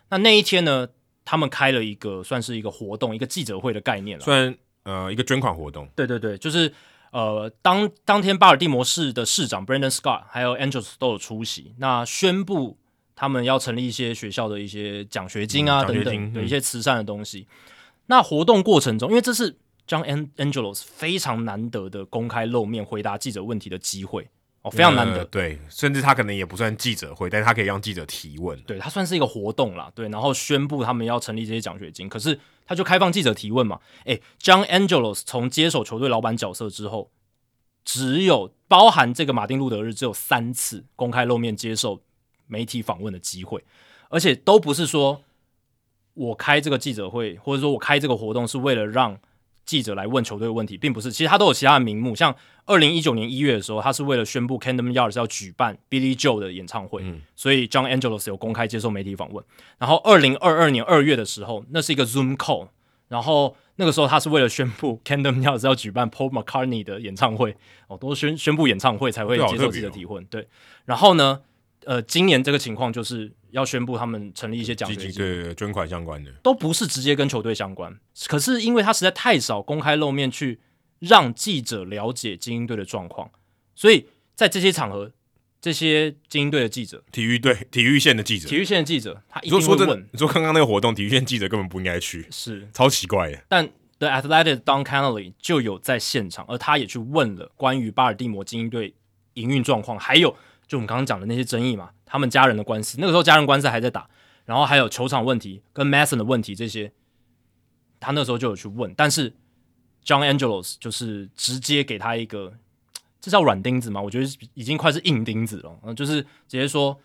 那那一天呢，他们开了一个算是一个活动，一个记者会的概念了。
虽然呃，一个捐款活动，
对对对，就是呃，当当天巴尔的摩市的市长 Brandon Scott 还有 Andrews 都有出席，那宣布他们要成立一些学校的一些奖学金
嗯
啊、
奖
等
学金
等的
嗯
一些慈善的东西。那活动过程中，因为这是 John An- Angelos 非常难得的公开露面回答记者问题的机会哦，非常难得。
呃对，甚至他可能也不算记者会，但是他可以让记者提问。
对，它算是一个活动啦，对，然后宣布他们要成立这些奖学金，可是他就开放记者提问嘛，诶 j o h n Angelos 从接手球队老板角色之后，只有包含这个马丁路德日只有三次公开露面接受媒体访问的机会，而且都不是说我开这个记者会，或者说我开这个活动是为了让记者来问球队问题，并不是。其实他都有其他的名目，像二零一九年一月的时候，他是为了宣布 Camden Yards 要举办 Billy Joe 的演唱会，
嗯
所以 John Angelos 有公开接受媒体访问。然后二零二二年二月的时候，那是一个 Zoom call，然后那个时候他是为了宣布 Camden Yards 要举办 Paul McCartney 的演唱会，哦，都宣宣布演唱会才会
对好
接受
特别
记者
哦
提问，对。然后呢，呃，今年这个情况就是要宣布他们成立一些奖
积
学
极
金，
对对对捐款相关的，
都不是直接跟球队相关。可是因为他实在太少公开露面去让记者了解精英队的状况，所以在这些场合，这些精英队的记者、
体育队、体育线的记者
体。育线的记者，他一
你说
定
说
会
真的
问，
你说刚刚那个活动，体育线记者根本不应该去，
是
超奇怪的。
但 The Athletic Don Connolly 就有在现场，而他也去问了关于巴尔的摩精英队营运状况，还有就我们刚刚讲的那些争议嘛，他们家人的官司，那个时候家人官司还在打，然后还有球场问题跟 Mason 的问题这些，他那时候就有去问，但是 John Angelos 就是直接给他一个，这叫软钉子吗？我觉得已经快是硬钉子了，嗯，就是直接说，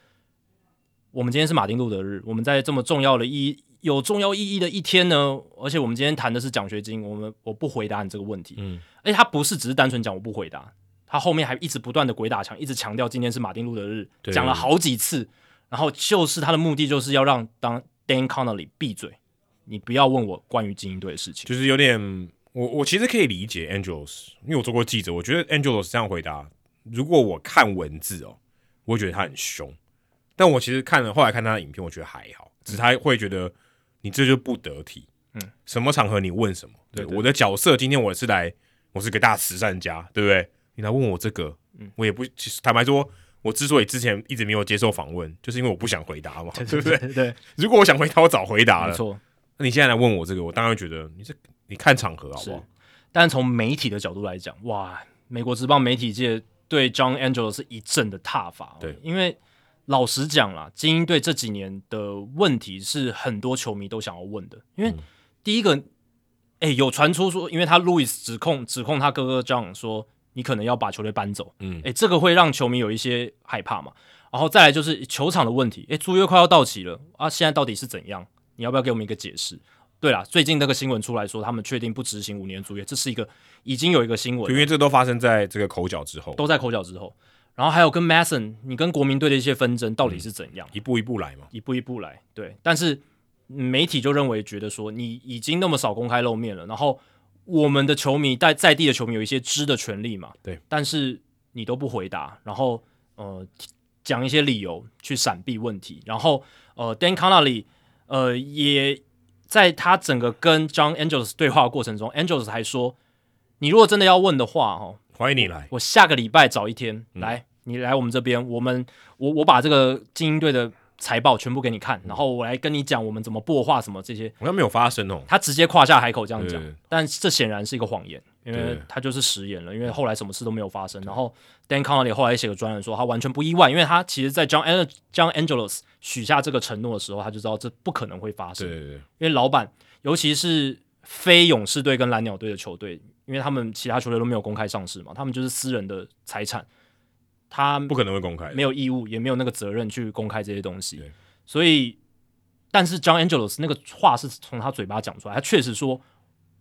我们今天是马丁路德日，我们在这么重要的意义有重要意义的一天呢，而且我们今天谈的是奖学金，我们我不回答你这个问题，
嗯，
而且他不是只是单纯讲我不回答，他后面还一直不断的鬼打墙，一直强调今天是马丁路德日，
对
讲了好几次，然后就是他的目的就是要让当 Dan Connolly 闭嘴，你不要问我关于精英队的事情。
就是有点，我我其实可以理解 Angelos，因为我做过记者，我觉得 Angelos 这样回答，如果我看文字哦，我会觉得他很凶，但我其实看了后来看他的影片，我觉得还好，只是他会觉得你这就不得体，
嗯，
什么场合你问什么，对
对对
我的角色今天我是来，我是个大慈善家，对不对？你来问我这个，
嗯
我也不，其实坦白说。我之所以之前一直没有接受访问，就是因为我不想回答嘛， 对不对？
对对，
如果我想回答，我早回答
没
了。
错。
那你现在来问我这个，我当然觉得你这你看场合好不
是
好？，
但从媒体的角度来讲，哇，美国职棒媒体界对 John Angelo 是一阵的挞伐、哦。
对，
因为老实讲啦，精英队这几年的问题是很多球迷都想要问的，因为第一个，哎、有传出说，因为他 Louis 指控指控他哥哥 John 说，你可能要把球队搬走，
嗯
诶、这个会让球迷有一些害怕嘛。然后再来就是球场的问题，诶、租约快要到期了啊，现在到底是怎样？你要不要给我们一个解释？对啦，最近那个新闻出来说，他们确定不执行五年租约，这是一个已经有一个新闻
就因
了，
为这都发生在这个口角之后，
都在口角之后。然后还有跟 Mason，你跟国民队的一些纷争到底是怎样？
一步一步来嘛。
一步一步来。对，但是嗯媒体就认为觉得说你已经那么少公开露面了，然后我们的球迷在在地的球迷有一些知的权利嘛，
对，
但是你都不回答，然后呃讲一些理由去闪避问题，然后呃 Dan Connolly 呃也在他整个跟 John Angels 对话的过程中，Angels 还说。你如果真的要问的话，哦，
欢迎你来，
我下个礼拜找一天、
嗯
来，你来我们这边，我们我我把这个精英队的财报全部给你看，
嗯
然后我来跟你讲我们怎么擘画什么这些。
好像没有发生哦。
他直接夸下海口这样讲
对，
但这显然是一个谎言，因为
对嗯
他就是食言了，因为后来什么事都没有发生。然后 Dan Connolly 后来写个专栏说他完全不意外，因为他其实在 John An- John Angelos 许下这个承诺的时候，他就知道这不可能会发生
对。对对，
因为老板，尤其是非勇士队跟蓝鸟队的球队，因为他们其他球队都没有公开上市嘛，他们就是私人的财产，他
不可能会公开的。
没有义务，也没有那个责任去公开这些东西
对。
所以，但是 John Angelos 那个话是从他嘴巴讲出来，他确实说：“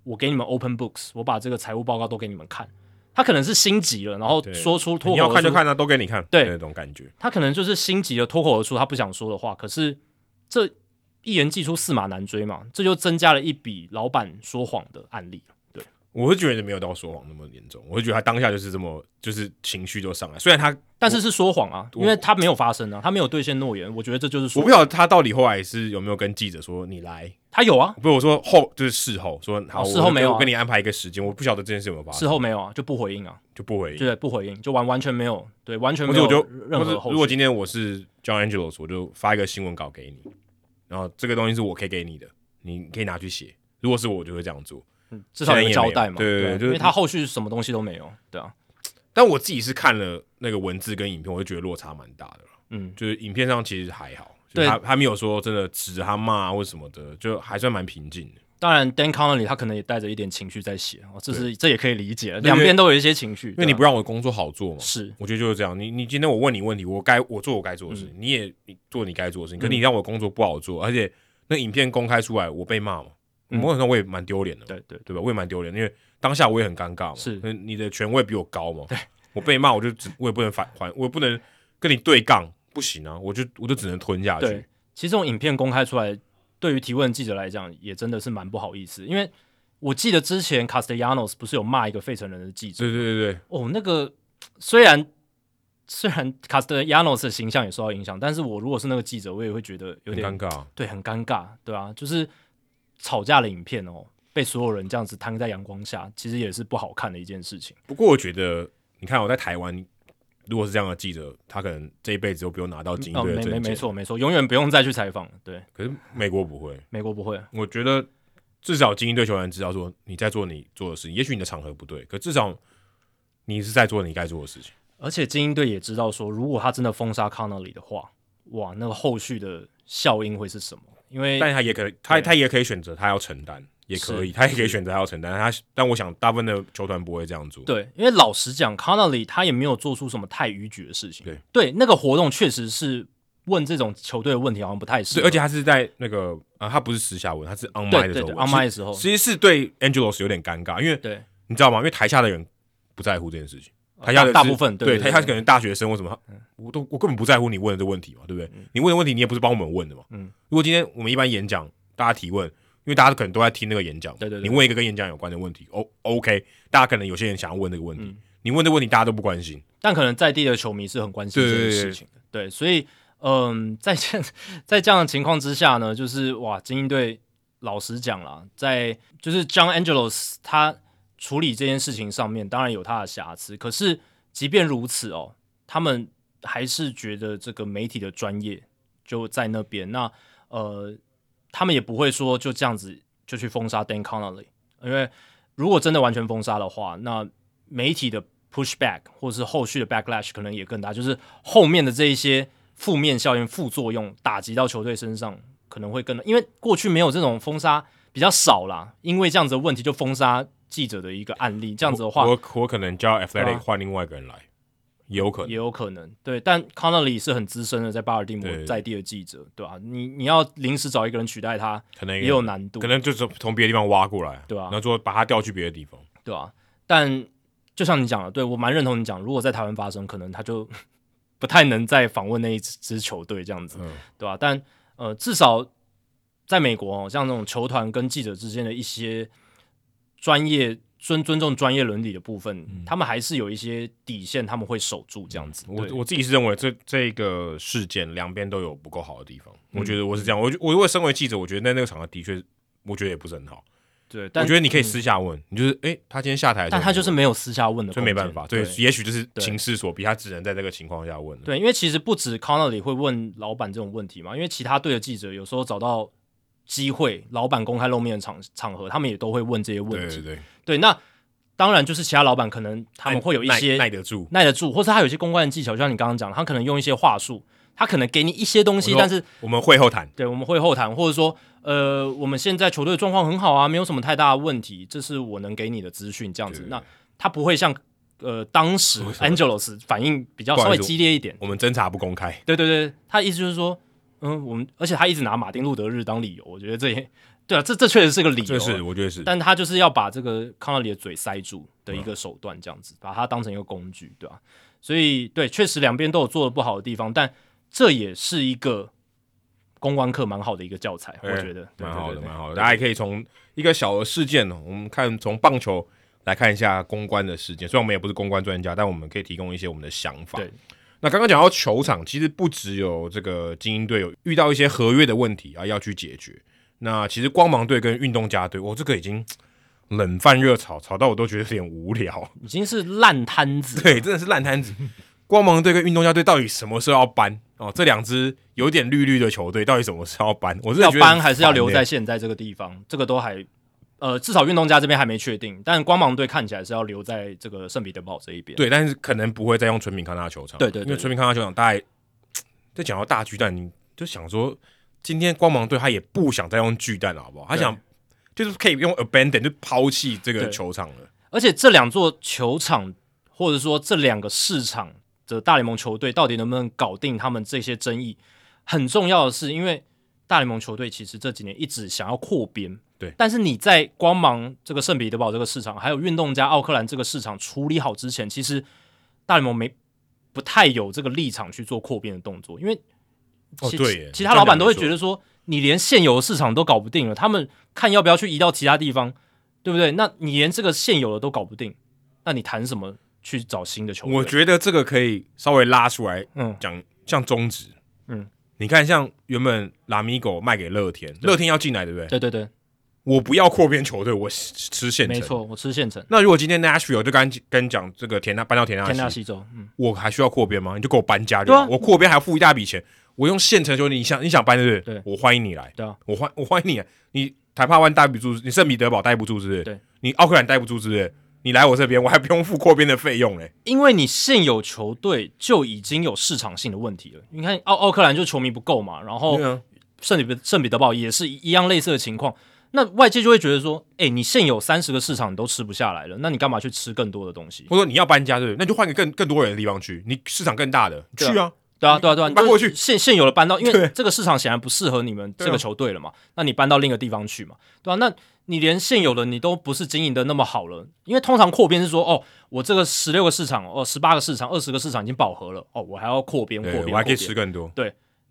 我给你们 open books，我把这个财务报告都给你们看。”他可能是心急了，然后
对
说出脱
你
口
要
而
看
出
就看啊，都给你看，
对
那种感觉。
他可能就是心急了，脱口而出他不想说的话。可是这一言既出，驷马难追嘛，这就增加了一笔老板说谎的案例。
我会觉得没有到说谎那么严重，我会觉得他当下就是这么，就是情绪就上来。虽然他
但是是说谎啊，因为他没有发生啊，他没有兑现诺言。我觉得这就是
我
说
不晓得他到底后来是有没有跟记者说你来，
他有啊，
不是我说后就是事后说好，
哦
我
事后没有啊
我跟你安排一个时间，我不晓得这件事有没有发生，
事后没有啊，就不回应啊，
就不回应。
对，不回应，就完完全没有，对，完全
或
没
者
有
我就
任
或者
何后
如果
续。
今天我是 John Angelos，我就发一个新闻稿给你，然后这个东西是我可以给你的，你可以拿去写。如果是我，我就会这样做。
至少有个交代嘛，
现在也没有对对对就是
因为他后续什么东西都没有，对啊，
但我自己是看了那个文字跟影片，我就觉得落差蛮大的了。
嗯，
就是影片上其实还好，就
对
他他没有说真的指着他骂啊或什么的，就还算蛮平静的。
当然 Dan Connolly 他可能也带着一点情绪在写，哦，这是这也可以理解，
对
两边都有一些情绪，因
因为你不让我工作好做嘛，
是
我觉得就是这样。你你今天我问你问题，我该我做我该做的
嗯
事情，你也你做你该做的事情，可是你让我工作不好做，而且那影片公开出来，我被骂嘛，
嗯
某种程度我也蛮丢脸的嘛，
对对
对吧？我也蛮丢脸，因为当下我也很尴尬嘛，
是
那你的权位比我高嘛，对，我被骂我就只我也不能反还，我也不能跟你对杠，不行啊，我就我就只能吞下
对
去。，
其实这种影片公开出来，对于提问记者来讲，也真的是蛮不好意思，因为我记得之前 Castellanos 不是有骂一个费城人的记者，
对对对对，
哦，那个虽然虽然 Castellanos 的形象也受到影响，但是我如果是那个记者，我也会觉得有
很尴
点
尬。啊
对，很尴尬，对啊，就是吵架的影片哦，被所有人这样子摊在阳光下，其实也是不好看的一件事情。
不过我觉得，你看我在台湾，如果是这样的记者，他可能这一辈子都不用拿到精英
哦，
队的
没没
证
没
件。
错没错，永远不用再去采访了。对，
可是美国不会，
美国不会，
我觉得至少精英队球员知道说你在做你做的事情，也许你的场合不对，可至少你是在做你该做的事情。
而且精英队也知道说，如果他真的封杀康纳里的话，哇，那个后续的效应会是什么？因为
但他也可以，他
对
他也可以选择他要承担，也可以，他也可以选择他要承担。他但我想大部分的球团不会这样做。
对，因为老实讲康纳里他也没有做出什么太逾矩的事情。
对，
那个活动确实是问这种球队的问题，好像不太适
对，
合。
而且他是在那个啊，他不是私下问，他是 on my
对
的
对
时候
对
问。
，on my 的时候，
其实是对 Angelos 有点尴尬，因为
对，
你知道吗？因为台下的人不在乎这件事情，台下
大
的
哦大
是
部分对
对
对
台下
对嗯
可能大学生或什么，我都我根本不在乎你问的这问题嘛，对不对？你问的问题你也不是帮我们问的嘛。
嗯
如果今天我们一般演讲，大家提问，因为大家可能都在听那个演讲嘛，
对对对
你问一个跟演讲有关的问题，O OK，大家可能有些人想要问这个问
嗯
题，你问这个问题大家都不关心，
但可能在地的球迷是很关心这
对
件事情的。对，所以嗯， 在这在这样的情况之下呢，就是哇，精英队老实讲啦，在就是 John Angelos 他处理这件事情上面，当然有他的瑕疵。可是即便如此哦，他们还是觉得这个媒体的专业就在那边。那呃，他们也不会说就这样子就去封杀 Dan Connolly，因为如果真的完全封杀的话，那媒体的 pushback 或者是后续的 backlash 可能也更大，就是后面的这一些负面效应、副作用打击到球队身上可能会更，因为过去没有这种封杀比较少啦，因为这样子的问题就封杀记者的一个案例，这样子的话
我我可能叫 Athletic
啊
换另外一个人来，也有可能
也。有可能，对。但康纳里是很资深的，在巴尔的摩
对
在地的记者，对吧、啊你你要临时找一个人取代他，
可能
也有难度，
可能就是从别的地方挖过来，
对啊
然后说把他调去别的地方，
对吧、但就像你讲的，对我蛮认同你讲，如果在台湾发生，可能他就 不太能再访问那一支支球队这样子，
嗯
对吧、但呃，至少在美国哦，像那种球团跟记者之间的一些专业尊尊重专业伦理的部分，
嗯
他们还是有一些底线，他们会守住这样子。
我
对
我自己是认为这这个事件两边都有不够好的地方，我
嗯
觉得我是这样，我就我如果身为记者，我觉得在那个场合的确，我觉得也不是很好。
对，但
我觉得你可以
嗯
私下问，你就是诶，他今天下台的时候，
但他就是没有私下问的
就
空间，
没办法，对
对，
也许就是
对
情势所逼，他只能在这个情况下问了。
对因为其实不止 Connolly 会问老板这种问题嘛，因为其他队的记者有时候找到机会，老板公开露面的场场合，他们也都会问这些问
对
题。
对对，
对那当然就是其他老板可能他们会有一
耐
些
耐得住，
耐得住，或是他有一些公关的技巧，就像你刚刚讲，他可能用一些话术，他可能给你一些东西，
我说
但是
我们会后谈。
对我们会后谈，或者说呃，我们现在球队的状况很好啊，没有什么太大的问题，这是我能给你的资讯，这样子
对。
那他不会像呃，当时 Angelos 反应比较稍微激烈一点。
我们侦查不公开，
对对对，他意思就是说，嗯，我们而且他一直拿马丁路德日当理由，我觉得这也对啊，这这确实是个理由啊，
这是我觉得是。
但他就是要把这个康纳里的嘴塞住的
嗯
一个手段，这样子、把它当成一个工具，对吧、啊所以对，确实两边都有做的不好的地方，但这也是一个公关课蛮好的一个教材，我觉得对
哎蛮好
对
的，
对对
蛮好的。大家也可以从一个小的事件哦，我们看从棒球来看一下公关的事件。虽然我们也不是公关专家，但我们可以提供一些我们的想法。
对，
那刚刚讲到球场，其实不只有这个精英队有遇到一些合约的问题啊，要去解决。那其实光芒队跟运动家队，我、这个已经冷饭热炒，炒到我都觉得有点无聊。
已经是烂摊子了，
对，真的是烂摊子。光芒队跟运动家队到底什么时候要搬？哦，这两支有点绿绿的球队到底什么时候要搬？我是
要搬还是要
欸
留在现在这个地方，这个都还呃，至少运动家这边还没确定，但光芒队看起来是要留在这个圣彼得堡这一边。
对，但是可能不会再用纯品康纳球场。
对对对
因为纯品康纳球场大概在讲到大巨蛋，你就想说，今天光芒队他也不想再用巨蛋了，好不好？他
对
想就是可以用 abandon 就抛弃这个
对
球场了。
而且这两座球场，或者说这两个市场的大联盟球队，到底能不能搞定他们这些争议，很重要的是，因为大联盟球队其实这几年一直想要扩编，
对
但是你在光芒这个圣彼得堡这个市场，还有运动家奥克兰这个市场处理好之前，其实大联盟没不太有这个立场去做扩编的动作，因为
哦
其
对耶
其他老板都会
这
觉
样
得说，你连现有的市场都搞不定了，他们看要不要去移到其他地方，对不对？那你连这个现有的都搞不定，那你谈什么去找新的球队？
我觉得这个可以稍微拉出来
嗯，
讲，像中职，
嗯，
你看像原本拉米狗卖给乐天，乐天要进来，对不对？
对对对，
我不要扩编球队，我吃现成。
没。错，我吃现成
那如果今天 Nashville 就刚跟你讲这个田纳搬到田纳
田纳
西，
西州，嗯，
我还需要扩编吗？你就给我搬家就好。
对啊
我扩编还要付一大笔钱，我用现成球，你想你想搬对不
对
我欢迎你来，
对啊，
我欢我欢迎你来。你台帕湾待不住，你圣彼得堡待不住是不是？
对，
你奥克兰待不住是不是？你来我这边，我还不用付扩编的费用嘞。
因为你现有球队就已经有市场性的问题了。你看奥奥克兰就球迷不够嘛，然后
对啊，
圣彼得圣彼得堡也是一样类似的情况。那外界就会觉得说，哎、你现有三十个市场你都吃不下来了，那你干嘛去吃更多的东西？
或者说你要搬家对不对？那就换个更更多人的地方去，你市场更大的
对啊
去啊。
对啊，对啊，对啊，
搬过
就是
去
现现有的搬到，因
对
为这个市场显然不适合你们这
对
个
啊
球队了嘛，那你搬到另一个地方去嘛，对啊，那你连现有的你都不是经营的那么好了，因为通常扩编是说，哦，我这个十六个市场，哦，十八个市场，二十个市场已经饱和了，哦，我还要扩编，扩
对，
编，
我还可以
扩编
吃更多。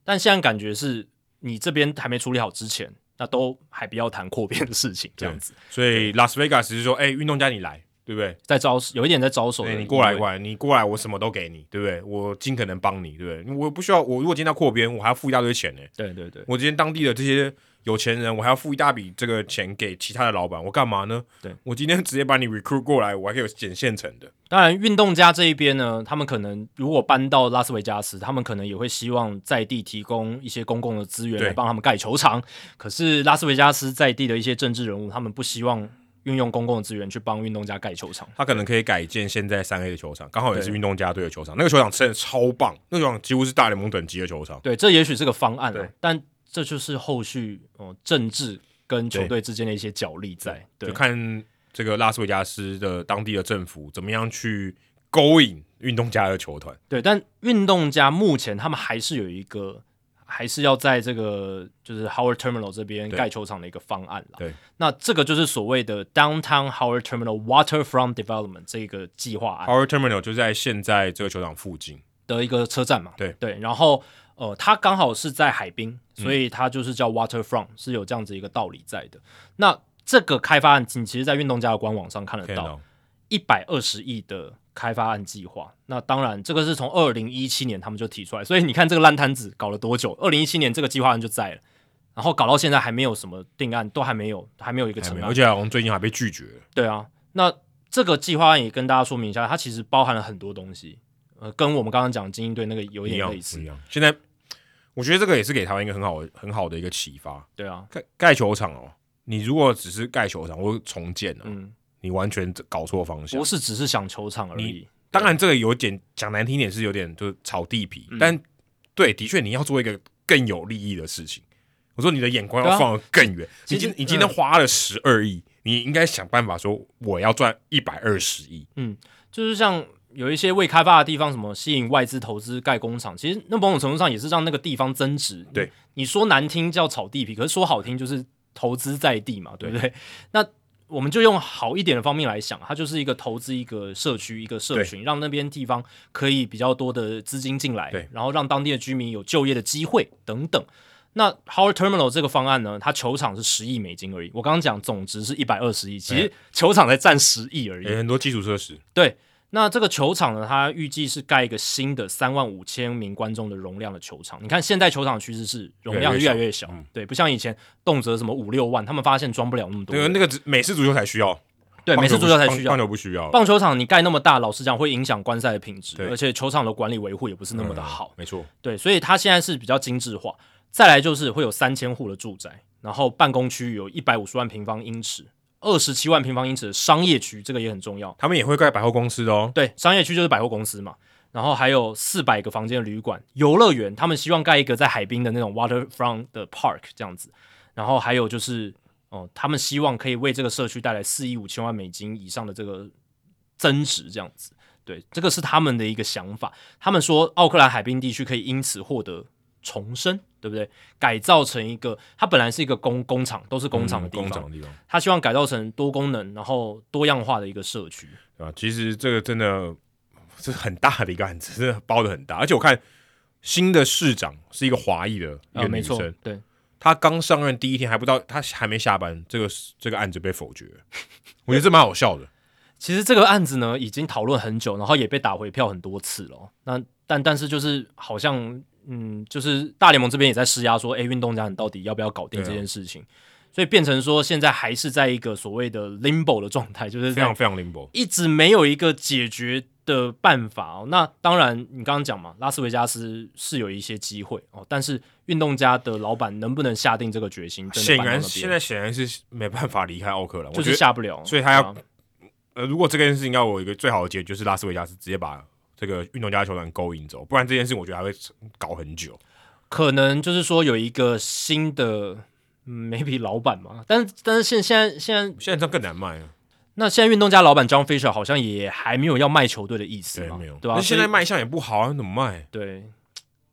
但现在感觉是你这边还没处理好之前，那都还不要谈扩编的事情，这样子，
所以拉斯维加斯是说，哎，运动家你来，对不对？
在招有一点在招手的
对
意味，
你过来过来，你过来，我什么都给你，对不对？我尽可能帮你，对不对？我不需要，我如果今天要扩编，我还要付一大堆钱呢、
对对对，
我今天当地的这些有钱人，我还要付一大笔这个钱给其他的老板，我干嘛呢？
对
我今天直接把你 recruit 过来，我还可以有捡现成的。
当然，运动家这一边呢，他们可能如果搬到拉斯维加斯，他们可能也会希望在地提供一些公共的资源
对
来帮他们盖球场。可是拉斯维加斯在地的一些政治人物，他们不希望运用公共的资源去帮运动家盖球场。
他可能可以改建现在三 A 的球场，刚好也是
对
运动家队的球场，那个球场真的超棒，那个球场几乎是大联盟等级的球场。
对，这也许是个方案、啊
对，
但这就是后续呃政治跟球队之间的一些角力在。对
就，看这个拉斯维加斯的当地的政府怎么样去勾引运动家的球团。
对，但运动家目前他们还是有一个，还是要在这个就是 Howard Terminal 这边
对
盖球场的一个方案啦。
对，
那这个就是所谓的 Downtown Howard Terminal Waterfront Development 这个计划案
Power Terminal 就在现在这个球场附近。
的一个车站嘛。
对
对，然后呃，它刚好是在海滨，所以它就是叫 Waterfront，、是有这样子一个道理在的。那这个开发案，你其实，在运动家的官网上看
可
得
以
到，
吗
一百二十亿的开发案计划。那当然，这个是从二零一七年他们就提出来，所以你看这个烂摊子搞了多久？二零一七年这个计划案就在了，然后搞到现在还没有什么定案，都还没有，还没有一个
还
成
没有
案
而。且好像最近还被拒绝了。
对啊，那这个计划案也跟大家说明一下，它其实包含了很多东西，呃，跟我们刚刚讲精英队那个有
一
点
样嗯
类似
一。样。现在我觉得这个也是给台湾一个很好的很好的一个启发。
对啊，
盖盖球场哦，你如果只是盖球场或重建啊，
嗯，
你完全搞错方向
不。是只是想球场而已。
当然，这个有点讲难听点是有点就是炒地皮，
嗯
但对，的确你要做一个更有利益的事情。我说你的眼光
对
要
啊
放得更远。
其嗯
你
实
今你今天花了十二亿，你应该想办法说我要赚一百二十亿。
就是像有一些未开发的地方，什么吸引外资投资盖工厂，其实那某种程度上也是让那个地方增值。
对
你，你说难听叫炒地皮，可是说好听就是投资在地嘛，对不对？ 那我们就用好一点的方面来想，它就是一个投资一个社区、一个社群，让那边地方可以比较多的资金进来
对，
然后让当地的居民有就业的机会等等。那 Howard Terminal 这个方案呢，它球场是十亿美金而已。我刚刚讲总值是一百二十亿，其实球场才占十亿而已。
有很多基础设施，
对，那这个球场呢，它预计是盖一个新的三万五千名观众的容量的球场。你看现在球场的趋势是容量越
越
来
来
越小，对，不像以前动辄什么五六万，他们发现装不了那么多
那个
人。
那个只美式足球才需要，
对，每次足球才需要
棒棒。球不需要，
棒球场你盖那么大，老实讲会影响观赛的品质，
对
而且球场的管理维护也不是那么的好。
嗯没错，
对，所以它现在是比较精致化。再来就是会有三千户的住宅，然后办公区有一百五十万平方英尺，二十七万平方英尺的商业区，这个也很重要。
他们也会盖百货公司的哦，
对，商业区就是百货公司嘛，然后还有四百个房间的旅馆、游乐园，他们希望盖一个在海滨的那种 waterfront 的 park 这样子，然后还有就是，哦、他们希望可以为这个社区带来四亿五千万美金以上的这个增值这样子。对，这个是他们的一个想法。他们说奥克兰海滨地区可以因此获得重生，对不对？改造成一个，它本来是一个工工厂，都是工厂的
嗯
地
工
方，
厂的地方，
他希望改造成多功能，然后多样化的一个社区。
对吧？其实这个真的是很大的一个案子， 真的包的很大，而且我看新的市长是一个华裔的一
啊，
个
没
女
错
生，，
对。
她刚上任第一天还不到，她还没下班，这个这个案子被否决， 我觉得这蛮好笑的，
其实这个案子呢，已经讨论很久，然后也被打回票很多次了哦。那但但是就是好像，嗯，就是大联盟这边也在施压说，诶，运动家你到底要不要搞定
对啊
这件事情？所以变成说，现在还是在一个所谓的 limbo 的状态，就是
非
这
常
样
非常 limbo，
一直没有一个解决的办法哦。那当然，你刚刚讲嘛，拉斯维加斯是有一些机会哦，但是运动家的老板能不能下定这个决心？真的
显
摆到
然
那边
现在显然是没办法离开奥克兰，
就
我觉
是
得
下不了，
所以他要
对啊
呃，如果这件事情要我有一个最好的解决，就是拉斯维加斯直接把这个运动家球团勾引走，不然这件事情我觉得还会搞很久。
可能就是说有一个新的、嗯、maybe 老板嘛，但是但是现现在现在
现在这样更难卖啊，
那现在运动家老板 John Fisher 好像也还没有要卖球队的意思
对，
嘛，
没有，
对吧、啊
那现在
所以
卖相也不好啊，怎么卖？
对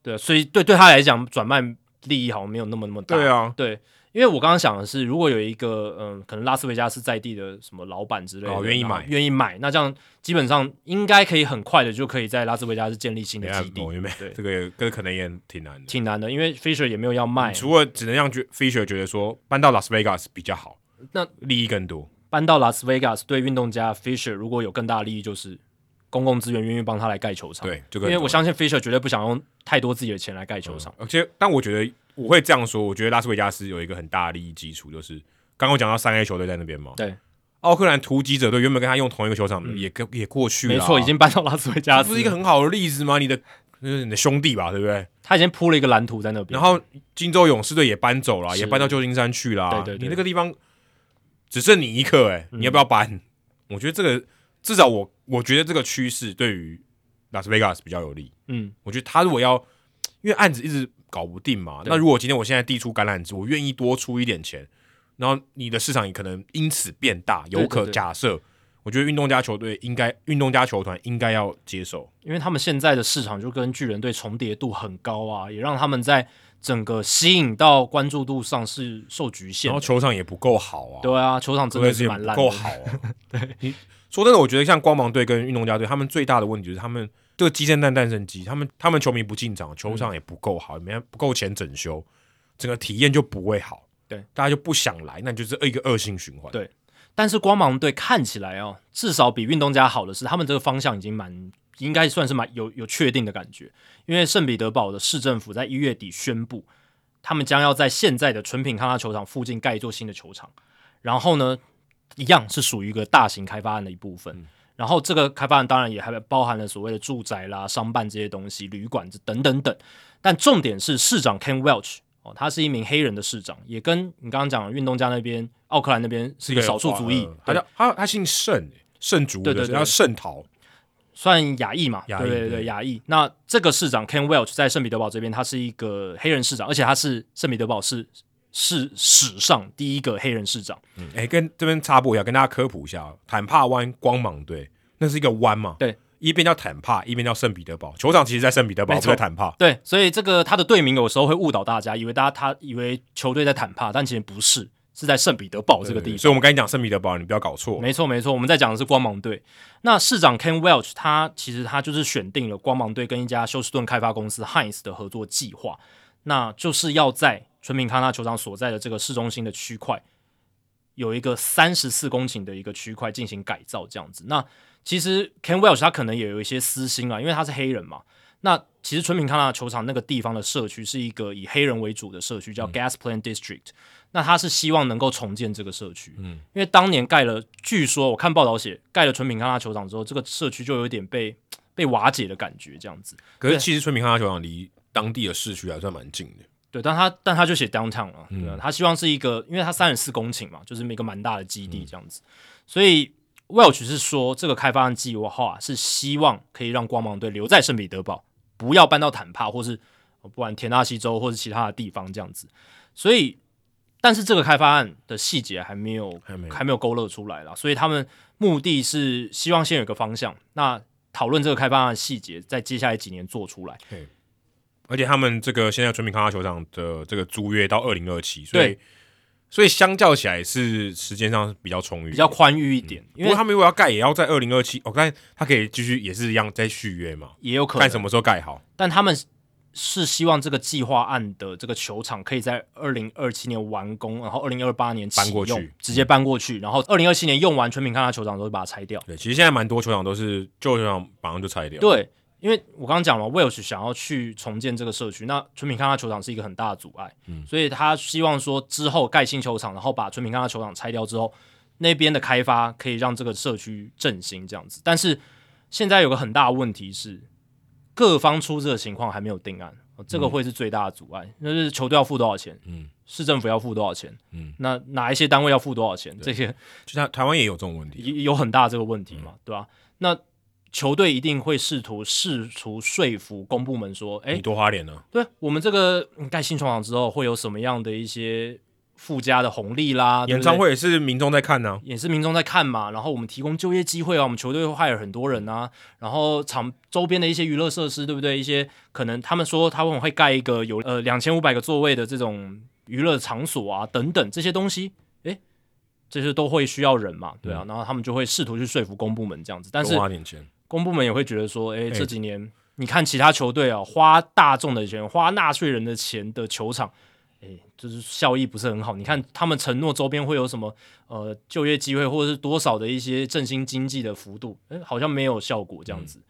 对，啊所以对对他来讲转卖利益好像没有那么那么大，
对啊，
对因为我刚刚想的是，如果有一个嗯、可能拉斯维加斯在地的什么老板之类的，
哦愿意
然后
买
愿意买，那这样基本上应该可以很快的就可以在拉斯维加斯建立新
没
的
办
基
法，
地，
我觉得没
对
这个这个可能也挺难的。
挺难的，因为 Fisher 也没有要卖，
嗯除了只能让觉 Fisher 觉得说搬到 Las Vegas 比较好，
那
利益更多。
搬到拉斯维加斯，对运动家 Fisher 如果有更大的利益，就是公共资源愿意帮他来盖球场。，
对，这个
因为我相信 Fisher 绝对不想用太多自己的钱来盖球场。
而且，但我觉得我会这样说，我觉得拉斯维加斯有一个很大的利益基础，就是刚刚我讲到三 A 球队在那边嘛，
对，嗯
奥克兰突击者队原本跟他用同一个球场，也跟也过去了啊，
没错，已经搬到拉斯维加
这
斯，
不啊是一个很好的例子吗？你的就是你的兄弟吧，对不对？
他已经铺了一个蓝图在那边。
然后金州勇士队也搬走了，
是
也搬到旧金山去了。啊
对对对
你那个地方只剩你一个、欸，你要不要搬？ 我觉得这个至少我我觉得这个趋势对于拉斯维加斯比较有利。
嗯，
我觉得他如果要因为案子一直搞不定嘛，
对
那如果今天我现在递出橄榄枝，我愿意多出一点钱，然后你的市场也可能因此变大，
对
有
对
可
对
假设。我觉得运动家球队应该，运动家球团应该要接受，
因为他们现在的市场就跟巨人队重叠度很高啊，也让他们在整个吸引到关注度上是受局限
然后
的。
球场也不够好啊，
对啊，球场真的
是
是蛮烂的，
够好啊。 对，你说真的，我觉得像光芒队跟运动家队，他们最大的问题就是他们这个鸡生蛋，蛋生鸡，他们他们球迷不进场，球场也不够好，没不够钱整修，整个体验就不会好。
对，
大家就不想来，那你就是一个恶性循环。
对但是光芒队看起来哦，至少比运动家好的是，他们这个方向已经蛮，应该算是蛮有有确定的感觉。因为圣彼得堡的市政府在一月底宣布，他们将要在现在的纯品康纳球场附近盖一座新的球场，然后呢，一样是属于一个大型开发案的一部分。然后这个开发案当然也还包含了所谓的住宅啦、商办这些东西、旅馆这等等等。但重点是市长 Ken Welch 哦，他是一名黑人的市长，也跟你刚刚讲的运动家那边、奥克兰那边是
是一
一个
个
少数族裔
华，呃
对
他叫他他姓盛、欸盛竹
对
的
对对
叫盛桃，
算亚裔嘛，
亚裔
对对
对
对，亚裔。那这个市长 Ken Welch 在圣彼得堡这边，他是一个黑人市长，而且他是圣彼得堡市是史上第一个黑人市长。
欸哎、跟这边插播一下，跟大家科普一下，坦帕湾光芒队那是一个湾嘛，
对，
一边叫坦帕，一边叫圣彼得堡，球场其实在圣彼得堡，
没
不
错
在坦帕，
对，所以这个他的队名有时候会误导大家，以为大家他以为球队在坦帕，但其实不是，是在圣彼得堡哦这个地
对
方。
所以我们刚才讲圣彼得堡，你不要搞错，
没错，没错，我们在讲的是光芒队。那市长 Ken Welch 他其实他就是选定了光芒队跟一家休斯顿开发公司 Heinz 的合作计划，那就是要在纯平康纳球场所在的这个市中心的区块，有一个三十四公顷的一个区块进行改造，这样子。那其实 Ken Welch 他可能也有一些私心啊，因为他是黑人嘛。那其实纯平康纳球场那个地方的社区是一个以黑人为主的社区，叫 Gas Plant District、那他是希望能够重建这个社区，
嗯，
因为当年盖了，据说我看报道写盖了纯品康纳球场之后，这个社区就有点被被瓦解的感觉，这样子。
可是
对
其实村民康纳球场离当地的市区还算蛮近的，
对，但他但他就写 downtown 了，对、啊
嗯
他希望是一个，因为他三十四公顷嘛，就是一个蛮大的基
嗯
地这样子，所以 Welch 是说这个开发案计划啊是希望可以让光芒队留在圣彼得堡，不要搬到坦帕或是呃不然田纳西州或是其他的地方这样子，所以。但是这个开发案的细节还没有
还没有
还没有勾勒出来啦，所以他们目的是希望先有一个方向，那讨论这个开发案的细节，在接下来几年做出来。
而且他们这个现在村民康纳球场的这个租约到二零二七，所以
对
所以相较起来是时间上比较充裕，
比较。宽裕一点，
嗯不
因为
过他们如果要盖，也要在二零二七，哦，但他可以继续也是一样再续约嘛，
也有可能
看什么时候盖好。
但他们是希望这个计划案的这个球场可以在二零二七年完工，然后二零二八年启
搬过去
用直接搬过去，然后二零二七年用完全民康纳球场之后就把它拆掉。
对，其实现在蛮多球场都是旧球场马上就拆掉，，
对，因为我刚刚讲了，Welsh 想要去重建这个社区，那纯品康纳球场是一个很大的阻碍，
嗯
所以他希望说之后盖新球场，然后把纯品康纳球场拆掉之后，那边的开发可以让这个社区振兴这样子。但是现在有个很大的问题是，各方出这个情况还没有定案，呃这个会是最大的阻碍。那、就是球队要付多少钱？
嗯，
市政府要付多少钱？
嗯，
那哪一些单位要付多少钱？这些
就像台湾也有这种问题，啊
有有很大这个问题嘛，
嗯
对吧、那球队一定会试图试图说服公部门说，哎、
你多花点呢、
对我们这个嗯盖新球场之后会有什么样的一些附加的红利啦，对
演
不对
唱会也是民众在看呢、
也是民众在看嘛，然后我们提供就业机会啊，我们球队会害了很多人啊，然后场周边的一些娱乐设施，对不对？一些可能他们说他们会盖一个有呃两千五百个座位的这种娱乐场所啊，等等这些东西，诶，这些都会需要人嘛，对啊，然后他们就会试图去说服公部门这样子，但是
多花点钱。
公部门也会觉得说，诶，
诶
这几年你看其他球队啊，花大众的钱，花纳税人的钱的球场。诶，就是效益不是很好。你看，他们承诺周边会有什么呃就业机会，或者是多少的一些振兴经济的幅度，诶，好像没有效果这样子，
嗯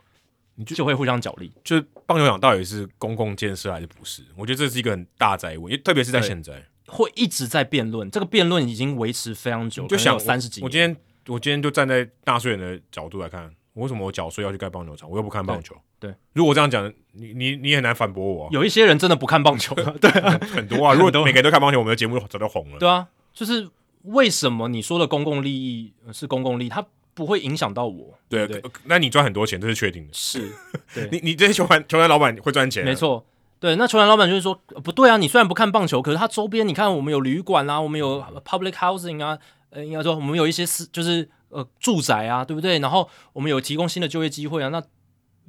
你
就会互相角力。
就是棒球场到底是公共建设还是不是？我觉得这是一个很大灾问，因为特别是在
对
现在。
会一直在辩论，这个辩论已经维持非常久，
就想
三十几年。
我今天我今天就站在纳税人的角度来看，我为什么我缴税要去盖棒球场？我又不看棒球。
对对
如果我这样讲，你你你也很难反驳 我啊、
有一些人真的不看棒球， 对
很多啊。如果每个人都看棒球，我们的节目早就红了。
对啊，就是为什么你说的公共利益呃是公共利益，它不会影响到我？
对，
对
可那你赚很多钱，这是确定的。
是，对
你你这些球团球团老板会赚钱、啊
没，错，对。那球员老板就会说，呃不对啊，你虽然不看棒球，可是它周边你看我们有旅馆啊，我们有 public housing 啊，呃，应该说我们有一些私就是呃住宅啊，对不对？然后我们有提供新的就业机会啊，那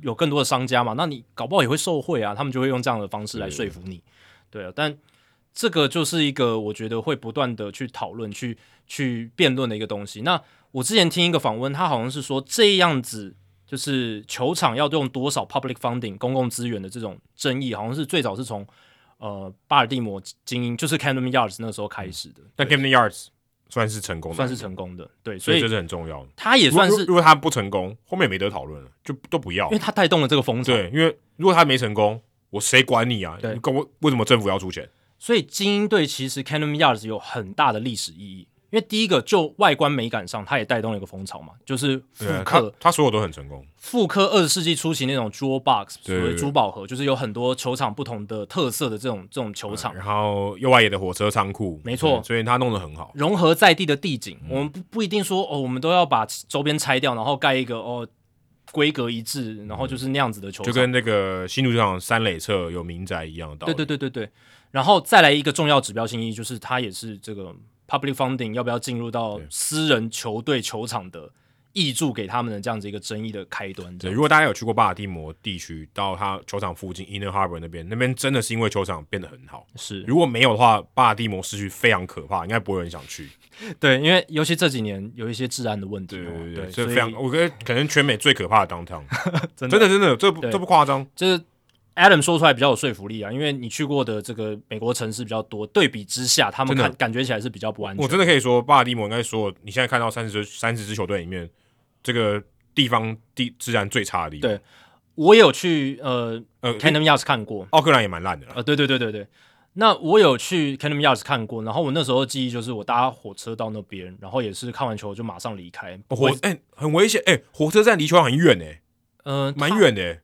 有更多的商家嘛，那你搞不好也会受贿啊，他们就会用这样的方式来说服你，对啊。但这个就是一个我觉得会不断的去讨论、去去辩论的一个东西。那我之前听一个访问，他好像是说这样子，就是球场要用多少 public funding 公共资源的这种争议，好像是最早是从呃巴尔的摩精英，就是 c a n d o m Yards 那时候开始的，
但 g a m e Yards 算是成功的，
算是成功的。对，
所
所
以这
以
是很重要的。
他也算
如果
是，
如果他不成功，后面也没得讨论了，就都不要
因为。他带动了这个风潮，
对，因为如果他没成功，我谁管你啊？
对
你跟我为什么政府要出钱？
所以精英队其实 c a n d o m Yards 有很大的历史意义。因为第一个就外观美感上，它也带动了一个风潮嘛，就是复
对啊，
刻
他他所有都很成功。
复刻二十世纪初期那种 jewel box，所
对对
谓
对
珠宝盒，就是有很多球场不同的特色的这种这种球场，
然后右外野的火车仓库，
没错
嗯所以他弄得很好。
融合在地的地景。
嗯
我们不不一定说哦，我们都要把周边拆掉，然后盖一个哦规格一致，然后就是那样子的球
嗯就
场。
跟那个新竹球场三垒侧有民宅一样的道理。
对对对对对，然后再来一个重要指标性意义，就是它也是这个 public funding 要不要进入到私人球队球场的挹注给他们的这样子一个争议的开端。
对，如果大家有去过巴尔的摩地区，到它球场附近 Inner Harbor 那边，那边真的是因为球场变得很好。
是
如果没有的话，巴尔的摩市区非常可怕，应该不会有人想去。
对，因为尤其这几年有一些治安的问题
对
嘛，
对
对
对，所以非常，我觉得可能全美最可怕的 downtown，
真
真的真的，这不
对
这不夸张。
就是 Adam 说出来比较有说服力啊，因为你去过的这个美国城市比较多，对比之下，他们
真的
看感觉起来是比较不安全。
我真的可以说，巴尔的摩应该说，你现在看到三十支三十支球队里面，这个地方地治安最差的地方。
对我也有去呃
呃，
Canem Yards 看过，
奥克兰也蛮烂的啦。
呃，对对对对对。那我有去 Canem Yards 看过，然后我那时候记忆就是我搭火车到那边，然后也是看完球就马上离开。不
火
会，
哎、很危险哎、火车站离球场很远哎、
嗯，
蛮
它。
远的、欸。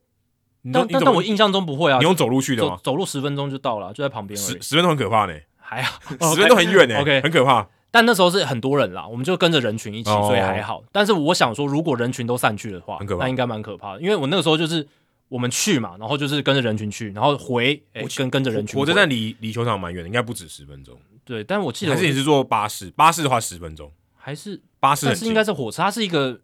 你都
但
你
但
怎
但
么
我印象中不会啊
你，用走路去的
走
吗？
走路十分钟就到了，就在旁边而
十
已，
十分钟很可怕呢、
还好。
十分钟很远呢、
哦
欸
OK
很可怕。
但那时候是很多人啦，我们就跟着人群一起，
哦
所以还好。但是我想说，如果人群都散去的话
很可，怕
那应该蛮可怕的。因为我那个时候就是我们去嘛，然后就是跟着人群去，然后回，哎、
我
跟跟着人群回。
火车站离离球场蛮远的，应该不止十分钟。
对，但我记得
还
我
是你是坐巴士？巴士的话十分钟，
还是，
巴士
但
很
是
近
应该是火车，它是一个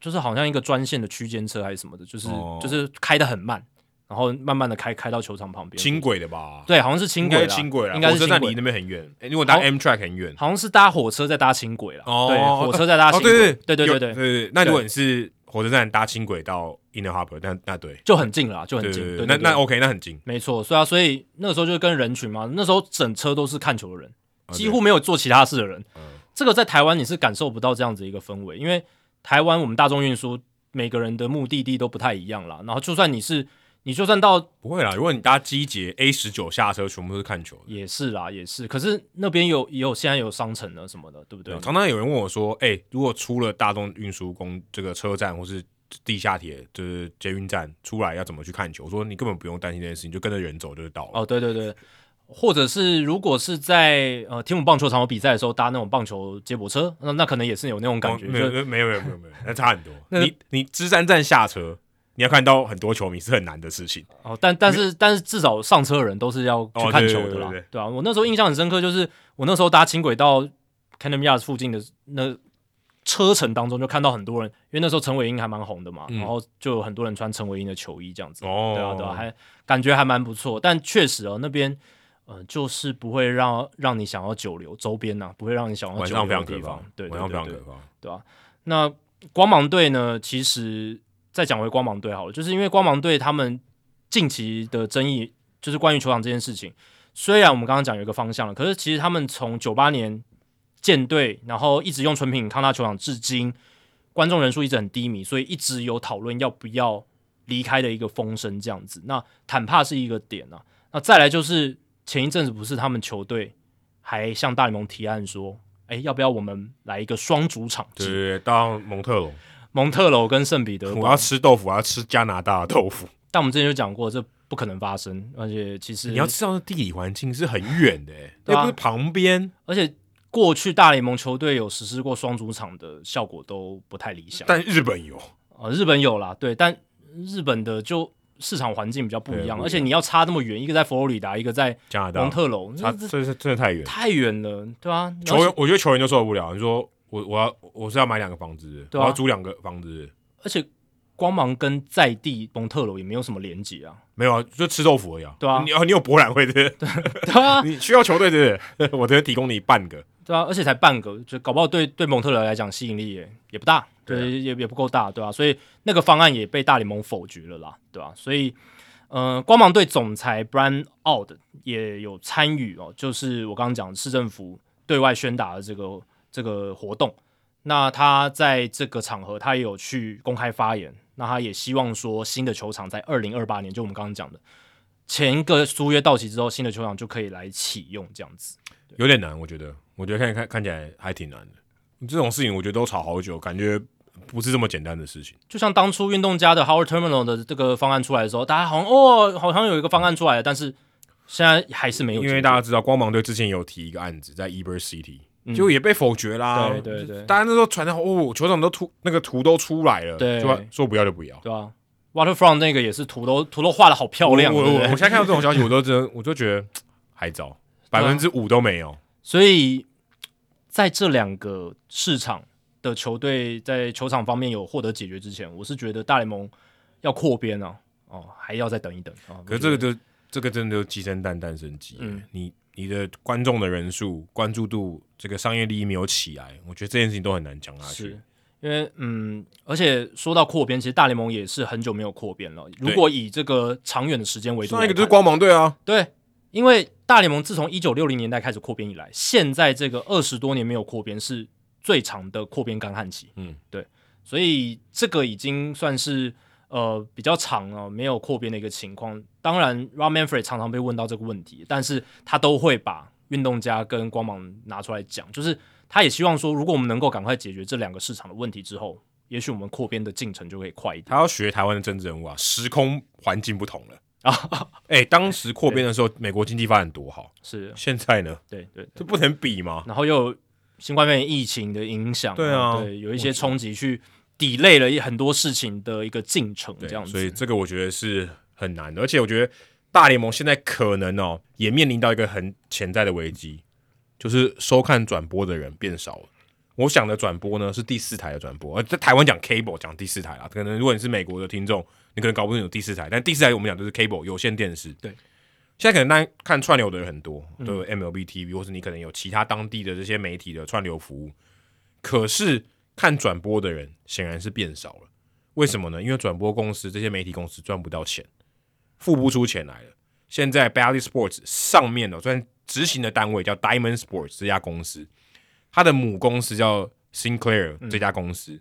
就是好像一个专线的区间车还是什么的，就是、
哦
就是开的很慢，然后慢慢的开开到球场旁边。
轻轨的吧？，
对，好像是轻
应
轨
该
啦，
轻轨啦。
应该
火
是
车
轻
站离
轨
那边很远、欸如果搭
好
Amtrak 很远。
好像是搭火车再搭轻轨啦。
哦
对，火车再搭
哦，
轻
对
轨，
对
对对
有
对对，
对那如果你是火车站搭轻轨到 Inner Harbor，那那对，
就很近了啦，就很
对
近。对
对，
对
那
对
那 OK，那很近，
没错，所以啊，所以那个时候就跟人群嘛，那时候整车都是看球的人，
啊
几乎没有做其他事的人。
嗯
这个在台湾你是感受不到这样子一个氛围，因为台湾我们大众运输每个人的目的地都不太一样啦。然后就算你是你就算到
对不会啦。如果你搭机捷 A 十九下车，全部都是看球的。
也是啦，也是，可是那边有也有现在有商城啊了什么的，对不对？
常常有人问我说：“哎、如果出了大众运输公这个车站或是地下铁，就是捷运站出来，要怎么去看球？”我说：“你根本不用担心这件事情，你就跟着人走就是到了。
哦，对对对，或者是如果是在呃天母棒球场有比赛的时候搭那种棒球接驳车，那那可能也是有那种感觉，
哦没
就
有没有没有没有没有没有，那差很多。
那
你你芝山站下车，你要看到很多球迷是很难的事情。
哦，但但是但是至少上车的人都是要去
哦
看
对
球
对
的啦，
对对
啊，我那时候印象很深刻，就是我那时候搭轻轨到 Canem Yards 附近的那车程当中，就看到很多人，因为那时候陈伟英还蛮红的嘛，
嗯
然后就有很多人穿陈伟英的球衣这样子，
哦
对啊对啊，还感觉还蛮不错，但确实哦那边。呃，就是不会让让你想要久留周边呐、不会让你想要
晚
久
上
留
非常
的
可
地
怕
方，，对，
晚
对
上非
对
常
对
可怕。
对吧、那光芒队呢？其实再讲回光芒队好了，就是因为光芒队他们近期的争议，就是关于球场这件事情。虽然我们刚刚讲有一个方向了，可是其实他们从九八年建队，然后一直用纯品康纳球场至今，观众人数一直很低迷，所以一直有讨论要不要离开的一个风声这样子。那坦帕是一个点啊，那再来就是前一阵子不是他们球队还向大联盟提案说，哎，要不要我们来一个双主场
对
制？
对对，到蒙特龙，
蒙特楼跟圣彼得
我
堡
要，吃豆腐，我要吃加拿大的豆腐。
但我们之前就讲过，这不可能发生，而且其实
你要知道，地理环境是很远的、欸，
对
又不
啊
是旁边。
而且过去大联盟球队有实施过双主场的效果都不太理想。
但日本有，
呃，日本有啦，对，但日本的就市场环境比较不一
对
样，
不一样
而且你要差那么远，一个在佛罗里达，一个在
加拿大
蒙，特楼，
差
那这
这是真的太远了。
太远了，对啊，
球
而且
员，我觉得球员就受不了。你说我我要我是要买两个房子，
对啊
我要租两个房子，
而且光芒跟在地蒙特楼也没有什么连接 啊，
没有啊，就吃豆腐而已、啊。
对啊
你哦，你有博览会对不对？
对啊，
你需要球队对不对？我只能提供你半个。
对啊，而且才半个，就搞不好对对蒙特楼来讲吸引力也也不大，对，
对啊
也也不够大，对啊，所以那个方案也被大联盟否决了啦，对吧、所以，呃，光芒队总裁 Brian Odd 也有参与哦，就是我刚刚讲市政府对外宣达的这个这个活动。那他在这个场合，他也有去公开发言。那他也希望说，新的球场在二零二八年，就我们刚刚讲的前一个租约到期之后，新的球场就可以来启用这样子。
有点难，我觉得，我觉得看看看起来还挺难的。这种事情我觉得都吵好久，感觉不是这么简单的事情。
就像当初运动家的 Howard Terminal 的这个方案出来的时候，大家好像哦，好像有一个方案出来了，但是现在还是没有结
因
果。
为大家知道，光芒队之前有提一个案子在 Eber City，、
嗯
就也被否决啦。
对对对
大家那时候传到哦，球场都图那个图都出来了，
对
就说说不要就不要。
对吧、Waterfront 那个也是图都图都画的好漂亮，
我我
对
我
不
我
对
现在看到这种消息， 我都真的我就觉得还早，百
对啊
分之五都没有。
所以在这两个市场的球队在球场方面有获得解决之前，我是觉得大联盟要扩编啊，哦，还要再等一等啊。
可是这个就这个真的就鸡生蛋蛋生鸡，
嗯
你你的观众的人数、关注度、这个商业利益没有起来，我觉得这件事情都很难讲下去
是。因为嗯，而且说到扩编，其实大联盟也是很久没有扩编了。如果以这个长远的时间维度
上
来看，
一个就是光芒队啊，
对，因为大联盟自从一九六零年代开始扩编以来，现在这个二十多年没有扩编是最长的扩编干旱期。
嗯，
对，所以这个已经算是呃比较长了、没有扩编的一个情况。当然 r o m a n f r e y 常常被问到这个问题，但是他都会把运动家跟光芒拿出来讲，就是他也希望说，如果我们能够赶快解决这两个市场的问题之后，也许我们扩编的进程就可以快一点
他要学台湾的政治人物啊，时空环境不同了。
啊。
哎、当时扩编的时候，美国经济发展多好，
是，
现在呢，
对对
这不能比嘛。
然后又有新冠肺炎疫情的影响，
对啊
对，有一些冲击去 delay 了一很多事情的一个进程，
对
这样，子，
所以这个我觉得是很难的，而且我觉得大联盟现在可能哦也面临到一个很潜在的危机，就是收看转播的人变少了。我想的转播呢是第四台的转播，呃，在台湾讲 cable 讲第四台啊，可能如果你是美国的听众，你可能搞不清楚第四台，但第四台我们讲就是 cable 有线电视。
对，嗯
现在可能大家看串流的人很多，都有 MLB TV，、或是你可能有其他当地的这些媒体的串流服务，可是看转播的人显然是变少了。为什么呢？因为转播公司这些媒体公司赚不到钱，付不出钱来了。现在 Bally Sports 上面的虽然执行的单位叫 Diamond Sports 这家公司，它的母公司叫 Sinclair 这家公司，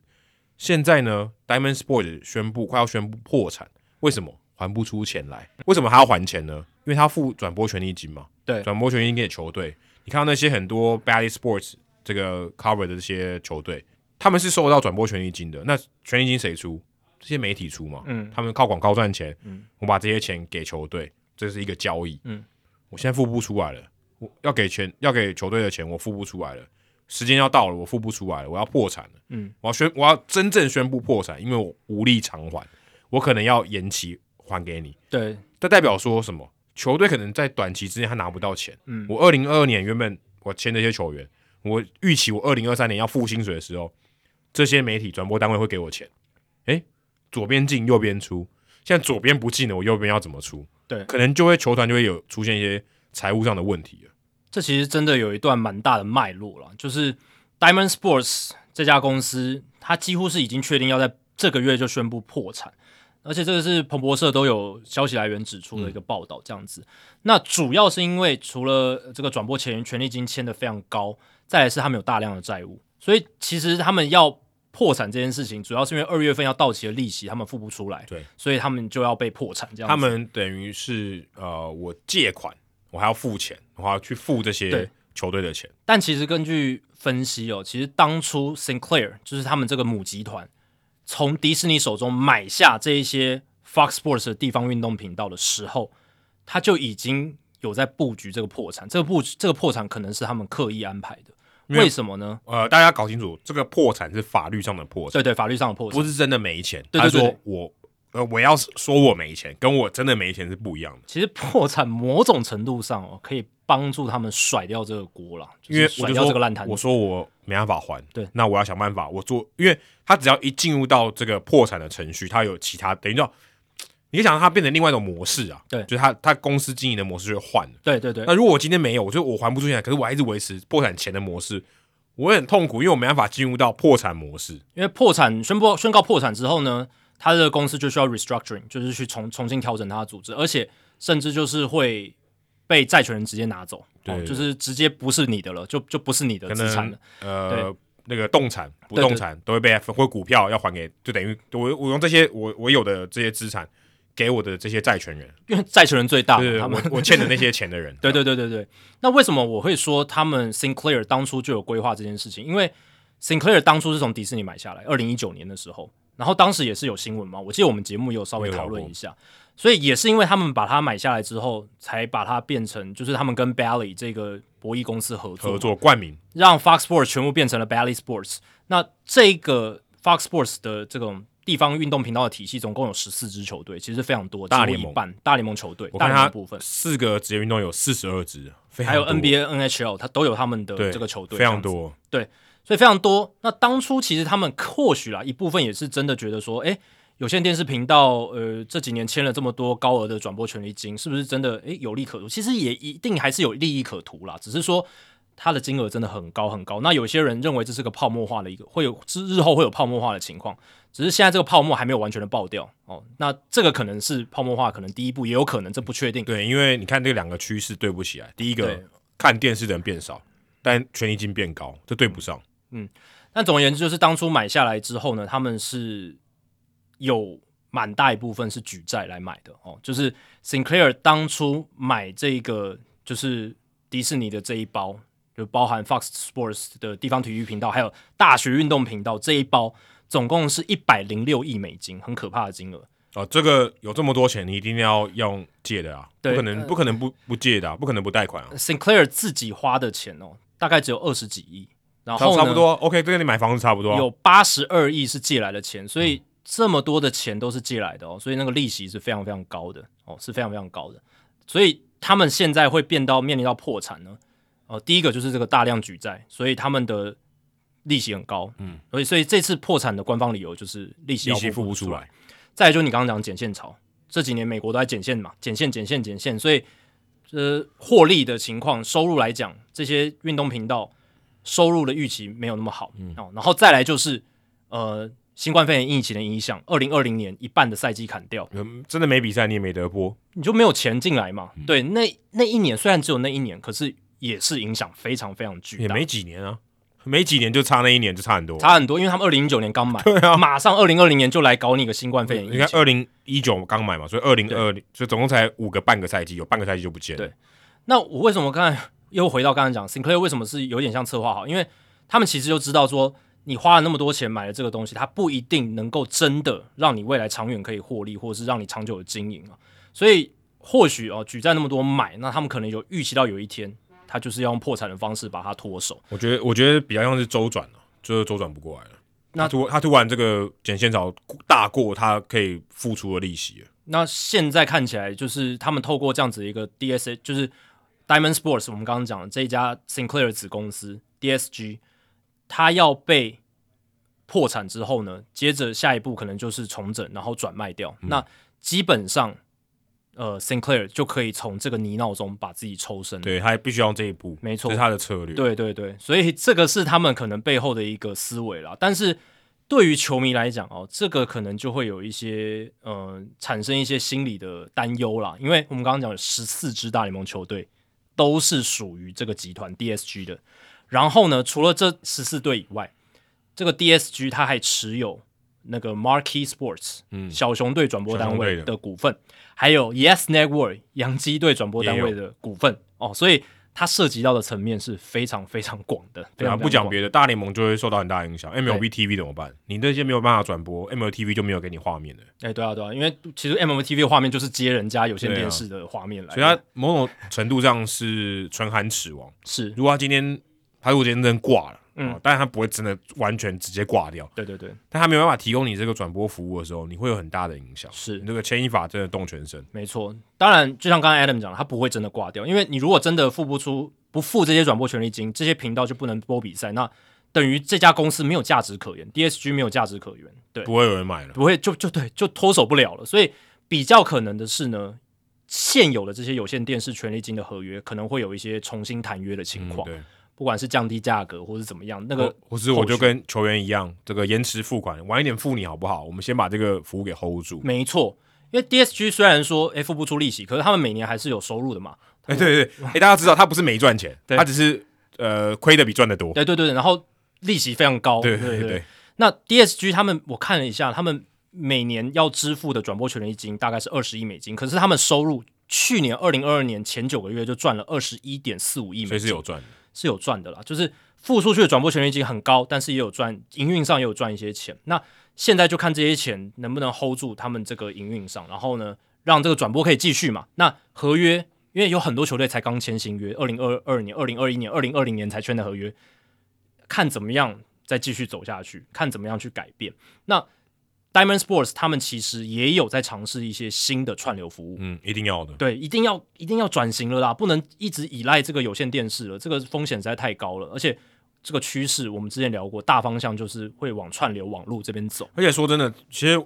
现在呢 Diamond Sports 宣布快要宣布破产，为什么还不出钱来？为什么还要还钱呢？因为他付转播权利金嘛，
对
转播权利金给球队。你看到那些很多 Bally Sports 这个 cover 的这些球队，他们是收到转播权利金的，那权利金谁出？这些媒体出嘛，
嗯
他们靠广告赚钱，
嗯
我把这些钱给球队，这是一个交易，
嗯，
我现在付不出来了，我要给钱，要给球队的钱，我付不出来了，时间要到了，我付不出来了，我要破产了，
嗯，
我要宣，我要真正宣布破产，因为我无力偿还，我可能要延期还给你，
对，
这代表说什么？球队可能在短期之内他拿不到钱。
嗯
我二零二二年原本我签这些球员，我预期我二零二三年要付薪水的时候，这些媒体转播单位会给我钱。诶，左边进右边出，现在左边不进了，我右边要怎么出？
对
可能就会球团就会有出现一些财务上的问题了。
这其实真的有一段蛮大的脉络了，就是 Diamond Sports 这家公司，它几乎是已经确定要在这个月就宣布破产，而且这个是彭博社都有消息来源指出的一个报道，这样子。那主要是因为除了呃这个转播前权利金签的非常高，再来是他们有大量的债务，所以其实他们要。破产这件事情，主要是因为二月份要到期的利息他们付不出来，
对，
所以他们就要被破产这样子。
他们等于是呃，我借款，我还要付钱，我还要去付这些
对
球队的钱。
但其实根据分析哦，其实当初 Sinclair 就是他们这个母集团从迪士尼手中买下这一些 Fox Sports 的地方运动频道的时候，他就已经有在布局这个破产。这个布局这个破产可能是他们刻意安排的。为什么呢？
呃，大家搞清楚，这个破产是法律上的破产。
对对，法律上的破
不
产。
是真的没钱，
对对
他
对
说我呃我要说我没钱，跟我真的没钱是不一样的。
其实破产某种程度上哦，可以帮助他们甩掉这个锅啦，就
因为
是
我
甩
就
掉
说
这个烂摊
我
子。
说我没办法还，
对
那我要想办法，我做，因为他只要一进入到这个破产的程序，他有其他等于说，你可以想它变成另外一种模式啊，
对
就是他他公司经营的模式就会换了。
对对对
那，如果我今天没有，我就我还不出钱来，可是我还一直维持破产前的模式，我会很痛苦，因为我没办法进入到破产模式。
因为破产宣布宣告破产之后呢，他的公司就需要 restructuring，就是去重重新调整他的组织，而且甚至就是会被债权人直接拿走，
对
哦就是直接不是你的了，就就不是你的
可
资产
能
了，
呃
对
那个动产、不
对
动产都会被分，或股票要还给，就等于我我用这些我我有的这些资产给我的这些债权人，
因为债权人最大嘛，
对
啊他们
我我欠的那些钱的 人，
对对对对对。那为什么我会说他们 Sinclair 当初就有规划这件事情？因为 Sinclair 当初是从迪士尼买下来，二零一九年的时候，然后当时也是有新闻嘛，我记得我们节目也有稍微
有聊
讨论
过
一下，所以也是因为他们把它买下来之后，才把它变成就是他们跟 Bally 这个博弈公司合作嘛
合作冠名，
让 Fox Sports 全部变成了 Bally Sports。那这个 Fox Sports 的这种地方运动频道的体系，总共有十四支球队，其实非常多，
大
几乎
联盟
一半大联盟球队，
我
大
看
联盟
他
的部分。
四个职业运动有四十二支，非常
还有
哎多
NBA、NHL，它都有他们的
对
这个球队，
非常
这样子。
多，
所以非常多。那当初其实他们或许啦，一部分也是真的觉得说，诶，有线电视频道，呃，这几年签了这么多高额的转播权利金，是不是真的诶有利可图？其实也一定还是有利益可图啦，只是说它的金额真的很高很高。那有些人认为这是个泡沫化的一个，会有之日后会有泡沫化的情况，只是现在这个泡沫还没有完全的爆掉哦。那这个可能是泡沫化，可能第一步，也有可能这不确定。
对，因为你看这两个趋势对不起来，第一
对
个看电视的人变少，但权利金变高，这对不上。
但总而言之，就是当初买下来之后呢，他们是有蛮大一部分是举债来买的哦。就是 Sinclair 当初买这个就是迪士尼的这一包，就包含 Fox Sports 的地方体育频道，还有大学运动频道这一包，总共是一百零六亿美金，很可怕的金额。
哦，这个有这么多钱，你一定要用借的啊，不
对
可能，不可能不不借的、啊，不可能不贷款啊，
Sinclair 自己花的钱哦，大概只有二十几亿，然
差
后
差
呢
不多，OK，这跟你买房子差不多啊、嗯
有八十二亿是借来的钱，所以这么多的钱都是借来的哦，所以那个利息是非常非常高的哦，是非常非常高的。所以他们现在会变到面临到破产呢，哦，第一个就是这个大量举债，所以他们的利息很高，嗯，所以所以这次破产的官方理由就是利息
利
要
息付
不
不
出
出
来。
来，
再来就是你刚刚讲减线潮，这几年美国都在减线嘛，减线、减线、减线，所以呃，获利的情况、收入来讲，这些运动频道收入的预期没有那么好、
嗯
哦。然后再来就是呃，新冠肺炎疫情的影响，二零二零年一半的赛季砍掉，
嗯，真的没比赛你也没得播，
你就没有钱进来
嗯
嘛。对，那那一年虽然只有那一年，可是也是影响非常非常巨
也
大。
没几年啊，没几年就差那一年就差很多。
差很多，因为他们二零一九年刚买，对啊，马上二零二零年就来搞你个新冠肺炎疫
你
情。
看二零一九刚买嘛，所以二零二零，所以总共才五个半个赛季，有半个赛季就不见了。
对那我为什么刚才又回到刚才讲 Sinclair 为什么是有点像策划好？因为他们其实就知道说，你花了那么多钱买了这个东西，它不一定能够真的让你未来长远可以获利，或者是让你长久的经营啊。所以或许哦，举债那么多买，那他们可能有预期到有一天，他就是要用破产的方式把它脱手。
我觉得，我觉得比较像是周转了、就是周转不过来了。
那
他突他突然这个减线潮大过他可以付出的利息了，
那现在看起来，就是他们透过这样子一个 DSA，就是 Diamond Sports，我们刚刚讲的这一家 Sinclair 子公司 DSG，它要被破产之后呢，接着下一步可能就是重整，然后转卖掉。那基本上，呃，Sinclair 就可以从这个泥淖中把自己抽身。
对他必须要用这一步，
嗯没错
这是他的策略。
对对对，所以这个是他们可能背后的一个思维啦。但是对于球迷来讲哦，这个可能就会有一些呃产生一些心理的担忧啦，因为我们刚刚讲十四支大联盟球队都是属于这个集团 DSG 的。然后呢，除了这十四队以外，这个 DSG 它还持有那个 Marquee Sports，
嗯
小熊队转播单
小熊队
位
的
的股份，还有 Yes Network 洋基队转播单位
也
的股份哦，所以它涉及到的层面是非常非常广的。非
对啊，
常
不讲
的，
别的，大联盟就会受到很大影响。MLB TV 怎么办？你那些没有办法转播，MLB TV 就没有给你画面了，
哎，对啊，对啊，因为其实 MMTV 的画面就是接人家有线
对啊
电视的画面来
所
的，
以他某种程度上是唇寒齿亡。
是
如果他今天他如果今天真的挂了，
嗯
嗯，但是他不会真的完全直接挂掉，
对对对，
但他没有办法提供你这个转播服务的时候，你会有很大的影响。
是
你这个牵一发真的动全身。
没错。当然，就像刚才 Adam 讲的，他不会真的挂掉，因为你如果真的付不出不付这些转播权利金，这些频道就不能播比赛，那等于这家公司没有价值可言，DSG 没有价值可言，对。
不会有人买了。
不会就就对就脱手不了了。所以比较可能的是呢，现有的这些有线电视权利金的合约可能会有一些重新谈约的情
嗯，
况，
对，哦
不管是降低价格或是怎么样，那个
或或是我就
后续
跟球员一样，这个延迟付款，晚一点付你好不好？我们先把这个服务给 hold 住。
没错。因为 DSG 虽然说哎诶付不出利息，可是他们每年还是有收入的嘛。
哎，对对对，哎，大家知道他不是没赚钱，
对
他只是呃亏的比赚的多。
对对对，然后利息非常高。
对
对
对对，
那 DSG 他们我看了一下，他们每年要支付的转播权利金大概是二十亿美金，可是他们收入去年二零二二年前九个月就赚了二十一点四五亿美
所
金，
以是有赚的。
是有赚的啦，就是付出去的转播权利金很高，但是也有赚，营运上也有赚一些钱。那现在就看这些钱能不能 hold 住他们这个营运上，然后呢，让这个转播可以继续嘛。那合约，因为有很多球队才刚签新约，二零二二年、二零二一年、二零二零年才签的合约，看怎么样再继续走下去，看怎么样去改变。那 Diamond Sports 他们其实也有在尝试一些新的串流服务，
嗯，一定要的。
对，一定要一定要转型了啦，不能一直依赖这个有线电视了，这个风险实在太高了。而且这个趋势，我们之前聊过，大方向就是会往串流网络这边走。
而且说真的，其实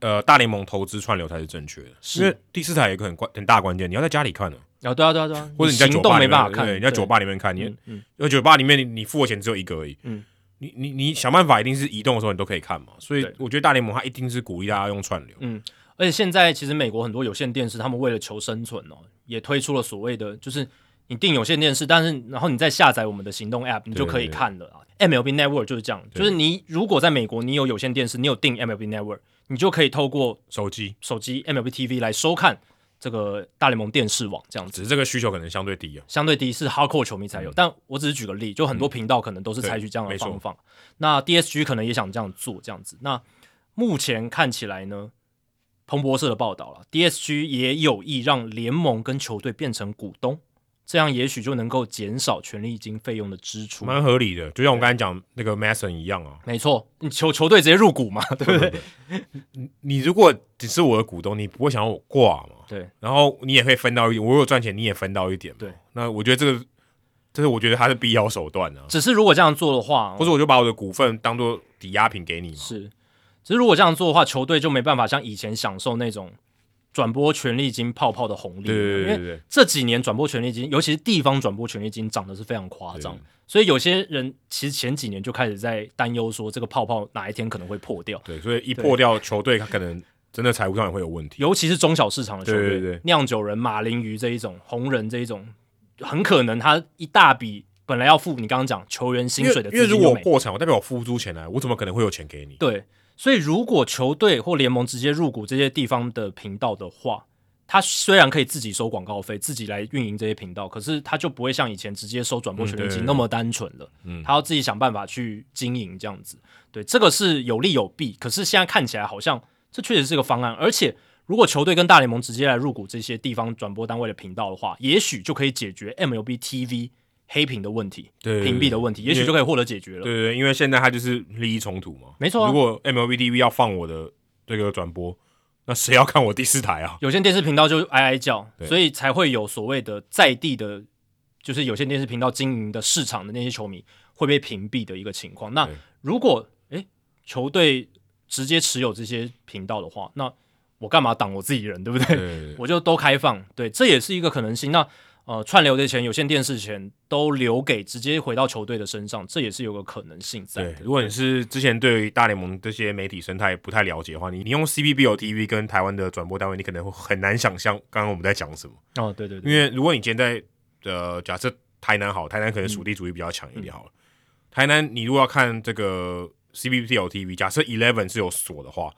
呃，大联盟投资串流才是正确的，
是
因为第四台有一个很关很大关键，你要在家里看的、
啊，对啊，对啊，对啊，
或者你在酒
行
吧
动
里
没
面
办法看，
对，你在酒吧里面看，
对，
你
嗯嗯，
而酒吧里面你你付的钱只有一个而已，
嗯，
你你你想办法一定是移动的时候你都可以看嘛，所以
对
我觉得大联盟它一定是鼓励大家用串流，
而且现在其实美国很多有线电视，他们为了求生存哦，也推出了所谓的就是你订有线电视，但是然后你再下载我们的行动 App，你就可以看了啊。MLB Network 就是这样，
对
就是你如果在美国你有有线电视，你有订 MLB Network，你就可以透过
手机
手机 MLB TV 来收看这个大联盟电视网这样子。
只是这个需求可能相对低啊，
相对低是 hardcore 球迷才有，但我只是举个例，就很多频道可能都是采取这样
嗯对
的
没错
方法。那 DSG 可能也想这样做，这样子。那目前看起来呢，彭博社的报道了，DSG 也有意让联盟跟球队变成股东，这样也许就能够减少权利金费用的支出。
蛮合理的，就像我刚才讲那个 Mason 一样啊，
没错，你球球队直接入股嘛，对不对？
你如果只是我的股东，你不会想要我挂嘛，
对，
然后你也可以分到一点，我有赚钱你也分到一点嘛，
对，
那我觉得这个这是我觉得它是必要手段啊，
只是如果这样做的话，
或者我就把我的股份当做抵押品给你嘛，
是，只是如果这样做的话，球队就没办法像以前享受那种转播权利金泡泡的红利
对
了，
对对对
因为
对
这几年转播权利金，尤其是地方转播权利金涨得是非常夸张
对，
所以有些人其实前几年就开始在担忧说，这个泡泡哪一天可能会破掉，
对，所以一破掉球队，他可能真的财务上也会有问题。
尤其是中小市场的球队，
对对对
酿酒人、马林鱼这一种、红人这一种，很可能他一大笔本来要付你刚刚讲球员薪
因为
水的
因为
资
如
金
果
都
我
没
破产，我代表我付出钱来，我怎么可能会有钱给你？
对，所以如果球队或联盟直接入股这些地方的频道的话，他虽然可以自己收广告费，自己来运营这些频道，可是他就不会像以前直接收转播权利
嗯对
金
对
那么单纯了。
嗯
他要自己想办法去经营这样子。对，这个是有利有弊，可是现在看起来好像这确实是个方案，而且。如果球队跟大联盟直接来入股这些地方转播单位的频道的话，也许就可以解决 MLB TV 黑屏的问题、
对
屏蔽的问题，也许就可以获得解决了。
对对对，因为现在它就是利益冲突嘛。
没错啊
如果 MLB TV 要放我的这个转播，那谁要看我第四 台啊？
有线电视频道就哀哀叫，
对
所以才会有所谓的在地的，就是有线电视频道经营的市场的那些球迷会被屏蔽的一个情况。那
对
如果诶球队直接持有这些频道的话，那我干嘛挡我自己人，对不对？
对对对
我就都开放，对，这也是一个可能性。那呃，串流的钱、有线电视钱都留给直接回到球队的身上，这也是有个可能性在
对
的。，
如果你是之前对于大联盟这些媒体生态不太了解的话，你你用 CBBO TV 跟台湾的转播单位，你可能会很难想象刚刚我们在讲什么。
哦，对对对，
因为如果你今天在呃，假设台南好，台南可能
嗯
属地主义比较强一点好了。台南你如果要看这个 CBPL TV，假设 Eleven 是有锁的话，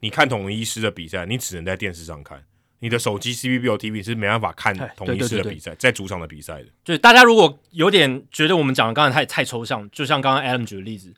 你看统一师的比赛，你只能在电视上看。你的手机 CBPL TV 是没办法看
哎
统一师
对对对
的
对
比赛，在主场的比赛的。
就是大家如果有点觉得我们讲的刚才太太抽象，就像刚刚 Adam 举的例子，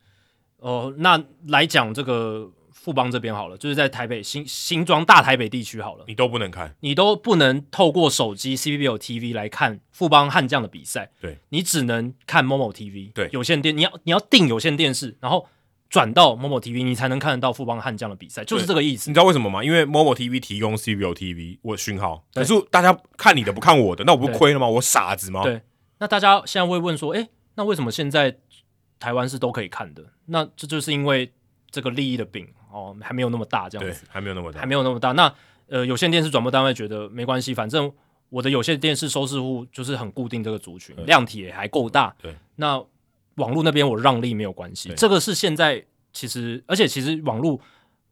哦、那来讲这个富邦这边好了，就是在台北新新庄大台北地区好了，
你都不能看，
你都不能透过手机 CBBL TV 来看富邦悍将的比赛，
对
你只能看 Momo TV，
对
有线电你要你要订有线电视，然后转到 Momo TV，你才能看得到富邦悍将的比赛，就是这个意思
你知。道为什么吗？因为 Momo TV 提供 CBPL TV 我讯号，
对
可是大家看你的不看我的，那我不是
对
亏了吗？我傻子吗？
对，那大家现在会问说，诶，那为什么现在台湾是都可以看的？那这就是因为这个利益的饼哦，还没有那么大，这样
对
子，
还没有那么大
还。没有那么大。那呃，有线电视转播单位觉得没关系，反正我的有线电视收视户就是很固定这个族群，量体也还够大。
对，
那网络那边我让利没有关系，
对
这个是现在其实，而且其实网络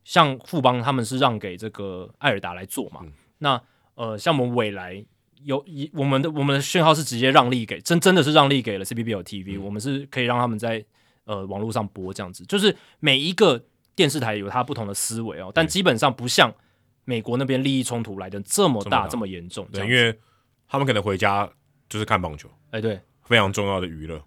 像富邦他们是让给这个艾尔达来做
嗯
嘛，那呃，像我们未来有一我们的我们的讯号是直接让利给真真的是让利给了 CBBL
嗯
TV，、我们是可以让他们在呃网络上播这样子，就是每一个电视台有它不同的思维哦，但基本上不像美国那边利益冲突来的这么
这么
大
大
这么严重，这
对，
样
因
子
为他们可能回家就是看棒球，
哎对，
非常重要的娱乐。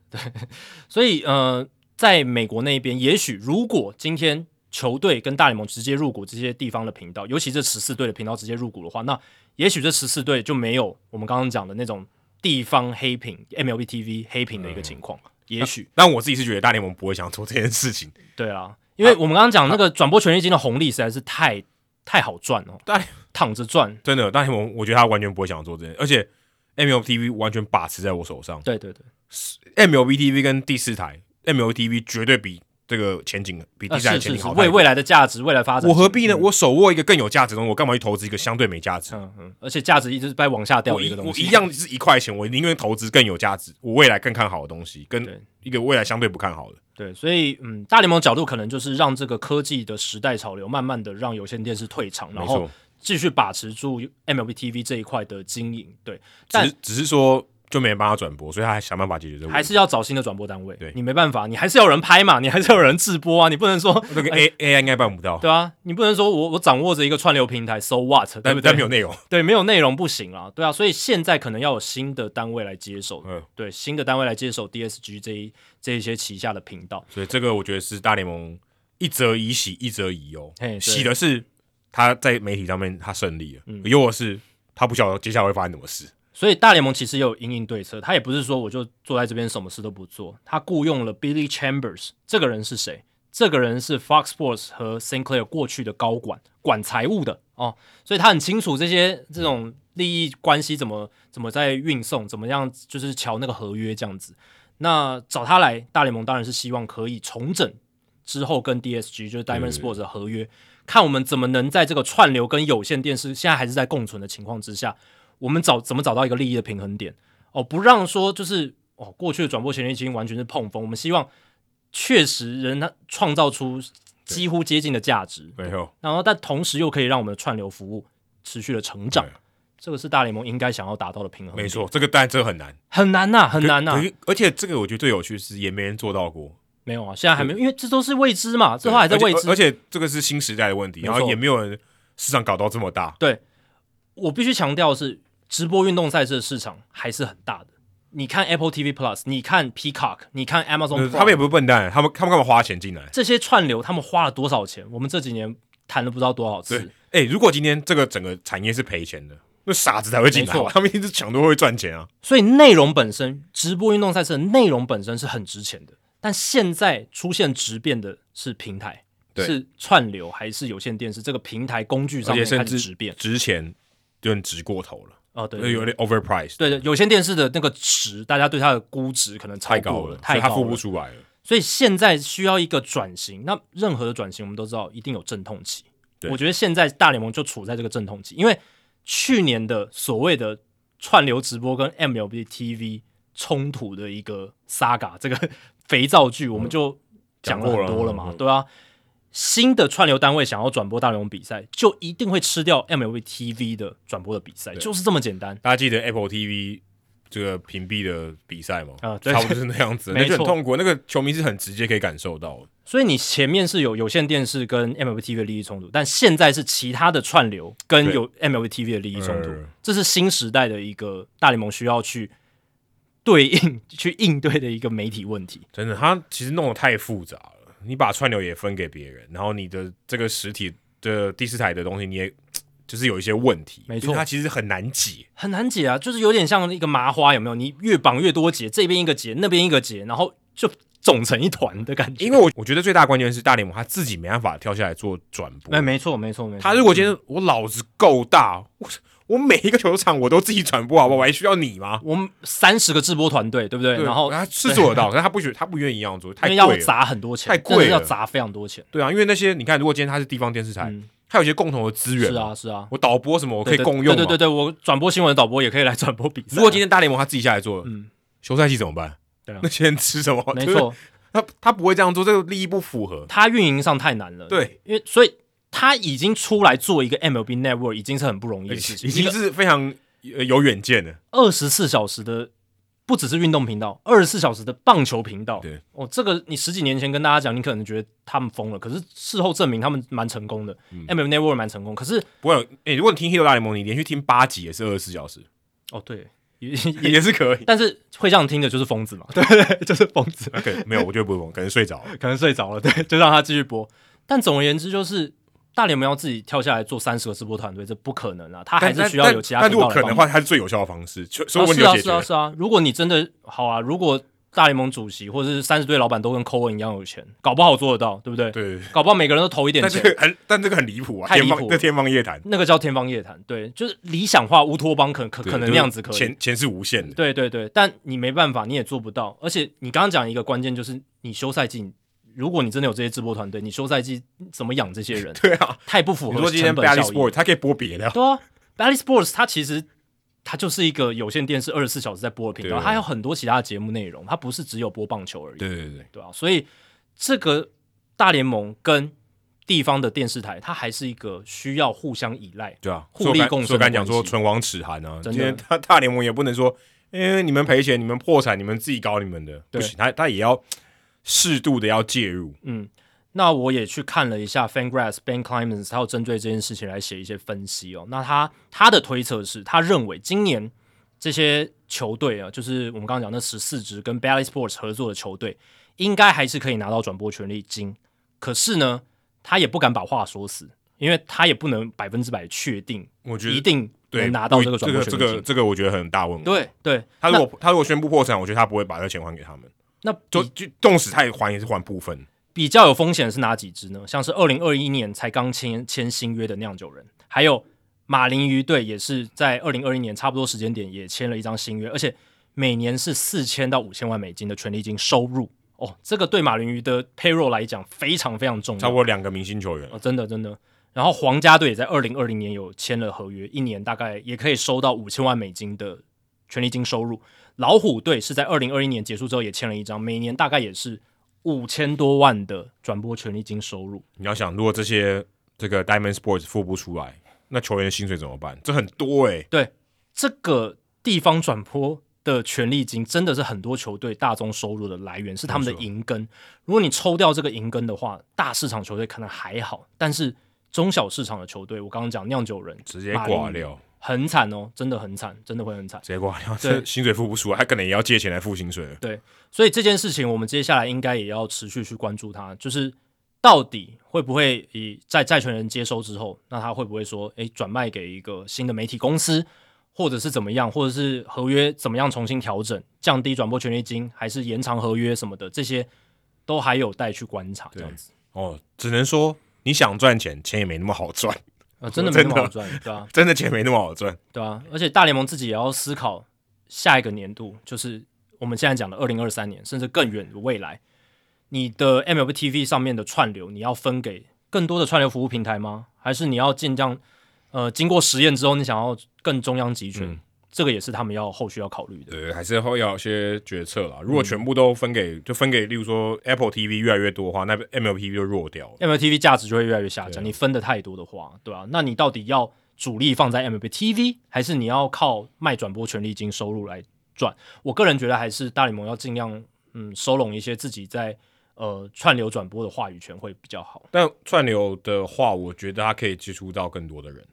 所以呃，在美国那边，也许如果今天球队跟大联盟直接入股这些地方的频道，尤其这十四队的频道直接入股的话，那也许这十四队就没有我们刚刚讲的那种地方黑屏 MLB TV 黑屏的一个情况。
嗯
也许
但我自己是觉得大联盟不会想做这件事情。
对啊，因为我们刚刚讲那个转播权利金的红利实在是太太好赚哦，
大联
躺着赚。
真的，大联盟我觉得他完全不会想做这件，而且 MLB TV 完全把持在我手上。
对对对，
MLB TV 跟第四台 MLTV 绝对比这个前景比
啊
第三
是
的前景
是是
好太
为
多
未来的价值、未来发展，
我何必呢？我手握一个更有价值的东西，我干嘛去投资一个相对没价值？
嗯嗯，而且价值一直在往下掉
我
的一
一
个东
我
西，
一样是一块钱，我宁愿投资更有价值，我未来更看好的东西，
对
跟一个未来相对不看好的。
对，所以嗯，大联盟角度可能就是让这个科技的时代潮流慢慢的让有线电视退场，然
没
后
错，
继续把持住 MLB TV 这一块的经营，对，
只
但
是只是说就没人帮他转播，所以他还想办法解决这个问题。
还是要找新的转播单位，
嗯对
你没办法，你还是要有人拍嘛，你还是要有人直播啊，你不能说
那个 A A I 应该办不到，
对啊，你不能说我我掌握着一个串流平台，so what，对
但
不
但没有
对？
内容。
对，没有内容不行啊，对啊，所以现在可能要有新的单位来接手，
嗯
对，新的单位来接手 DSG 这一这一些旗下的频道，
所以这个我觉得是大联盟一则以喜，一则以忧
嘿对。
喜的是他在媒体上面他胜利了，
嗯
忧的是他不晓得接下来会发生什么事。
所以大联盟其实也有因应对策，他也不是说我就坐在这边什么事都不做，他雇佣了 Billy Chambers 这个人是谁？这个人是 Fox Sports 和 Sinclair 过去的高管，管财务的哦，所以他很清楚这些这种利益关系怎么怎么在运送，怎么样就是瞧那个合约这样子。那找他来，大联盟当然是希望可以重整之后跟 DSG 就是 Diamond
对
Sports 的合约，看我们怎么能在这个串流跟有线电视现在还是在共存的情况之下，我们找怎么找到一个利益的平衡点哦，不让说就是哦过去的转播权利金完全是碰风，我们希望确实人他创造出几乎接近的价值，
没错，
然后但同时又可以让我们的串流服务持续的成长
对，
这个是大联盟应该想要达到的平衡。
没，错，这个但这个很难，
很难呐、很难呐、啊
可是而且这个我觉得最有趣是也没人做到过，
没有啊，现在还没有，因为这都是未知嘛，这都还在
对而
未
且
知
而。且这个是新时代的问题，
没错
然后也没有人市场搞到这么大。
对我必须强调的是，直播运动赛事的市场还是很大的。你看 Apple TV Plus，你看 Peacock，你看 Amazon，
呃他们也
Prime
不是笨蛋，他们他们干嘛花钱进来？
这些串流，他们花了多少钱？我们这几年谈了不知道多少
对
次。，
哎、如果今天这个整个产业是赔钱的，那傻子才会进来
没
嘛
错，
他们一直抢都会赚钱啊。
所以内容本身，直播运动赛事的内容本身是很值钱的。但现在出现质变的是平台，
对
是串流还是有线电视这个平台工具
而
上
且
面开
甚
始
至
质变？
值钱有点值过头了，
哦，对，
那有点 overpriced，
对对，有线电视的那个值，大家对它的估值可能超
太
过
高了，所
太
以他
高
付不
了。
出来了。
所以现在需要一个转型。那任何的转型，我们都知道一定有阵痛期。
对
我觉得现在大联盟就处在这个阵痛期，因为去年的所谓的串流直播跟 MLB TV 冲突的一个 saga，这个肥皂剧，我们就讲了很多了嘛，
嗯讲过了嗯
对啊。新的串流单位想要转播大联盟比赛，就一定会吃掉 MLB TV 的转播的比赛，就是这么简单。
大家记得 Apple TV 这个屏蔽的比赛吗？
啊对
差不多是那样子，
没
那就
错
很痛苦，那个球迷是很直接可以感受到的。
所以你前面是有有线电视跟 MLB TV 的利益冲突，但现在是其他的串流跟
对
有 MLB TV 的利益冲突
嗯，
这是新时代的一个大联盟需要去对应、 去应对的一个媒体问题。
真的，他其实弄得太复杂了。你把串流也分给别人，然后你的这个实体的呃第四台的东西，你也就是有一些问题，
没错
就是它其实很难解。
很难解啊，就是有点像一个麻花，有没有？你越绑越多结，这边一个结，那边一个结，然后就肿成一团的感觉。
因为我我觉得最大关键是大联盟他自己没办法跳下来做转播
哎，，没错，没错，没错。
他如果今天我老子够大，我我每一个球场我都自己转播好不好？我还需要你吗？
我们三十个直播团队，对不对？
对
然后
他是做得到，但他不许他不愿意这样做，太
因为
贵
要
了。
砸很多钱，
太贵
真的是要
了
砸非常多钱。
对啊，因为那些你看，如果今天它是地方电视台，
嗯
它有一些共同的资源
是
嘛，
啊，是啊。
我导播什么我可以
对对
共用嘛。啊
对对对，我转播新闻的导播也可以来转播比赛啊。
如果今天大联盟他自己下来做，
嗯
休赛季怎么办？
对啊
那些人吃什么？
没
就是
错，
他他不会这样做，这个利益不符合。
他运营上太难了。，
对，
因为所以他已经出来做一个 MLB Network 已经是很不容易
已
的事情，
哎已经是非常呃有远见的。
二十四小时的，不只是运动频道，二十四小时的棒球频道。
对，
哦，这个你十几年前跟大家讲，你可能觉得他们疯了，可是事后证明他们蛮成功的、m
嗯
l b Network 蛮成功。可是
不过，哎、如果你听《h e 大联盟》，你连续听八集也是二十四小时，
哦， 对，也
也
也，
也是可以。
但是会这样听的就是疯子嘛，对对，对就是疯子。
那可以没有，我觉得不会，可能睡着了。
可能睡着了，对，就让他继续播。但总而言之，就是大联盟要自己跳下来做三十个直播团队，这不可能啊，他 还是需要有其他
但但但
频
如果
道来
可能的
帮忙。
话，它是最有效的方式，就所
啊
有问
是
题都
啊
解决
是啊
了。
是啊，如果你真的好啊，如果大联盟主席或者是三十队老板都跟扣文一样有钱，搞不好做得到，对不对？
对，
搞不好每个人都投一点
但这
钱，
个很，但这个很离谱啊！
太离
天方
谱
这天方夜谭，
那个叫天方夜谭。对，就是理想化乌托邦可可
对
可能
就
那
是
样子可以。
钱钱是无限的，？
对对对，但你没办法，你也做不到。而且你刚刚讲一个关键，就是你休赛季，如果你真的有这些直播团队，你休赛季怎么养这些人
对啊。
太不符
你
合
说今天
成本效
Bally
益。
Sport 它可以播别的啊，
对啊 b a l l y Sports 它其实它就是一个有线电视二十四小时在播的频道，
对
它还有很多其他的节目内容，它不是只有播棒球而已，
对对对，
对啊，所以这个大联盟跟地方的电视台，它还是一个需要互相依赖。
对啊，
互
所以我
利
刚
共生
所以我刚才
的
讲
关
说
系
唇亡齿寒啊，
真的
今天大大联盟也不能说， 因为你们赔钱，你们破产，你们自己搞你们的，不
对
行，他他也要适度的要介入，
嗯，那我也去看了一下 Fangraphs Ben Clemens，他有针对这件事情来写一些分析哦。那他他的推测是，他认为今年这些球队啊，就是我们刚刚讲那十四支跟 Bally Sports 合作的球队，应该还是可以拿到转播权利金。可是呢，他也不敢把话说死，因为他也不能百分之百确定，
我觉得
一定
对
能拿到
不
这个转
这
播
个
权
这
利金。
个这个我觉得很大问题。
对对，
他如果他如果宣布破产，我觉得他不会把这钱还给他们，
那比
就就纵使他也还也是还部分，
比较有风险的是哪几支呢？像是二零二一年才刚签签新约的酿酒人，还有马林鱼队也是在二零二一年差不多时间点也签了一张新约，而且每年是四千到五千万美金的权利金收入哦，这个对马林鱼的 payroll 来讲非常非常重
差
要
不多两个明星球员，
哦，真的真的。然后皇家队也在二零二零年有签了合约，一年大概也可以收到五千万美金的权利金收入。老虎队是在二零二一年结束之后也签了一张，每年大概也是五千多万的转播权利金收入。
你要想，如果这些这个 Diamond Sports 付不出来，那球员的薪水怎么办？这很多哎、
对这个地方转播的权利金，真的是很多球队大宗收入的来源，是他们的
没错
银根。如果你抽掉这个银根的话，大市场球队可能还好，但是中小市场的球队，我刚刚讲酿酒人
直接
马林
挂
鱼
掉，
很惨哦，真的很惨，真的会很惨。
直接挂掉，
对
这薪水付不出来，他可能也要借钱来付薪水了。
所以这件事情，我们接下来应该也要持续去关注它，就是到底会不会以在债权人接收之后，那他会不会说，诶，转卖给一个新的媒体公司，或者是怎么样，或者是合约怎么样重新调整，降低转播权利金，还是延长合约什么的，这些都还有待去观察。这样子，
哦，只能说你想赚钱，钱也没那么好赚，
啊，真的没那
真
么
的
好赚，对吧、
真的钱没那么好赚。
对啊，而且大联盟自己也要思考下一个年度，就是我们现在讲的二零二三年，甚至更远的未来，你的 MLB TV 上面的串流，你要分给更多的串流服务平台吗？还是你要尽量呃，经过实验之后，你想要更中央集权？
嗯
这个也是他们要后续要考虑的。
对，还是会要有些决策啦。如果全部都分给，就分给，例如说 Apple TV 越来越多的话，那 MLP 就弱掉了。
MLB TV 价值就会越来越下
对
降，你分的太多的话，对啊，那你到底要主力放在 MLB TV，还是你要靠卖转播权利金收入来赚？我个人觉得还是大联盟要尽量嗯收拢一些自己在呃串流转播的话语权会比较好。
但串流的话，我觉得它可以接触到更多的人。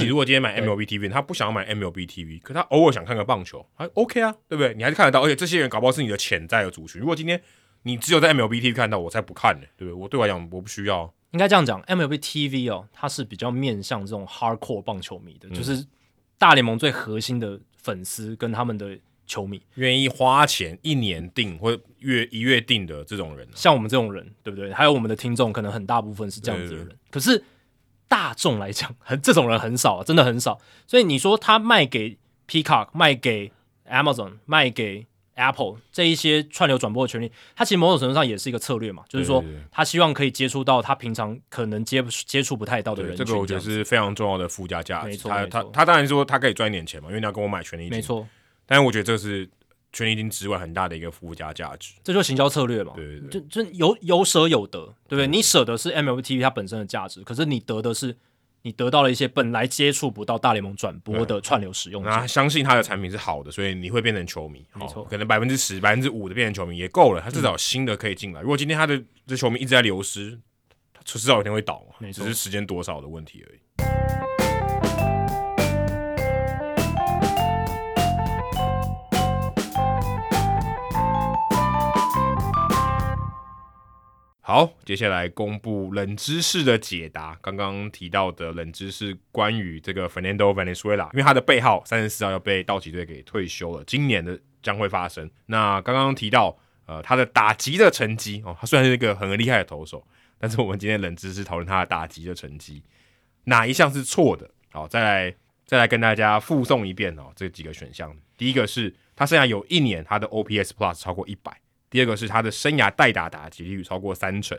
你如果今天买 MLB TV，他不想要买 MLB TV，可他偶尔想看个棒球，还 OK 啊，对不对？你还是看得到，而且这些人搞不好是你的潜在的族群。如果今天你只有在 MLB TV 看到，我才不看呢、对不对？我对我来讲，我不需要。
应该这样讲，MLB TV 哦，它是比较面向这种 hardcore 棒球迷的，就是大联盟最核心的粉丝跟他们的球迷，
愿意花钱一年定或月一月定的这种人、啊，
像我们这种人，对不对？还有我们的听众，可能很大部分是这样子的人。
对
可是大众来讲，很这种人很少、啊，真的很少。所以你说他卖给 Peacock、卖给 Amazon、卖给 Apple 这一些串流转播的权利，它其实某种程度上也是一个策略嘛，就是说
对对对
他希望可以接触到他平常可能接不接触不太到的
对
人
这
群。
个我觉得
样子
是非常重要的附加价值。
没错
他
没
他
错
他当然说他可以赚一点钱嘛，因为你要跟我买权利金，
没。错，
但是我觉得这是权利金之外很大的一个附加价值。
这就是行销策略嘛。
对对对
就就有有舍有得，对不对？你舍的是 MLB TV 它本身的价值，可是你得的是你得到了一些本来接触不到大联盟转播的串流使用者。
那相信他的产品是好的，所以你会变成球迷。
没错
哦可能百分之十、百分之五的变成球迷也够了。他至少有新的可以进来。如果今天他的这球迷一直在流失，他迟早有一天会倒嘛，
没
只
错
是时间多少的问题而已。好，接下来公布冷知识的解答。刚刚提到的冷知识关于这个 Fernando Venezuela，因为他的背号三十四号要被道奇队给退休了，今年的将会发生。那刚刚提到，呃，他的打击的成绩哦，他虽然是一个很厉害的投手，但是我们今天冷知识讨论他的打击的成绩，哪一项是错的？好，再来再来跟大家附送一遍哦，这几个选项。第一个是他生涯有一年他的 OPS Plus 超过一百，第二个是他的生涯代打打击率超过三成，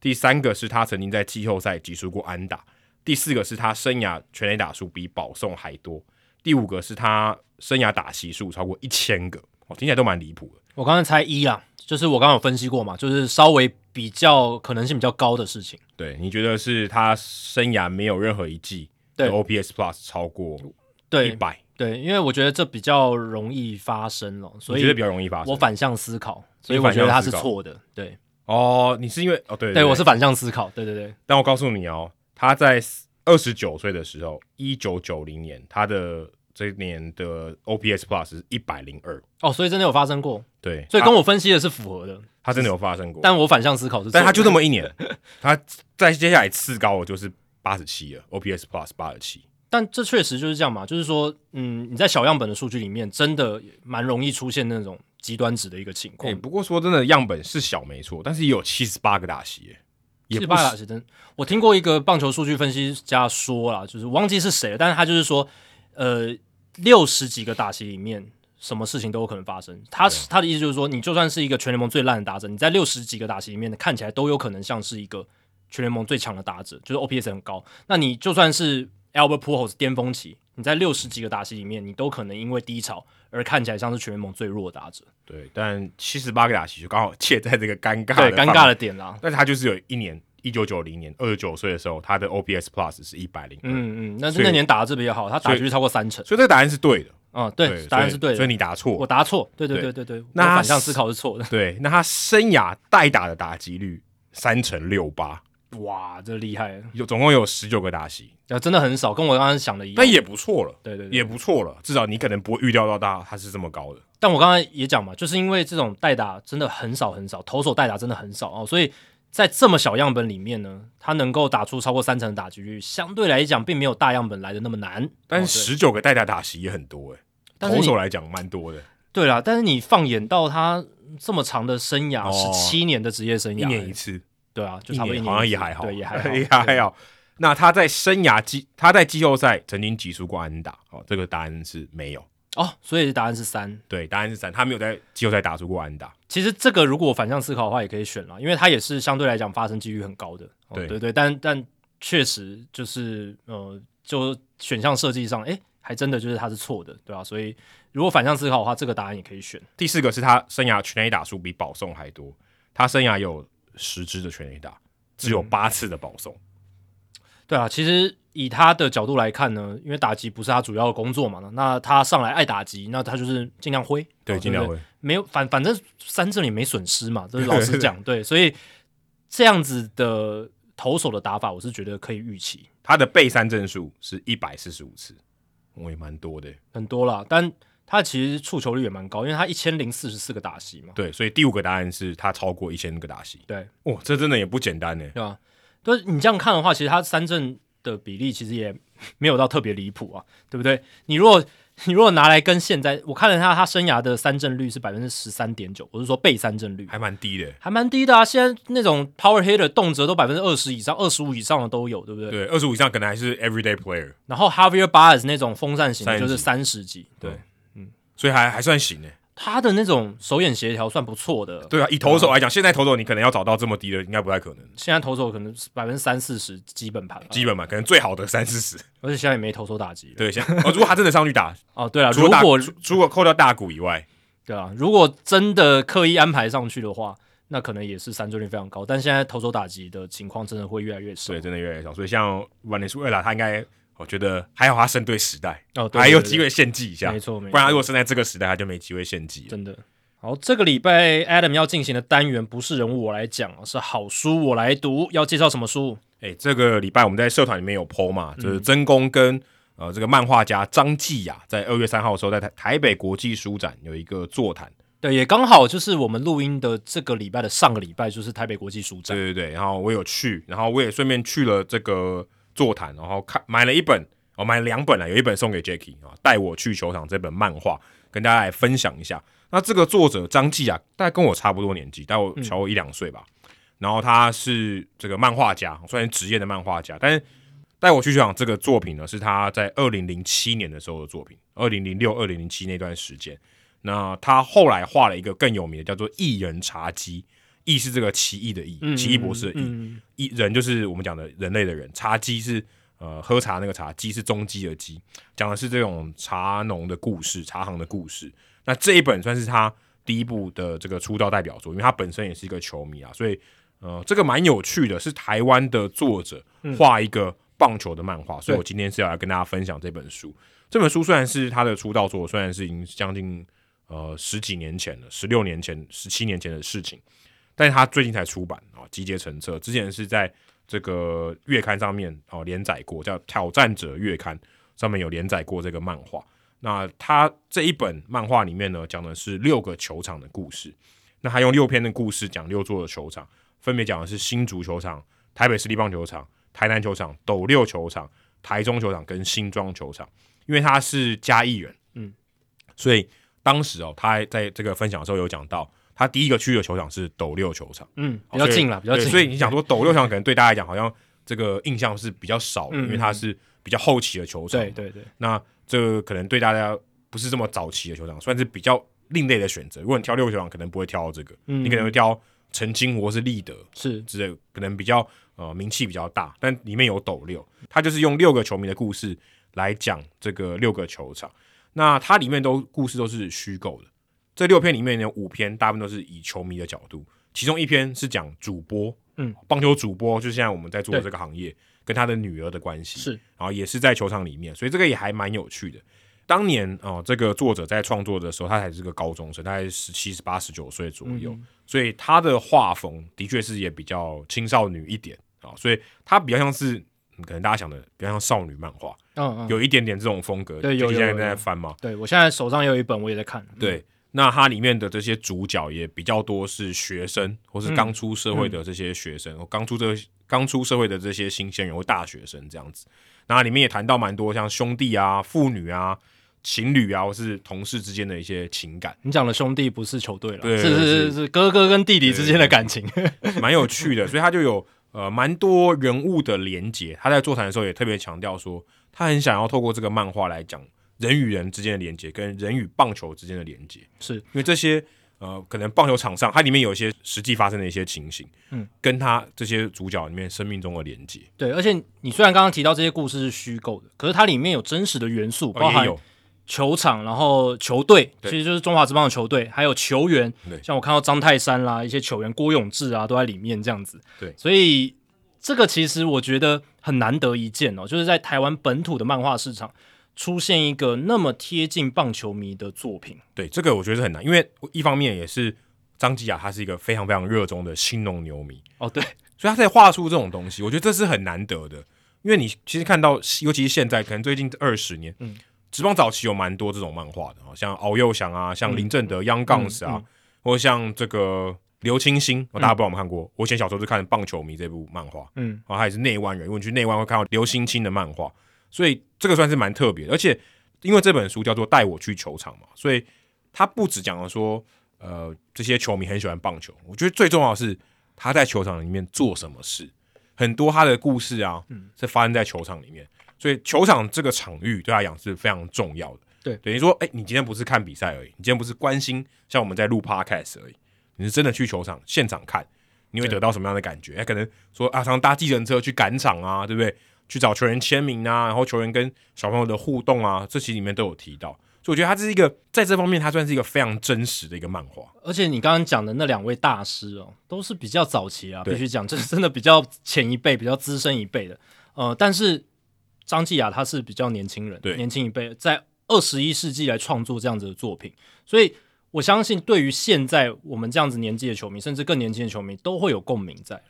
第三个是他曾经在季后赛击出过安打，第四个是他生涯全垒打数比保送还多，第五个是他生涯打席数超过一千个，哦，听起来都蛮离谱的。
我刚才猜一啊，就是我刚刚有分析过嘛，就是稍微比较可能性比较高的事情。
对，你觉得是他生涯没有任何一季的
对
OPS Plus 超过一
对
百，
对，因为我觉得这比较容易发生哦，所
你
以
觉得比较容易发生？
我反向思考，所以
你反
我觉得他
向思
是
考
错的。对
哦，你是因为哦，对
对，我是反向思考。对对对，
但我告诉你哦，他在二十九岁的时候，一九九零年，他的这一年的 OPS Plus 是一百零二，
哦，所以真的有发生过，
对，
所以
他
跟我分析的是符合的，
他真的有发生过，但
但我反向思考是错的，
但他就这么一年，他在接下来次高的就是八十七了，OPS Plus 八十七，
但这确实就是这样嘛，就是说，嗯，你在小样本的数据里面，真的蛮容易出现那种极端值的一个情
哎、
况。
不过说真的，样本是小没错，但是也有七十八个打席耶，也
是
不
巴
是
拉奇登，我听过一个棒球数据分析家说啦，就是忘记是谁了，但是他就是说，呃，六十几个打席里面，什么事情都有可能发生。
啊
他他的意思就是说，你就算是一个全联盟最烂的打者，你在六十几个打席里面看起来都有可能像是一个全联盟最强的打者，就是 OPS 很高。那你就算是 Albert Pujols 巅峰期，你在六十几个打席里面，你都可能因为低潮而看起来像是全联盟最弱的打者，
对，但七十八个打席就刚好 切在这个尴尬
对，
的范
尴
围
尬的点啦。
但是他就是有一年，一九九零年二十九岁的时候，他的 OPS Plus 是一百零二，
嗯嗯，那
所
是
以
那年打的是比较好，他打
所以
局超过三成。
所以这个答案是对的。
嗯，对，
所
答案
以
是对的。
所以你答
我
错。
答错，对对
对
对对对，
那
我
他
反向
是
思考是 错的。
对，那他生涯代打的打击率三乘六八，
哇，这厉害了，
有总共有十九个打席，
啊，真的很少，跟我刚刚想的一样。
但也不错了，
对对对，
也不错了，至少你可能不会预料到他他是这么高的。
但我刚刚也讲嘛，就是因为这种代打真的很少很少，投手代打真的很少哦，所以在这么小样本里面呢，他能够打出超过三成的打击率，相对来讲并没有大样本来的那么难。
但
哦
十九个代打打席也很多哎、
但是
投
你
手来讲蛮多的，
对对啦，但是你放眼到他这么长的生涯，
哦
十七、年的职业生涯，
一年一次，
对啊，就差不多一
年
年
好像
一
也
次
还好，
对，也还好，
也还好。那他在生涯季，他在季后赛曾经击出过安打，哦，这个答案是没有，
哦，所以答案是三。
对，答案是三，他没有在季后赛打出过安打，
其实这个如果我反向思考的话，也可以选了，因为它也是相对来讲发生几率很高的。哦
对
对对，但但确实就是呃，就选项设计上，诶，还真的就是它是错的，对吧、啊所以如果反向思考的话，这个答案也可以选。
第四个是他生涯全垒打数比保送还多，他生涯有十支的全垒打，只
嗯
有八次的保送。
对啊，其实以他的角度来看呢，因为打击不是他主要的工作嘛，那他上来爱打击，那他就是尽量挥，
对，
哦
尽
不
量会。
没有反反正三振也没损失嘛，这是老实讲，对，所以这样子的投手的打法，我是觉得可以预期。
他的被三振数是一百四十五次，我也蛮多的。
很多啦，但他其实触球率也蛮高，因为他一千零四十四个打席嘛，
对，所以第五个答案是他超过一千个打席。
对
哇，这真的也不简单呢。
对吧？就是你这样看的话，其实他三振的比例其实也没有到特别离谱啊，对不对？你如果你如果拿来跟现在，我看了他他生涯的三振率是百分之十三点九，我是说被三振率
还蛮低的。
还蛮低的啊。现在那种 power hitter 动辄都百分之二十以上、二十五以上的都有，对不对？
对，二十五以上可能还是 everyday player，
然后 Javier Baez 那种风扇型
30
的
几
就是三十几，
对所以还还算行呢。欸
他的那种手眼协调算不错的，
对啊，以投手
哦
来讲，现在投手你可能要找到这么低的，应该不太可能。
现在投手可能百分之三四十基本盘吧，
基本嘛，可能最好的三四 十。
而且现在也没投手打击了。
对，像哦，如果他真的上去打，
哦，对了，
除
如
了大
果
除除了扣掉大谷以外，
对啊，如果真的刻意安排上去的话，那可能也是三振率非常高。但现在投手打击的情况真的会越来越少。
对，真的越来越少。所以像瓦内苏埃拉，他应该我觉得还好，他生对时代，
哦，对
还有
对对
机会献祭一下。
没错没错
不然他如果生在这个时代，他就没机会献祭了。
真的。好，这个礼拜 Adam 要进行的单元不是人物我来讲，是好书我来读。要介绍什么书？
哎、这个礼拜我们在社团里面有 PO 嘛，
嗯
就是真宫跟、呃这个漫画家张继雅在二月三号的时候在台台北国际书展有一个座谈。
对，也刚好就是我们录音的这个礼拜的上个礼拜，就是台北国际书展。
对对对，然后我有去，然后我也顺便去了这个座谈，哦然后看买了一本，哦，买了两本啊，有一本送给 Jacky 啊，带我去球场这本漫画，跟大家来分享一下。那这个作者张继啊，大概跟我差不多年纪，大概我
嗯
小我一两岁吧。然后他是这个漫画家，哦虽然职业的漫画家，但是带我去学长这个作品呢，是他在二零零七年的时候的作品，二零零六、二零零七那段时间。那他后来画了一个更有名的，叫做《异人茶姬》，异是这个奇异的异，奇异博士的异，
嗯
一人就是我们讲的人类的人，茶姬是呃喝茶那个茶，姬是中鸡的鸡，讲的是这种茶农的故事，茶行的故事。那这一本算是他第一部的这个出道代表作，因为他本身也是一个球迷啊，所以呃这个蛮有趣的，是台湾的作者
嗯
画一个棒球的漫画，所以我今天是要来跟大家分享这本书。这本书虽然是他的出道作，虽然是已经将近呃十几年前了，十六年前、十七年前的事情，但是他最近才出版啊，集结成册。之前是在这个月刊上面哦连载过，叫《挑战者月刊》上面有连载过这个漫画。那他这一本漫画里面呢，讲的是六个球场的故事。那他用六篇的故事讲六座的球场，分别讲的是新竹球场、台北市立棒球场、台南球场、斗六球场、台中球场跟新庄球场。因为他是嘉义人，
嗯，
所以当时哦，他还在这个分享的时候有讲到，他第一个去的球场是斗六球场。
嗯，比较近了，比较
对哦
近。
所以你想说斗六场可能对大家来讲好像这个印象是比较少的，
嗯
因为它是比较后期的球场。
对对对，
那这个可能对大家不是这么早期的球场，算是比较另类的选择。如果你挑六个球场，可能不会挑到这个，
嗯
你可能会挑澄清湖或是立德
是
之类，可能比较呃名气比较大，但里面有斗六，它就是用六个球迷的故事来讲这个六个球场。那它里面都故事都是虚构的，这六篇里面有五篇大部分都是以球迷的角度，其中一篇是讲主播，
嗯，
棒球主播就是现在我们在做的这个行业跟他的女儿的关系，
是，
然后也是在球场里面，所以这个也还蛮有趣的。当年哦、这个作者在创作的时候，他才是个高中生，大概十七、十八、十九岁左右，
嗯
所以他的画风的确是也比较青少女一点啊、所以他比较像是嗯可能大家想的比较像少女漫画，
嗯嗯，
有一点点这种风格。
对有
最近
有
现在在
有
翻嘛，
对我现在手上有一本，我也在看。
对，那它里面的这些主角也比较多是学生，或是刚出社会的这些学生，或刚出这刚出社会的这些新鲜人或大学生这样子。那里面也谈到蛮多像兄弟啊、父女啊、情侣啊，或是同事之间的一些情感，
你讲的兄弟不是球队了，
对
是是
是
是是哥哥跟弟弟之间的感情。
蛮有趣的。所以他就有呃蛮多人物的连结。他在座谈的时候也特别强调说，他很想要透过这个漫画来讲人与人之间的连结，跟人与棒球之间的连结。
是
因为这些呃，可能棒球场上它里面有一些实际发生的一些情形，
嗯，
跟他这些主角里面生命中的连接，
对，而且你虽然刚刚提到这些故事是虚构的，可是它里面有真实的元素，
哦
包
也
含
有
球场，然后球队，
对
其实就是中华职棒的球队，还有球员
对，
像我看到张泰山啦，一些球员郭永志啊都在里面这样子。
对
所以这个其实我觉得很难得一见哦，就是在台湾本土的漫画市场出现一个那么贴近棒球迷的作品。
对这个我觉得是很难，因为一方面也是张吉雅他是一个非常非常热衷的新农牛迷，
哦，对，
所以他才画出这种东西，我觉得这是很难得的。因为你其实看到，尤其是现在，可能最近二十年，
嗯，
职棒早期有蛮多这种漫画的，哦像敖幼祥啊，像林正德、央杠子啊，
嗯
或者像这个刘清新，哦大家不知道有没有看过？我以前小时候就看《棒球迷》这部漫画，
嗯，
啊，他也是内湾人。如果你去内湾会看到刘星清的漫画，所以这个算是蛮特别的。而且因为这本书叫做《带我去球场》嘛，所以他不只讲了说，呃，这些球迷很喜欢棒球。我觉得最重要的是他在球场里面做什么事，很多他的故事啊，
嗯
是发生在球场里面。所以球场这个场域对他来讲是非常重要的。
对
等于说，哎、你今天不是看比赛而已，你今天不是关心像我们在录 podcast 而已，你是真的去球场现场看，你会得到什么样的感觉？哎，可能说啊，常搭计程车去赶场啊，对不对？去找球员签名啊，然后球员跟小朋友的互动啊，这期里面都有提到。所以我觉得它是一个在这方面，它算是一个非常真实的一个漫画。
而且你刚刚讲的那两位大师哦，都是比较早期啊，
对
必须讲，这是真的比较前一辈、比较资深一辈的。呃，但是张继雅他是比较年轻人，
对
年轻一辈，在二十一世纪来创作这样子的作品，所以我相信对于现在我们这样子年纪的球迷，甚至更年轻的球迷，都会有共鸣在。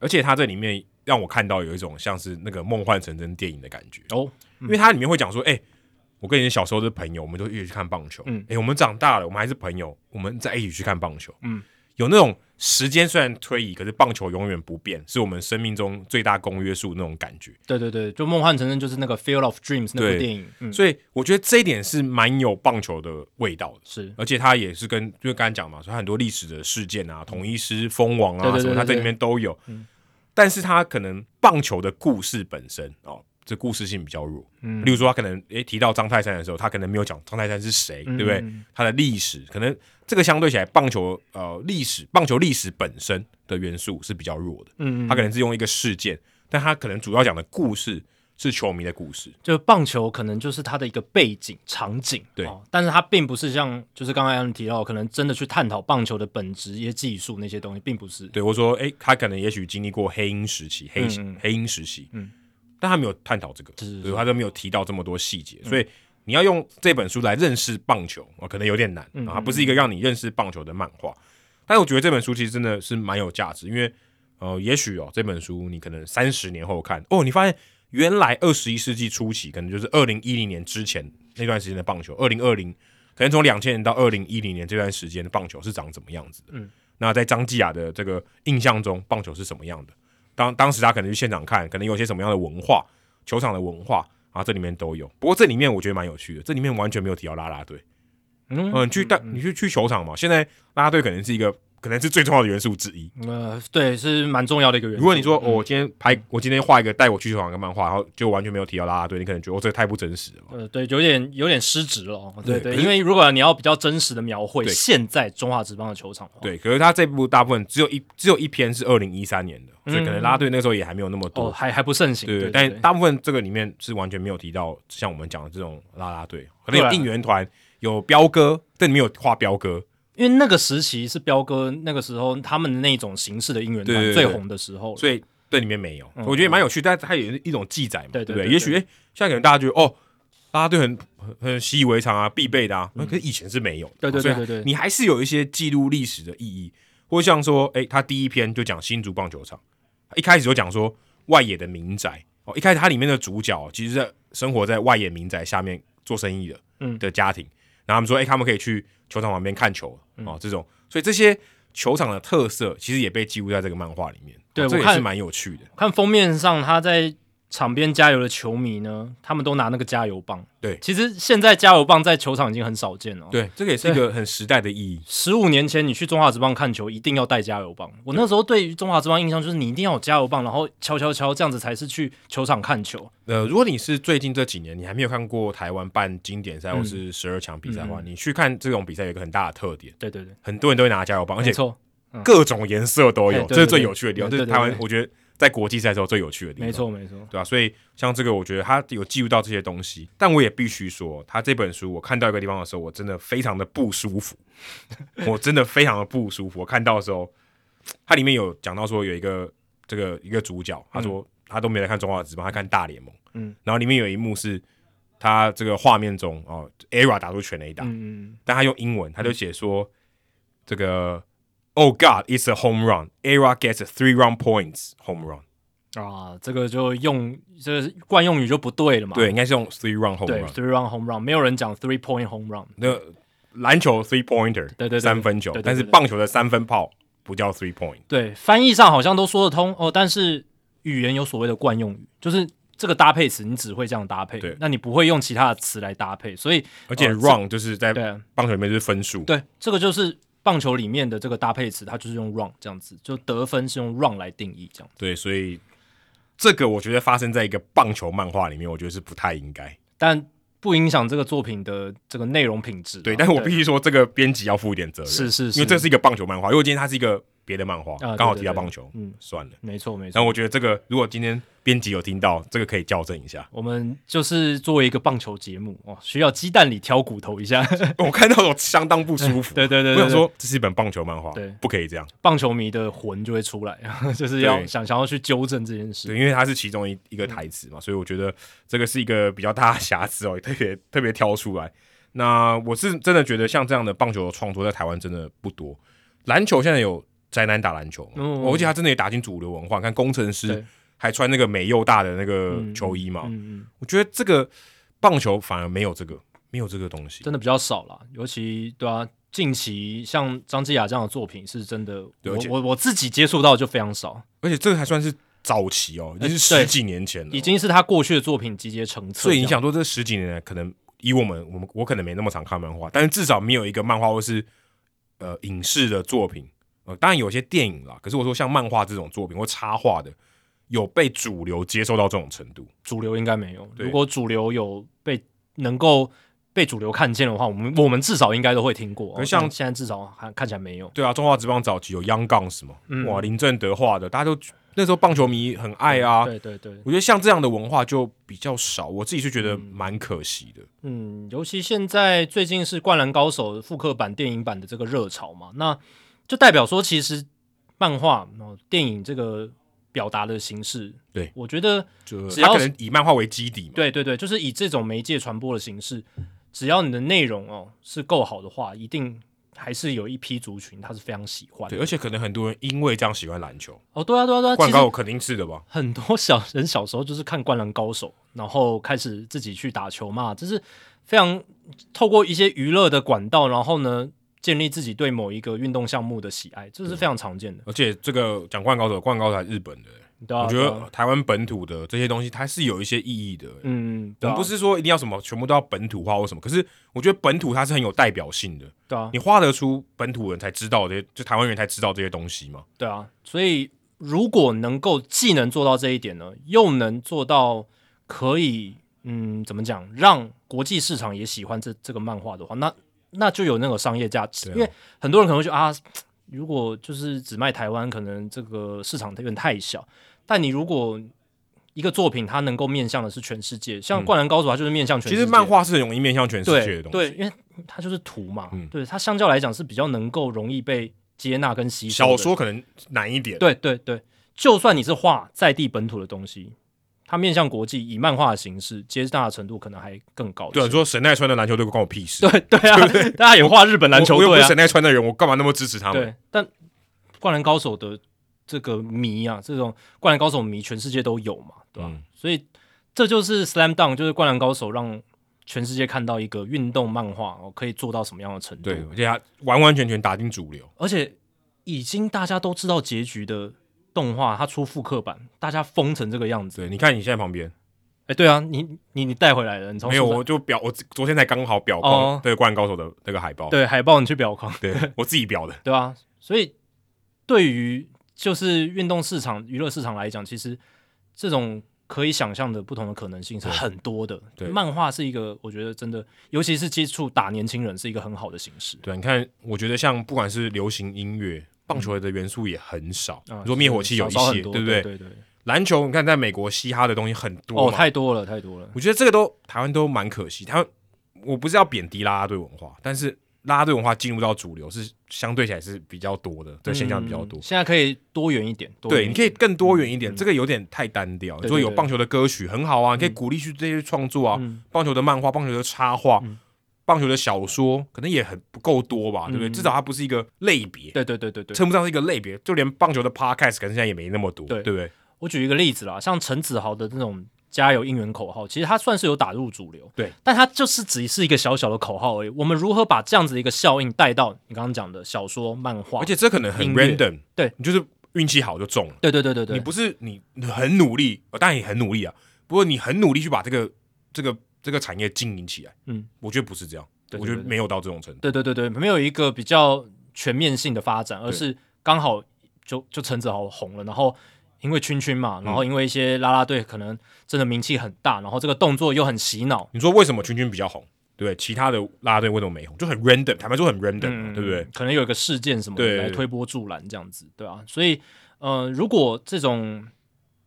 而且它这里面让我看到有一种像是那个梦幻成真电影的感觉，
哦，
因为它里面会讲说，哎、我跟你小时候的朋友，我们都一起去看棒球，嗯
嗯，
哎、我们长大了，我们还是朋友，我们再一起去看棒球，嗯
嗯，
有那种时间虽然推移，可是棒球永远不变，是我们生命中最大公约数那种感觉。
对对对，就《梦幻成真》就是那个《Field of Dreams》那
对
部电影，嗯，
所以我觉得这一点是蛮有棒球的味道的。
是
而且它也是跟，因为刚才讲嘛，所以它很多历史的事件啊，统一师、蜂王啊
嗯对对对
什么，它
对嗯
这
对
里面都有。但是它可能棒球的故事本身哦，这故事性比较弱。嗯，例如说，他可能诶提到张泰山的时候，他可能没有讲张泰山是谁，
嗯
对不对？他的历史可能这个相对起来，棒球呃历史，棒球历史本身的元素是比较弱的。
嗯，
他可能是用一个事件，但他可能主要讲的故事是球迷的故事。
就棒球可能就是它的一个背景场景，
对
哦但是它并不是像就是刚才安提到，可能真的去探讨棒球的本质、一些技术那些东西，并不是，
对，我说，诶，他可能也许经历过黑鹰时期，黑、黑鹰时期，嗯，但他没有探讨这个，
是是嗯
对，他都没有提到这么多细节，所以你要用这本书来认识棒球啊，可能有点难
嗯
啊，它不是一个让你认识棒球的漫画，但是我觉得这本书其实真的是蛮有价值，因为呃，也许哦，这本书你可能三十年后看，哦，你发现原来二十一世纪初期，可能就是二零一零年之前那段时间的棒球，二零二零，可能从两千年到二零一零年这段时间的棒球是长怎么样子的。嗯，那在张继雅的这个印象中，棒球是什么样的？当当时他可能去现场看，可能有些什么样的文化，球场的文化啊，这里面都有。不过这里面我觉得蛮有趣的，这里面完全没有提到啦啦队。
嗯
嗯，你去但你去去球场嘛，现在啦啦队可能是一个可能是最重要的元素之一。
呃，对，是蛮重要的一个元素。
如果你说、哦我今天拍，我今天画一个带我去球场的漫画，然后就完全没有提到啦啦队，你可能觉得哦，这个太不真实了嘛。
呃，对，有点有点失职了哦，对
对
对，
可是
因为如果你要比较真实的描绘
对
现在中华职棒的球场的话，
对，可是他这部大部分只有一只有一篇是二零一三年的，所以可能啦啦队那时候也还没有那么多。
哦，还还不盛行，
对
对，
但大部分这个里面是完全没有提到像我们讲的这种啦啦队，可能
对
有
啊
应援团，有彪哥，这里面有画彪哥，
因为那个时期是彪哥那个时候他们那种形式的应援
对对
团
对
最
对
红的时候了，
所以这里面没有，我觉得蛮有趣，但它也是一种记载嘛，
嗯对对
不
对
对？
对
也许诶现在可能大家觉得哦，啦啦队很很很习以为常啊，必备的啊，可是以前是没有的，
嗯对对
所以
对对对
你还是有一些记录历史的意义，或像说，诶，他第一篇就讲新竹棒球场，一开始就讲说外野的民宅哦，一开始它里面的主角其实在生活在外野民宅下面做生意的，
嗯
的家庭，然后他们说，哎诶，他们可以去球场旁边看球
嗯
哦，这种，所以这些。球场的特色其实也被记录在这个漫画里面，
对
哦这
我
也
看
是蛮有趣的。
看封面上，他在场边加油的球迷呢，他们都拿那个加油棒。
对
其实现在加油棒在球场已经很少见了。，
对，这个也是一个很时代的意义。
十五年前你去中华职棒看球，一定要带加油棒。我那时候对于中华职棒印象就是，你一定要有加油棒，然后敲敲敲，这样子才是去球场看球。
呃，如果你是最近这几年你还没有看过台湾办经典赛或
嗯
是十二强比赛的话，你去看这种比赛有一个很大的特点，
对对对，
很多人都会拿加油棒，而
没
且
错，
各种颜色都有，
哎对
这是最有趣的地方。
对
这是
对对
台湾
对，
我觉得在国际赛的时候最有趣的地方。
没，错，没错。
对吧、所以像这个，我觉得他有记录到这些东西，但我也必须说，他这本书我看到一个地方的时候，我真的非常的不舒服， 我真的非常的不舒服。我看到的时候，它里面有讲到说有一个这个一个主角，他说他都没来看中华职棒，他看大联盟。
嗯，
然后里面有一幕是他这个画面中哦，ERA 打出全垒打，
嗯，
但他用英文，他就写说、这个 Oh God, it's a home run. ERA gets a three run points home run.
啊，这个就用这个惯用语就不对了嘛。
对，应该是用 three run home
对
run。
，three run home run，没有人讲 three point home run。
那篮球 three pointer，
对对对
三分球
对对对，
但是
对
棒球的三分炮不叫 three point。
对，翻译上好像都说得通哦，但是语言有所谓的惯用语，就是这个搭配词你只会这样搭配，
对
那你不会用其他的词来搭配，所以
而且
哦
run 就是在
对
棒球里面就是分数，
对，这个就是棒球里面的这个搭配词，它就是用 run 这样子，就得分是用 run 来定义这样。
对，所以这个我觉得发生在一个棒球漫画里面，我觉得是不太应该。
但不影响这个作品的这个内容品质啊。
对，但是我必须说，这个编辑要负一点责任，
是是是
因为这是一个棒球漫画，如果今天它是一个别的漫画
啊对，
刚好
对
提到
对
棒球，
嗯
嗯，算了。
没错没错。
但，我觉得这个，如果今天编辑有听到，这个可以校正一下
我们就是作为一个棒球节目哦，需要鸡蛋里挑骨头一下。
我看到我相当不舒服，
对对对对
我想
对
说这是一本棒球漫画
对，
不可以这样。
棒球迷的魂就会出来， 就是要
对
想想要去纠正这件事。
对，因为它是其中一
嗯
一个台词嘛，所以我觉得这个是一个比较大的瑕疵哦，也特别特别挑出来。那我是真的觉得像这样的棒球创作在台湾真的不多，篮球现在有宅男打篮球嘛，
嗯
我而且他真的也打进主流文化，看工程
对
师还穿那个美佑大的那个
嗯
球衣嘛，
嗯嗯。
我觉得这个棒球反而没有这个没有这个东西，
真的比较少啦，尤其对啊，近期像张继雅这样的作品是真的，
对
我
而且
我我自己接触到的就非常少，
而且这个还算是早期哦，已经是
呃
十
对
几年前了，
已经是他过去的作品集结成册这
所
样。
以你想说这十几年来，可能以我们我们我可能没那么常看漫画，但是至少没有一个漫画或是呃影视的作品，呃，当然有些电影啦，可是我说像漫画这种作品或插画的，有被主流接受到这种程度，
主流应该没有，
对
如果主流有被能够被主流看见的话，我们我们至少应该都会听过。哦
可是像
但现在至少看看起来没有，
对啊，中华职棒早期有 Young Guns 嘛，
嗯
哇，林正德画的，大家都那时候棒球迷很爱啊。
对对对，
我觉得像这样的文化就比较少，我自己是觉得蛮可惜的。
嗯，尤其现在最近是《灌篮高手》复刻版、电影版的这个热潮嘛，那就代表说，其实漫画、哦电影这个表达的形式，
对
我觉得，
就
只
他
要
可
是
能以漫画为基底嘛，
对对对，就是以这种媒介传播的形式，只要你的内容哦是够好的话，一定还是有一批族群他是非常喜欢的
对，而且可能很多人因为这样喜欢篮球，
哦，对啊，对啊，对啊，
灌
其实
高肯定是的吧？
很多小人小时候就是看《灌篮高手》，然后开始自己去打球嘛，这是非常透过一些娱乐的管道，然后呢建立自己对某一个运动项目的喜爱，这是非常常见的。
而且这个讲灌高手，灌高手还是日本的、
对啊，
我觉
对啊
得台湾本土的这些东西，它是有一些意义的、
嗯，
我
对啊
们不是说一定要什么全部都要本土化或什么，可是我觉得本土它是很有代表性的，
对啊
你，画得出本土人才知道这些，就台湾人才知道这些东西嘛。
对啊，所以如果能够既能做到这一点呢，又能做到可以，嗯，怎么讲，让国际市场也喜欢这这个漫画的话，那那就有那个商业价值。
对啊
因为很多人可能会觉得啊，如果就是只卖台湾，可能这个市场有点太小。但你如果一个作品它能够面向的是全世界，像《灌篮高手》它就是面向
嗯
全
其
世界。
实漫画是很容易面向全世界
对
的东西，
对，因为它就是图嘛，
嗯
对它相较来讲是比较能够容易被接纳跟吸收的。
小说可能难一点，
对对对，就算你是画在地本土的东西，它面向国际，以漫画的形式接纳的程度可能还更高一些。
对啊，你说神奈川的篮球队关我屁事，
对对啊，大家也画日本篮球
我我又不
队
是
啊
神，奈川的人，我干嘛那么支持他们？
对，但《灌篮高手》的这个迷啊，这种《灌篮高手》迷，全世界都有嘛，对吧、
嗯
所以这就是 Slam Dunk，就是《灌篮高手》让全世界看到一个运动漫画哦可以做到什么样的程度，
对，而且他完完全全打进主流，
而且已经大家都知道结局的动画，它出复刻版，大家疯成这个样子。
对，你看你现在旁边。
哎，对啊，你你你带回来了，你从
没有，
书
我就表我昨天才刚好表
哦
框对《灌篮高手》的那个海报，
上对海报你去裱框，
对我自己表的，
对啊，所以对于就是运动市场、娱乐市场来讲，其实这种可以想象的不同的可能性是
对
很多的。
对
漫画是一个我觉得真的，尤其是接触打年轻人是一个很好的形式。
对，你看，我觉得像不管是流行音乐、棒球的元素也很少，
啊，
你说灭火器有一
少少
些，
很多
对不
对
对？
对对，
篮球你看，在美国嘻哈的东西很多
哦，
嘛，
太多了，太多了。
我觉得这个都台湾都蛮可惜。台湾我不是要贬低啦啦队文化，但是啦啦队文化进入到主流是相对起来是比较多的，对现象比较多
嗯。现在可以多元一点，多元
对，
一
你
点嗯
可以更多元一点，这个有点太单调。你
对
说
对
有
对
棒球的歌曲很好啊，你可以鼓励去这些创作啊，
嗯
棒球的漫画、棒球的插画、棒球的小说，可能也很不够多吧，对不对？
嗯
至少它不是一个类别，
对对对对对，
称不上是一个类别，就连棒球的 podcast 可能现在也没那么多，
对
对不对？
我举一个例子啦，像陈子豪的那种加油应援口号，其实他算是有打入主流，
对，
但他就是只是一个小小的口号而已。我们如何把这样子的一个效应带到你刚刚讲的小说、漫画？
而，且这可能很
音乐
random，
对
你就是运气好就中了，
对对对对对，
你不是你你很努力，呃当然也很努力啊，不过你很努力去把这个这个这个产业经营起来，
嗯，
我觉得不是这样，
对对
我觉得
对对
没有到这种程度，
对对对对，没有一个比较全面性的发展，而
对
是刚好就就陈子豪红了，然后因为圈圈嘛，
嗯
然后因为一些啦啦队可能真的名气很大，然后这个动作又很洗脑，
你说为什么君君比较红？对不对，其他的啦啦队为什么没红？就很 random，坦白说很 random，嘛、
嗯
对不对？？
可能有一个事件什么的
对
来推波助澜这样子，对啊，所以，呃，如果这种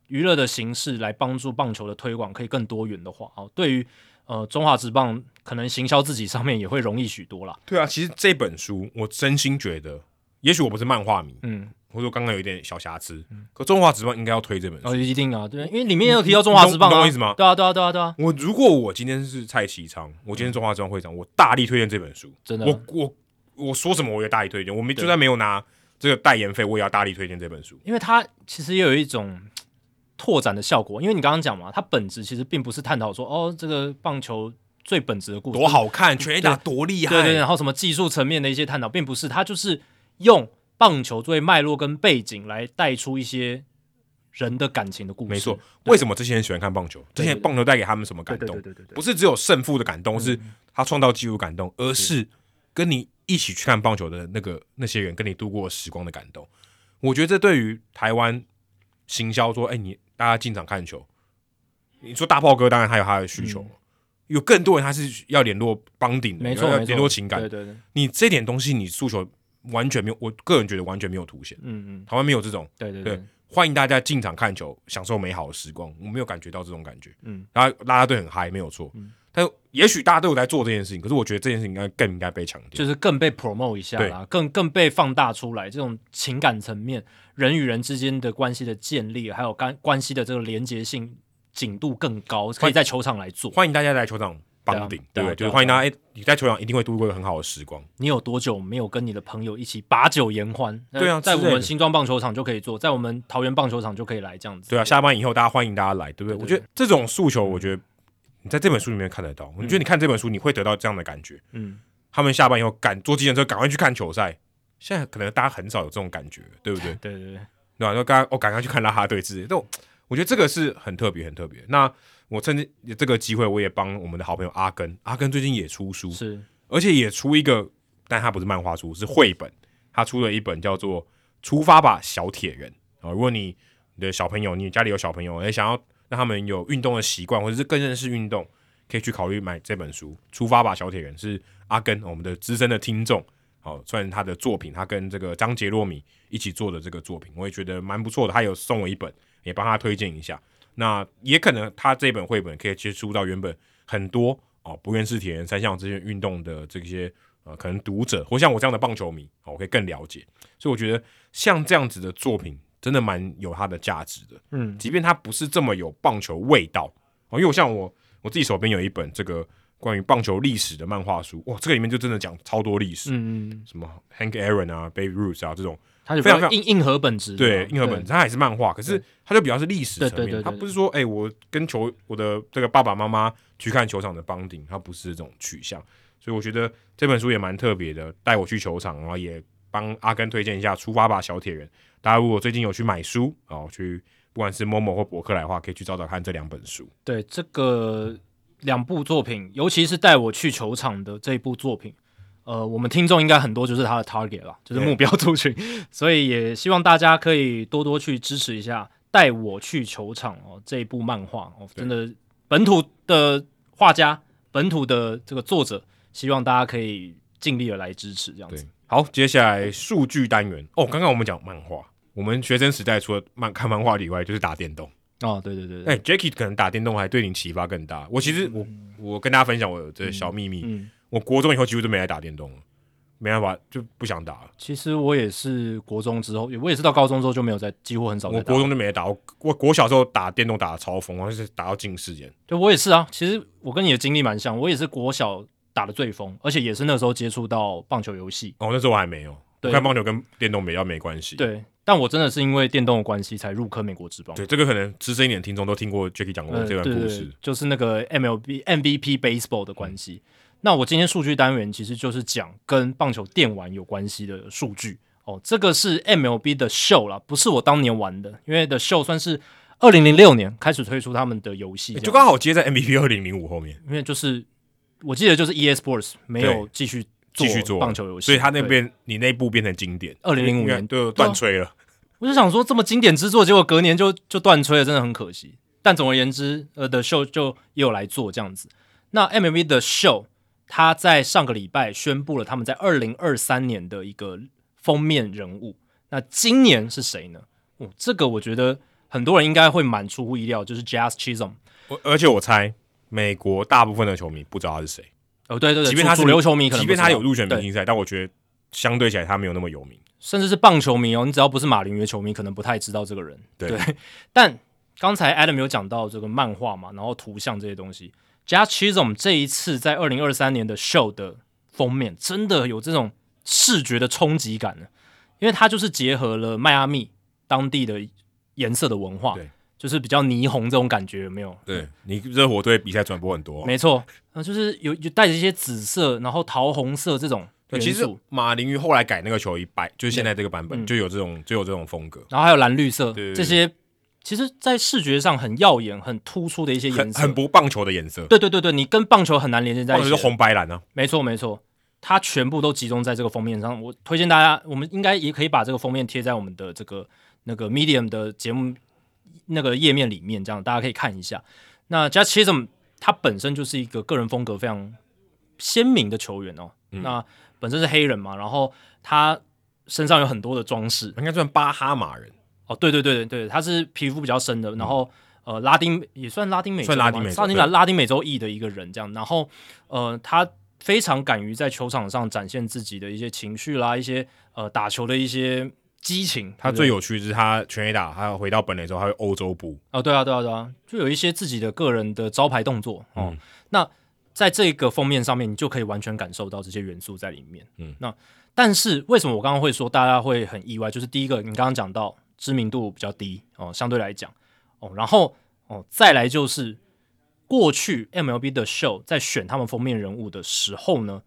娱乐的形式来帮助棒球的推广可以更多元的话，哦，对于呃中华职棒可能行销自己上面也会容易许多啦。
对啊，其实这本书我真心觉得，也许我不是漫画迷，
嗯，
或者说刚刚有一点小瑕疵，可中华职棒应该要推这本书。
哦，一定啊，对，因为里面也有提到中华职棒
你懂你懂
啊，
我意思吗
对啊，对啊，对啊，对啊，
我如果我今天是蔡其昌，我今天是中华职棒会长，我大力推荐这本书。
嗯真的啊
我我我说什么我也大力推荐，我没就算没有拿这个代言费，我也要大力推荐这本书。
因为它其实也有一种嘖拓展的效果，因为你刚刚讲嘛，它本质其实并不是探讨说哦这个棒球最本质的故事，
多好啊看，全垒打多厉害，
对对对，然后什么技术层面的一些探讨，并不是他就是用棒球作为脉络跟背景来带出一些人的感情的故事。
没错。
对
为什么这些人喜欢看棒球？这
对
些棒球带给他们什么
对
感
对
动
对？对对嗯对，
不是只有胜负的感动，是他创造纪录感动，而是跟你一起去看棒球的那个那些人跟你度过时光的感动。我觉得这对于台湾行销说，哎、你大家进场看球，你说大炮哥当然还有他的需求，有更多人他是要联络帮顶的，
嗯没错
要
没错，
联络情感
对。对对，
你这点东西，你诉求完全没有，我个人觉得完全没有凸显。
嗯嗯，
台湾没有这种，
对对
对，欢迎大家进场看球，享受美好的时光。我没有感觉到这种感觉，
嗯，
然后拉拉队很嗨，没有错，但也许大家都有在做这件事情，可是我觉得这件事情应该更应该被强调。
就是更被 promote 一下啦，更更被放大出来，这种情感层面，人与人之间的关系的建立，还有关关系的这个连结性紧度更高，可以在球场来做。
欢迎大家来球场帮顶，
对
对
啊对啊
不对？就
对啊
是欢迎大家，哎，你在球场一定会度过一个很好的时光。
你有多久没有跟你的朋友一起把酒言欢？
对啊
呃在我
之类的
们新庄棒球场就可以做，在我们桃园棒球场就可以来这样子。
对啊，下班以后大家欢迎大家来，对不对？我觉得这种诉求，我觉
嗯
得你在这本书里面看得到。我觉得你看这本书，你会得到这样的感觉。
嗯，
他们下班以后赶坐计程车，赶快去看球赛。现在可能大家很少有这种感觉，对不对？
对对对，
对吧、啊就刚刚我赶快去看拉哈队之类的，但我我觉得这个是很特别、很特别。那我趁这这个机会，我也帮我们的好朋友阿根，阿根最近也出书，
是
而且也出一个，但它不是漫画书，是绘本。他出了一本叫做《出发吧，小铁人》啊、如果你你的小朋友，你家里有小朋友，也想要让他们有运动的习惯，或者是更认识运动，可以去考虑买这本书《出发吧，小铁人》是阿根我们的资深的听众，好、算是他的作品，他跟这个张杰洛米一起做的这个作品，我也觉得蛮不错的。他有送我一本，也帮他推荐一下。那也可能他这本绘本可以接触到原本很多哦不认识铁人三项这些运动的这些呃可能读者或像我这样的棒球迷，哦、我可以更了解。所以我觉得像这样子的作品真的蛮有它的价值的。
嗯
即便它不是这么有棒球味道哦，因为我像我我自己手边有一本这个关于棒球历史的漫画书，哇，这个里面就真的讲超多历史，
嗯嗯，
什么 Hank Aaron 啊、Baby Ruth 啊这种，
它有
非常
非常硬硬核本质嘛，
对，硬核本，它还是漫画，可是它就比较是历史
啊对
层
对对
面，
对
它不是说哎、我跟球我的这个爸爸妈妈去看球场的帮顶，它不是这种取向，所以我觉得这本书也蛮特别的，带我去球场，然后也帮阿根推荐一下《出发吧，小铁人》。大家如果最近有去买书，哦，去不管是 Momo 或博客来的话，可以去找找看这两本书。
对这个两部作品，尤其是带我去球场的这一部作品，呃，我们听众应该很多就是他的 target 吧，就是目标族群， 所以也希望大家可以多多去支持一下《带我去球场》哦这一部漫画哦，真的本土的画家，本土的这个作者，希望大家可以尽力的来支持这样
对
子。，
好，接下来数据单元哦，刚刚我们讲漫画。我们学生时代除了漫看漫画以外，就是打电动。
哦，对对对对，
哎、j a c k i e 可能打电动还对你启发更大。我其实我、我跟大家分享我有这个小秘密，
嗯，
我国中以后几乎都没来打电动了，没办法就不想打了。
其实我也是国中之后，我也是到高中之后就哦没有在，几乎很少在
我
打
国中就没打，我我国小时候打电动打的超疯，然后就是打到近视眼。
对我也是啊，其实我跟你的经历蛮像，我也是国小打的最疯，而且也是那时候接触到棒球游戏。
哦，那时候我还没有，我
对
看棒球跟电动比较没关系。
对，但我真的是因为电动的关系才入坑美国职棒。
对，这个可能资深一点的听众都听过 Jacky 讲过
呃，
这
对
段
对
故
对
事。，
就是那个 MLB MVP baseball 的关系。那我今天数据单元其实就是讲跟棒球电玩有关系的数据哦。这个是 MLB 的 show 啦，不是我当年玩的，因为的 show 算是二零零六年开始推出他们的游戏这
欸
样，
就刚好接在 MVP 二零零五后面
因为就是我记得就是 EA Sports 没有
对
继续
继续做
棒球游戏，
所以他那
对
边你那部变成经典。
2005
因为
年哦
对断吹了，
我就想说，这么经典之作，结果隔年就就断吹了，真的很可惜。但总而言之，呃，The Show 就也有来做这样子。那 MLB 的 Show，他在上个礼拜宣布了他们在二零二三年的一个封面人物。那今年是谁呢？哦，这个我觉得很多人应该会蛮出乎意料，就是 Jazz Chisholm。
我而且我猜美国大部分的球迷不知道他是谁。
哦，对对对，
即便他是
主主流球迷可能
即
不知
便
道
他有入选明
对
星赛，但我觉得相对起来他没有那么有名。
甚至是棒球迷哦，你只要不是马林鱼的球迷，可能不太知道这个人。
对
但刚才 Adam 有讲到这个漫画嘛，然后图像这些东西 j a z Chisholm 这一次在二零二三年的 show 的封面，真的有这种视觉的冲击感呢，因为它就是结合了迈阿密当地的颜色的文化
对，
就是比较霓虹这种感觉，有没有？
对你热火队比赛转播很多，
没错，啊，就是有有带着一些紫色，然后桃红色这种
对，
元
其实
素，
马林鱼后来改那个球衣白，就是现在这个版本
嗯
就有这种就有这种风格，
然后还有蓝绿色
对对
这些，其实，在视觉上很耀眼、很突出的一些
很
颜色。
很不棒球的颜色，
对对对对，你跟棒球很难连接在
棒
一
球
起
是
的。
红白蓝啊，
没错没错，它全部都集中在这个封面上。我推荐大家，我们应该也可以把这个封面贴在我们的这个那个 Medium 的节目那个页面里面，这样大家可以看一下。那 j a c h i s m 他本身就是一个个人风格非常鲜明的球员哦。
嗯
那本身是黑人嘛，然后他身上有很多的装饰，
应该算巴哈马人，
哦，对对对对对，他是皮肤比较深的，然后、呃，拉丁也算拉丁美
嗯
洲吗，
算拉丁美洲
拉丁拉丁美洲裔的一个人这样，然后呃，他非常敢于在球场上展现自己的一些情绪啦，一些呃打球的一些激情，
他
对不
最
对
有趣的是他全垒打，他回到本垒之后，他会欧洲步，
哦，对啊对啊对啊，就有一些自己的个人的招牌动作哦。
嗯
那在这个封面上面，你就可以完全感受到这些元素在里面。
嗯，
那但是为什么我刚刚会说大家会很意外？就是第一个，你刚刚讲到知名度比较低哦，相对来讲哦，然后哦，再来就是过去 MLB 的 show 在选他们封面人物的时候呢，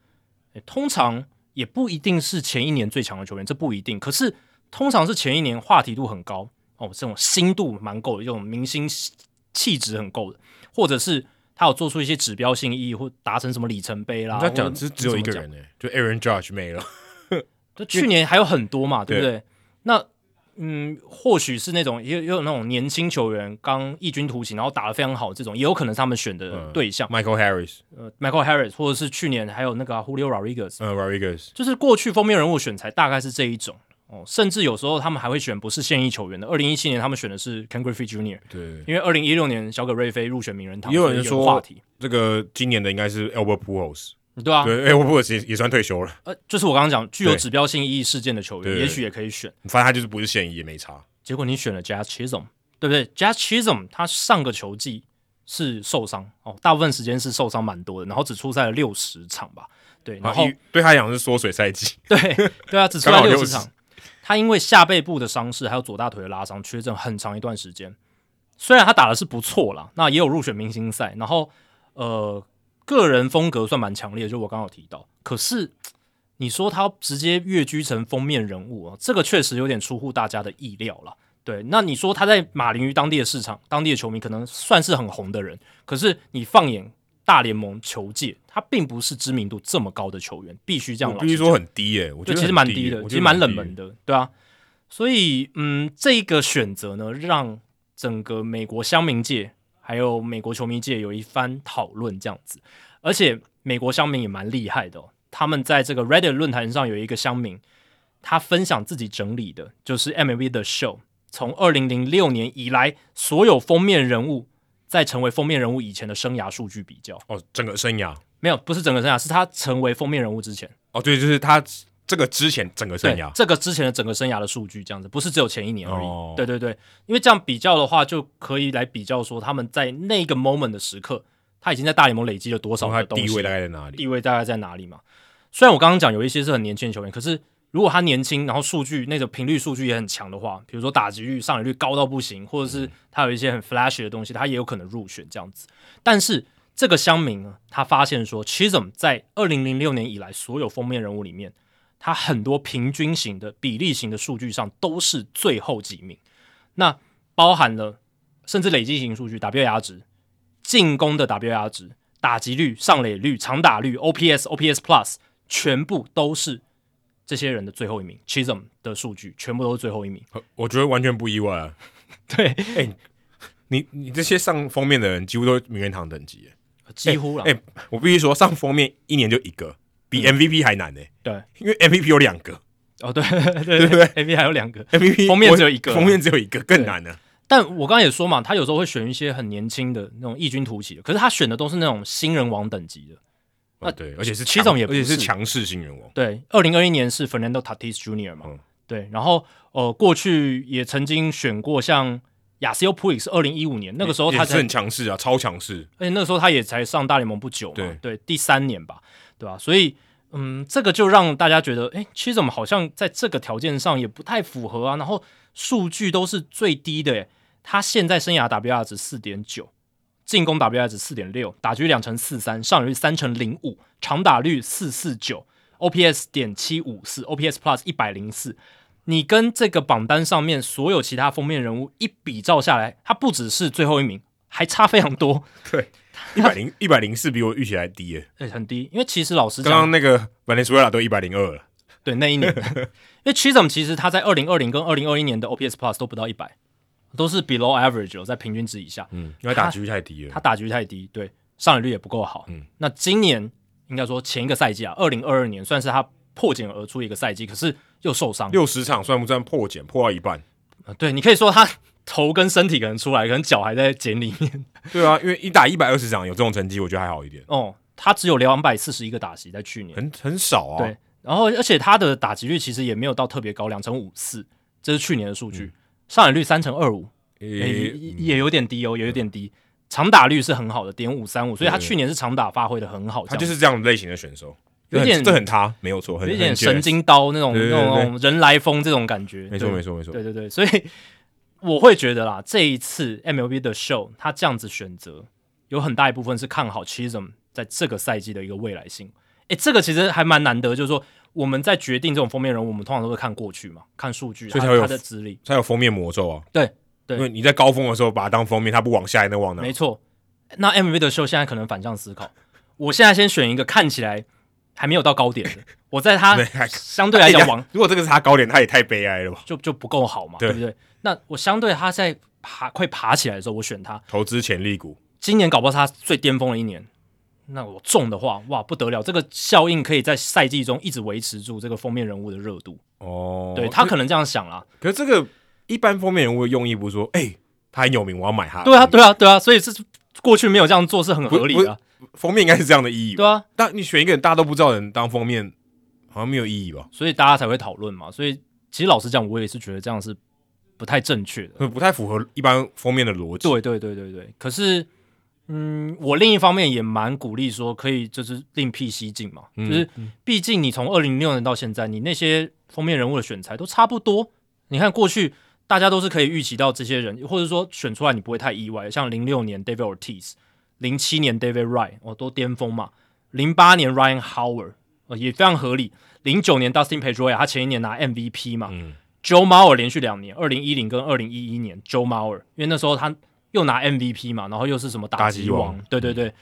诶通常也不一定是前一年最强的球员，这不一定。可是通常是前一年话题度很高哦，这种心度蛮够的，这种明星气质很够的，或者是他有做出一些指标性意义，或达成什么里程碑啦。
你这样
或
讲
者
是只有一个
怎么讲
人呢，就 Aaron Judge 没 了，
就去年还有很多嘛，对
对
不对？那嗯，或许是那种也有也有那种年轻球员刚异军突起，然后打得非常好，这种也有可能是他们选的
嗯
对象。
Michael Harris，
呃，Michael Harris，或者是去年还有那个啊 Julio Rodriguez，
嗯，Rodriguez，
就是过去封面人物选材大概是这一种哦，甚至有时候他们还会选不是现役球员的。二零一七年他们选的是 Ken Griffey Jr.，
对，
因为二零一六年小葛瑞菲入选名人堂，
也有人
所以
说
话题，
这个今年的应该是 Albert Pujols，
对啊，
对，Albert Pujols 也也算退休了，
呃，就是我刚刚讲具有
对
指标性意义事件的球员，
对
也许也可以选。
反正他就是不是现役也没差，
结果你选了 Jazz Chisholm，对不对？Jazz Chisholm 他上个球季是受伤哦，大部分时间是受伤蛮多的，然后只出赛了六十场吧，对，然
然
后
后对他来讲是缩水赛季，
对对啊，只出
刚
来
好
六
60
十场。他因为下背部的伤势，还有左大腿的拉伤，缺阵很长一段时间。虽然他打的是不错啦，那也有入选明星赛，然后呃，个人风格算蛮强烈的，就我刚刚有提到。可是你说他直接跃居成封面人物啊，这个确实有点出乎大家的意料啦。对，那你说他在马林鱼当地的市场、当地的球迷可能算是很红的人，可是你放眼大联盟球界，他并不是知名度这么高的球员，必须这样
我
老
必
实
须说很低耶，我觉得
对，其实
很
蛮
低
低
耶
的，
我觉
其实
得
蛮冷
低
门
的。
的，对啊。所以，嗯，这个选择呢，让整个美国乡民界还有美国球迷界有一番讨论，这样子。而且，美国乡民也蛮厉害的、哦，他们在这个 Reddit 论坛上有一个乡民，他分享自己整理的，就是 MLB 的 Show 从二零零六年以来所有封面人物在成为封面人物以前的生涯数据比较，
哦，整个生涯，
没有，不是整个生涯，是他成为封面人物之前。
哦，对，就是他这个之前整个生
对，
涯，
这个之前的整个生涯的数据这样子，不是只有前一年而已。
哦
对对对，因为这样比较的话，就可以来比较说他们在那个 moment 的时刻，他已经在大联盟累积了多少
从
的
他
东西
地位大概在哪里？
地位大概在哪里嘛？虽然我刚刚讲有一些是很年轻的球员，可是如果他年轻，然后数据那个频率数据也很强的话，比如说打击率、上垒率高到不行，或者是他有一些很 flash 的东西，他也有可能入选这样子。但是这个乡民呢，他发现说，Chisholm 在二零零六年以来所有封面人物里面，他很多平均型的、比例型的数据上都是最后几名。那包含了甚至累积型数据 WAR 值、进攻的 WAR 值、打击率、上垒率、长打率、OPS、OPS Plus，全部都是这些人的最后一名。Chisholm 的数据全部都是最后一名。
呃我觉得完全不意外啊。 哎
对，
你你这些上封面的人，几乎都是名人堂等级耶。
几乎了。
哎、我必须说，上封面一年就一个，比
嗯
MVP 还难呢、
对，
因为 MVP 有两个
哦对对对对，A V 还有两个。
，MVP
封面只有一个啊
封面只有一个更难呢、
但我刚刚也说嘛，他有时候会选一些很年轻的那种异军突起的，可是他选的都是那种新人王等级的。
哦，对，而且是
其中
强
也
而
不
且是
是
强势新人王，
对，二零二一年是 Fernando Tatis Jr. 嘛，
嗯
对，然后呃，过去也曾经选过像亚西欧普里斯，二零一五年那个时候他
也是
才
很，强势啊，超强势。
而且那个时候他也才上大联盟不久嘛，
对
第三年吧，对吧、所以嗯，这个就让大家觉得，哎，其实我们好像在这个条件上也不太符合啊，然后数据都是最低的，诶他现在生涯 WR 值四点九，进攻 WR 值四点六，打局两成四三，上垒率三成零五，长打率四四九，OPS 点七五四，OPS Plus 一百零四。你跟这个榜单上面所有其他封面人物一比照下来，他不只是最后一名，还差非常多，
对，一百零一百零四比我预期还低耶、
哎，很低。因为其实老实
刚
讲，
刚那个本尼苏亚都一百零二了，
对那 一年，因为 Chisholm 其实他在二零二零跟二零二一年的 OPS Plus 都不到一百，都是 below average，、哦、在平均值以下。
嗯，因为打局太低了
他。打局太低，对上垒率也不够好。
嗯
那今年应该说前一个赛季啊，二零二二年算是他破茧而出一个赛季，可是又受伤。
六十场算不算破茧？破到一半。
呃对你可以说他头跟身体可能出来，可能脚还在茧里面。
对啊，因为一打一百二十场有这种成绩，我觉得还好一点，
哦，他只有两百四十一个打席在去年，
很很少啊。
对，然后而且他的打击率其实也没有到特别高，两成五四，这是去年的
嗯
数据，上垒率三成二五，
诶，
也也有点低哦，也有点低。长打率是很好的，点五三五，所以他
对
去年是长打发挥的很好，这
他
样
就是这样类型的选手，
有点
这很这很他，没有错，很
有一点
很
神经刀那种
对对
那种
对
那种人来疯这种感觉。
没错
对
没错没错。
对对对，所以 我会觉得啦，这一次 MLB 的 show 他这样子选择，有很大一部分是看好 Chisholm 在这个赛季的一个未来性。诶，这个其实还蛮难得，就是说我们在决定这种封面人物，我们通常都会看过去嘛，看数据，
所以
他
才会有
他的资历。
才有封面魔咒啊。
对对
因为你在高峰的时候把它当封面，它不往下，那往哪？
没错。那 MV 的时候，现在可能反向思考，我现在先选一个看起来还没有到高点 的，我在他
对还
相对来讲往
哎呀如果这个是他高点，他也太悲哀了吧？
就就不够好嘛，
对
对不对？那我相对他在爬快爬起来的时候，我选他。
投资潜力股，
今年搞不好是他最巅峰的一年，那我中的话，哇不得了！这个效应可以在赛季中一直维持住这个封面人物的热度。
哦，
对他可能这样想啦，
可是这个一般封面人物的用意不是说，哎、他很有名，我要买他。
对啊，，对啊，对啊，所以这是过去没有这样做是很合理的啊，
嗯封面应该是这样的意义。
对啊，
但你选一个大家都不知道的人当封面，好像没有意义吧？
所以大家才会讨论嘛。所以其实老实讲，我也是觉得这样是不太正确的。
不太符合一般封面的逻辑。，
对对对对对。可是，嗯，我另一方面也蛮鼓励说，可以就是另辟蹊径嘛，就是毕竟你从二零零六年到现在，你那些封面人物的选材都差不多。你看过去大家都是可以预期到这些人，或者说选出来你不会太意外。像零六年 David Ortiz，零七年 David Wright，哦都巅峰嘛。零八年 Ryan Howard，呃也非常合理。零九年 Dustin Pedroia，他前一年拿 MVP 嘛，
嗯
Joe Mauer 连续两年，二零一零跟二零一一年 Joe Mauer，因为那时候他又拿 MVP 嘛，然后又是什么打击
打击
王，
王
对对对。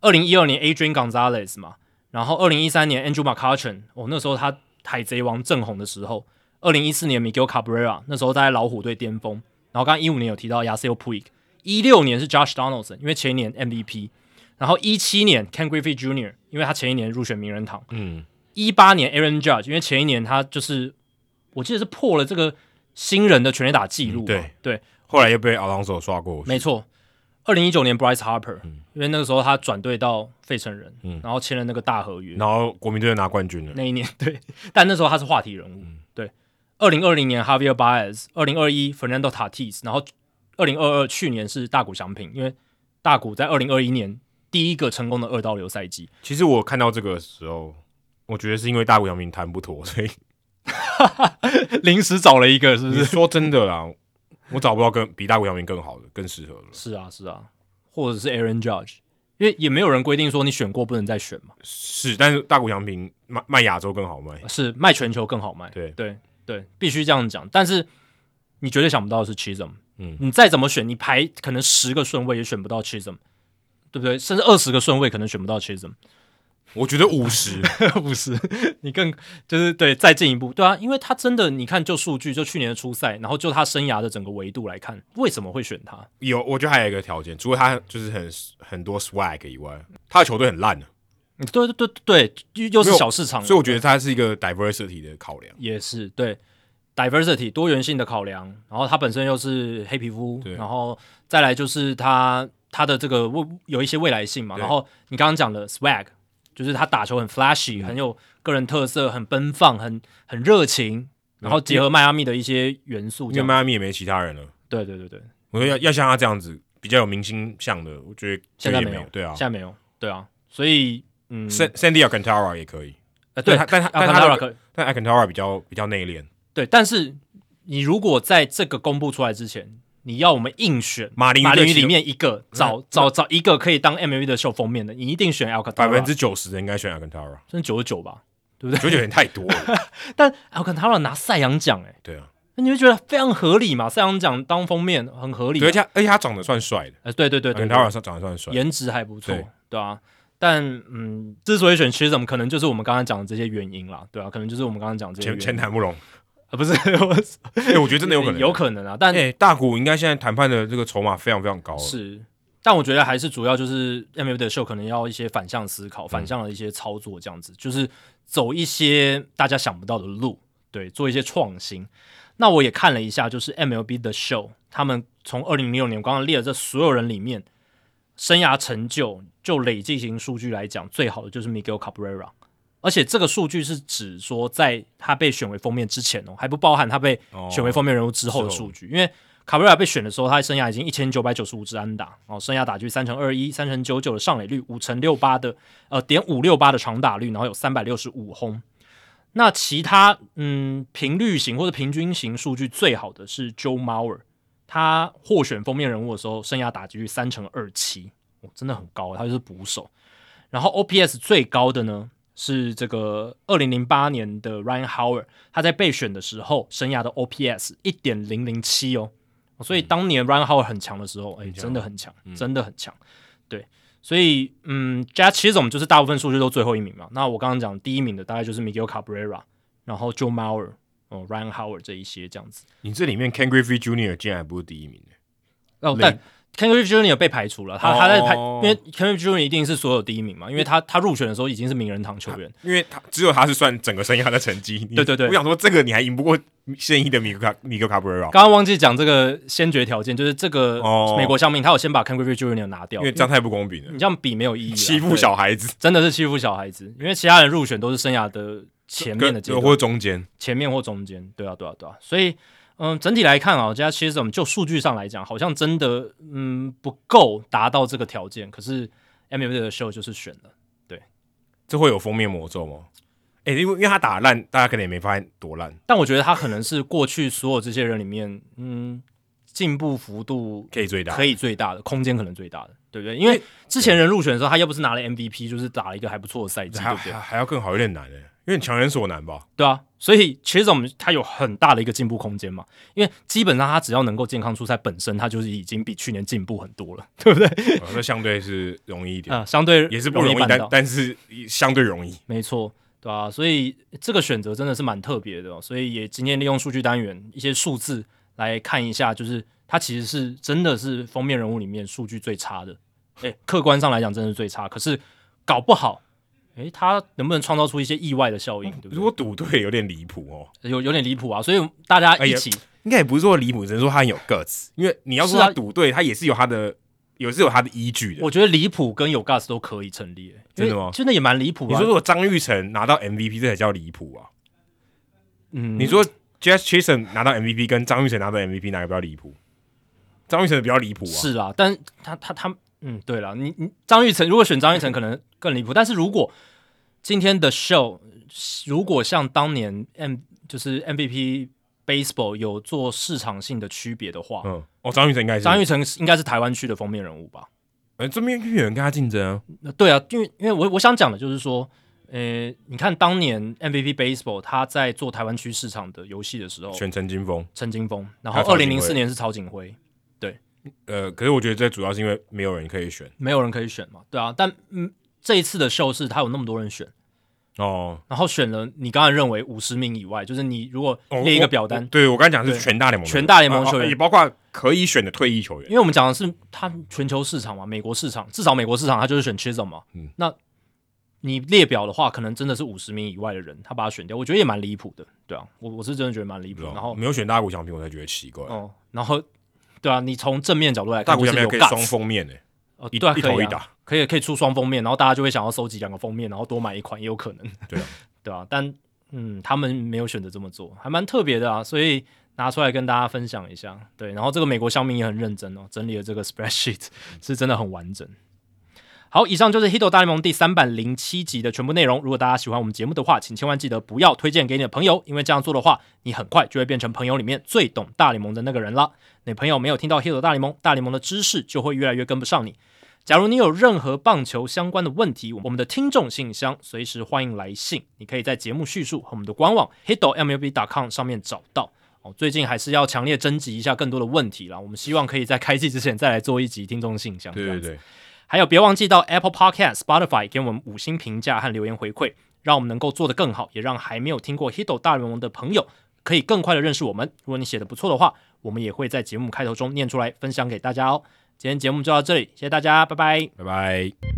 二零一二年 Adrian Gonzalez 嘛，然后二零一三年 Andrew McCutchen，哦，那时候他海贼王正红的时候，二零一四年 Miguel Cabrera，那时候他在老虎队巅峰，然后刚刚一五年有提到 Yasiel Puig，一六年是 Josh Donaldson，因为前一年 MVP，然后一七年 Ken Griffey Jr.，因为他前一年入选名人堂。
嗯，
一八年 Aaron Judge，因为前一年他就是我记得是破了这个新人的全垒打记录嘛、啊
嗯对
对，
后来又被奥朗手刷过。
没错。二零一九年 Bryce Harper，、因为那个时候他转队到费城人，
嗯
然后签了那个大合约，
然后国民队拿冠军了，
那一年对，但那时候他是话题人物。
嗯
对，二零二零年 Javier Baez，二零二一 Fernando Tatis，然后二零二二去年是大谷翔平，因为大谷在二零二一年第一个成功的二刀流赛季，
其实我看到这个的时候，我觉得是因为大谷翔平谈不妥，所 以
临时找了一个，是不
你
是？
说真的啦，我找不到更比大谷翔平更好的、更适合的了。
是啊，是啊，或者是 Aaron Judge，因为也没有人规定说你选过不能再选嘛，
是，但是大谷翔平卖卖亚洲更好卖。
是卖全球更好卖。
对
对对，必须这样讲。但是你绝对想不到的是 Chisholm，
嗯
你再怎么选，你排可能十个顺位也选不到 Chisholm，对不对？甚至二十个顺位可能选不到 Chisholm，
我觉得五十，
不是？ 你更就是对再进一步，对啊，因为他真的，你看就数据，就去年的初赛，然后就他生涯的整个维度来看，为什么会选他？
有，我觉得还有一个条件，除了他就是很很多 swag 以外，他的球队很烂的，
对对对对，又又是
没有
小市场了，
所以我觉得他是一个 diversity 的考量。
也是对 diversity 多元性的考量，然后他本身又是黑皮肤，
对
然后再来就是他他的这个未有一些未来性嘛，
对
然后你刚刚讲的 swag，就是他打球很 flashy，、很
嗯
有个人特色，很奔放，很很热情，然后结合迈阿密的一些元素，
因
这
为
样
迈阿密也没其他人了，
对对对对，
我说要要像他这样子比较有明星相的，我觉得
现在
也
没
有，对啊
现，在没有，对啊，所以嗯，
San-，Sandy Alcantara 也可以，
呃
对
对，
他但他
啊
但他
Alcantara 可
但 Alcantara 比较比较内敛，
对，但是你如果在这个公布出来之前，你要我们硬选
马林鱼
马林
队
鱼
其
里
中
面一个，
嗯
找找找一个可以当 MLB 的秀封面的，你一定选 Alcantara，
百分之九十的应该选 Alcantara，
真九十九吧？
九九点太多了。
但 Alcantara 拿赛扬奖，哎，
对 啊，
那你会觉得非常合理嘛？赛扬奖当封面很合理嘛，
对，
啊
而且他而且他长得算帅的
呃，对对对对对
a l c a n t a r a 长得算帅。
颜值还不错
对，
对啊。但嗯，之所以选 Chisholm，可能就是我们刚刚讲的这些原因啦，对啊，可能就是我们刚刚讲的这些
前
原因
前谈不拢，
啊，不是， 我是
哎，我觉得真的有可能，
有可能啊，但、
哎，大股应该现在谈判的这个筹码非常非常高了，
是，但我觉得还是主要就是 M L 的秀可能要一些反向思考、反向的一些操作，这样子、就是走一些大家想不到的路，对，做一些创新。那我也看了一下，就是 MLB 的 show，他们从二零零六年我刚刚列的这所有人里面，生涯成就就累计型数据来讲，最好的就是 Miguel Cabrera，而且这个数据是指说在他被选为封面之前哦，还不包含他被
哦
选为封面人物之后的
之后
数据，因为卡布瑞拉被选的时候，他生涯已经一千九百九十五支安打哦，生涯打击三乘二一、三乘九九的上垒率，五乘六八的呃点五六八的长打率，然后有三百六十五轰。那其他嗯频率型或者平均型数据最好的是 Joe Mauer，他获选封面人物的时候，生涯打击率三乘二七，哦，真的很高，他就是捕手。然后 OPS 最高的呢是这个二零零八年的 Ryan Howard，他在备选的时候，生涯的 OPS 一点零零七哦，所以当年 Ryan Howard 很强的时候，哎、真的很强，真的很强，对。所以，嗯，Jack Chisholm 就是大部分数据都最后一名嘛。那我刚刚讲第一名的大概就是 Miguel Cabrera，然后 Joe Mauer，哦，Ryan Howard 这一些这样子。
你这里面 Ken Griffey Jr. 竟然还不是第一名，
哦，但 Ken r i f Junior 被排除了，他他在排，
哦
因为 Ken r i f Junior 一定是所有第一名嘛，因为他他入选的时候已经是名人堂球员，
因为他只有他是算整个生涯的成绩。你
对对对
我想说这个你还赢不过现役的米格卡米格卡布瑞拉，
刚刚忘记讲这个先决条件，就是这个
哦
美国项命，他有先把 Ken Griffey Jr. 拿掉，
因为这样太不公平了
你，这样比没有意义啊，
欺负小孩子
对，真的是欺负小孩子，因为其他人入选都是生涯的前面的阶
跟
段，
或者中间，
前面或中间，对啊，对啊，对啊，所以。嗯，整体来看啊，加其实我们就数据上来讲，好像真的嗯不够达到这个条件。可是 MLB 的 show 就是选了，
这会有封面魔咒吗？哎、因为因为他打烂，大家可能也没发现多烂，
但我觉得他可能是过去所有这些人里面，嗯，进步幅度
可以最大。
可以最大的，空间可能最大的，对不对？因为之前人入选的时候，他要不是拿了 MVP，就是打了一个还不错的赛季，对
还
不对
啊还？还要更好，有点难呢，有点强人所难 吧？
对啊，所以其实我们他有很大的一个进步空间嘛，因为基本上他只要能够健康出赛，本身他就是已经比去年进步很多了，对不对？
呃那、相对是容易一点，
啊、相对
也是不容易，
办
但
到。
但是相对容易。
没错，对啊，所以这个选择真的是蛮特别的、哦，所以也今天利用数据单元一些数字来看一下，就是它其实是真的是封面人物里面数据最差的，诶，客观上来讲真的是最差，可是搞不好，诶，它能不能创造出一些意外的效应，对
嗯如
不
果赌对有点离谱哦，
对？有有点离谱啊，所以大家一起、
应哎该也不是说离谱，只能说他很有 guts，因为你要说
是啊
他赌对，他也是有他的，也是有他的依据的。
我觉得离谱跟有 gas 都可以成立、诶
真的
因为
吗
真的也蛮离谱啊。
你说如果张玉成拿到 MVP，这才叫离谱啊！
嗯，
你说 Jazz Chison 拿到 MVP 跟张玉成拿到 MVP 哪个比较离谱？张玉成的比较离谱啊！
是啦，但他他他，嗯，对了，你你张玉成如果选张玉成可能更离谱，但是如果今天的 show 如果像当年 M 就是 MVP baseball 有做市场性的区别的话，
嗯，哦，张玉成应该是
张
玉，
玉成应该是台湾区的封面人物吧？
呃，这边有人跟他竞争啊，
那对啊，因为因为我我想讲的就是说。呃，你看当年 MVP Baseball 他在做台湾区市场的游戏的时候，
选陈金峰。
陈金峰，然
还
后
有曹
二
景
零
辉
零四年是曹景辉，
呃，可是我觉得这主要是因为没有人可以选
没有人可以选嘛，对啊，但嗯，这一次的秀是他有那么多人选，
哦。
然后选了你刚才认为五十名以外，就是你如果
哦
列一个表单，
我对我刚才讲的是
对
全大联盟的，
全大联盟
啊啊
球员
也包括可以选的退役球员
因。为我们讲的是他全球市场嘛，美国市场，至少美国市场他就是选 Chisholm 嘛。
嗯
那你列表的话，可能真的是五十名以外的人，他把他选掉，我觉得也蛮离谱的，对啊，我我是真的觉得蛮离
不知
谱
道。
然后，
没有选大谷翔平，我才觉得奇怪。
哦，然后，对啊，你从正面角度来
大
看，
谷
就
翔平
是有
可以
guts
双封面呢，
哦，
一
对啊，
一
可
头
以
一
啊
打，
可以可以出双封面，然后大家就会想要收集两个封面，然后多买一款也有可能，
对啊，
对啊，但嗯，他们没有选择这么做，还蛮特别的啊，所以拿出来跟大家分享一下。对，然后这个美国乡民也很认真哦，整理了这个 spreadsheet 是真的很完整。好，以上就是《Hito 大联盟》第三版零七集的全部内容。如果大家喜欢我们节目的话，请千万记得不要推荐给你的朋友，因为这样做的话，你很快就会变成朋友里面最懂大联盟的那个人了。你朋友没有听到《Hito 大联盟》，大联盟的知识就会越来越跟不上你。假如你有任何棒球相关的问题，我们的听众信箱随时欢迎来信，你可以在节目叙述和我们的官网 hitomlb.com 上面找到。哦，最近还是要强烈征集一下更多的问题啦，我们希望可以在开季之前再来做一集听众信箱。
对
这
对
样子
对，
还有，别忘记到 Apple Podcast、Spotify 给我们五星评价和留言回馈，让我们能够做得更好，也让还没有听过 Hito 大联盟的朋友可以更快的认识我们。如果你写的不错的话，我们也会在节目开头中念出来，分享给大家哦。今天节目就到这里，谢谢大家，拜拜。
拜拜。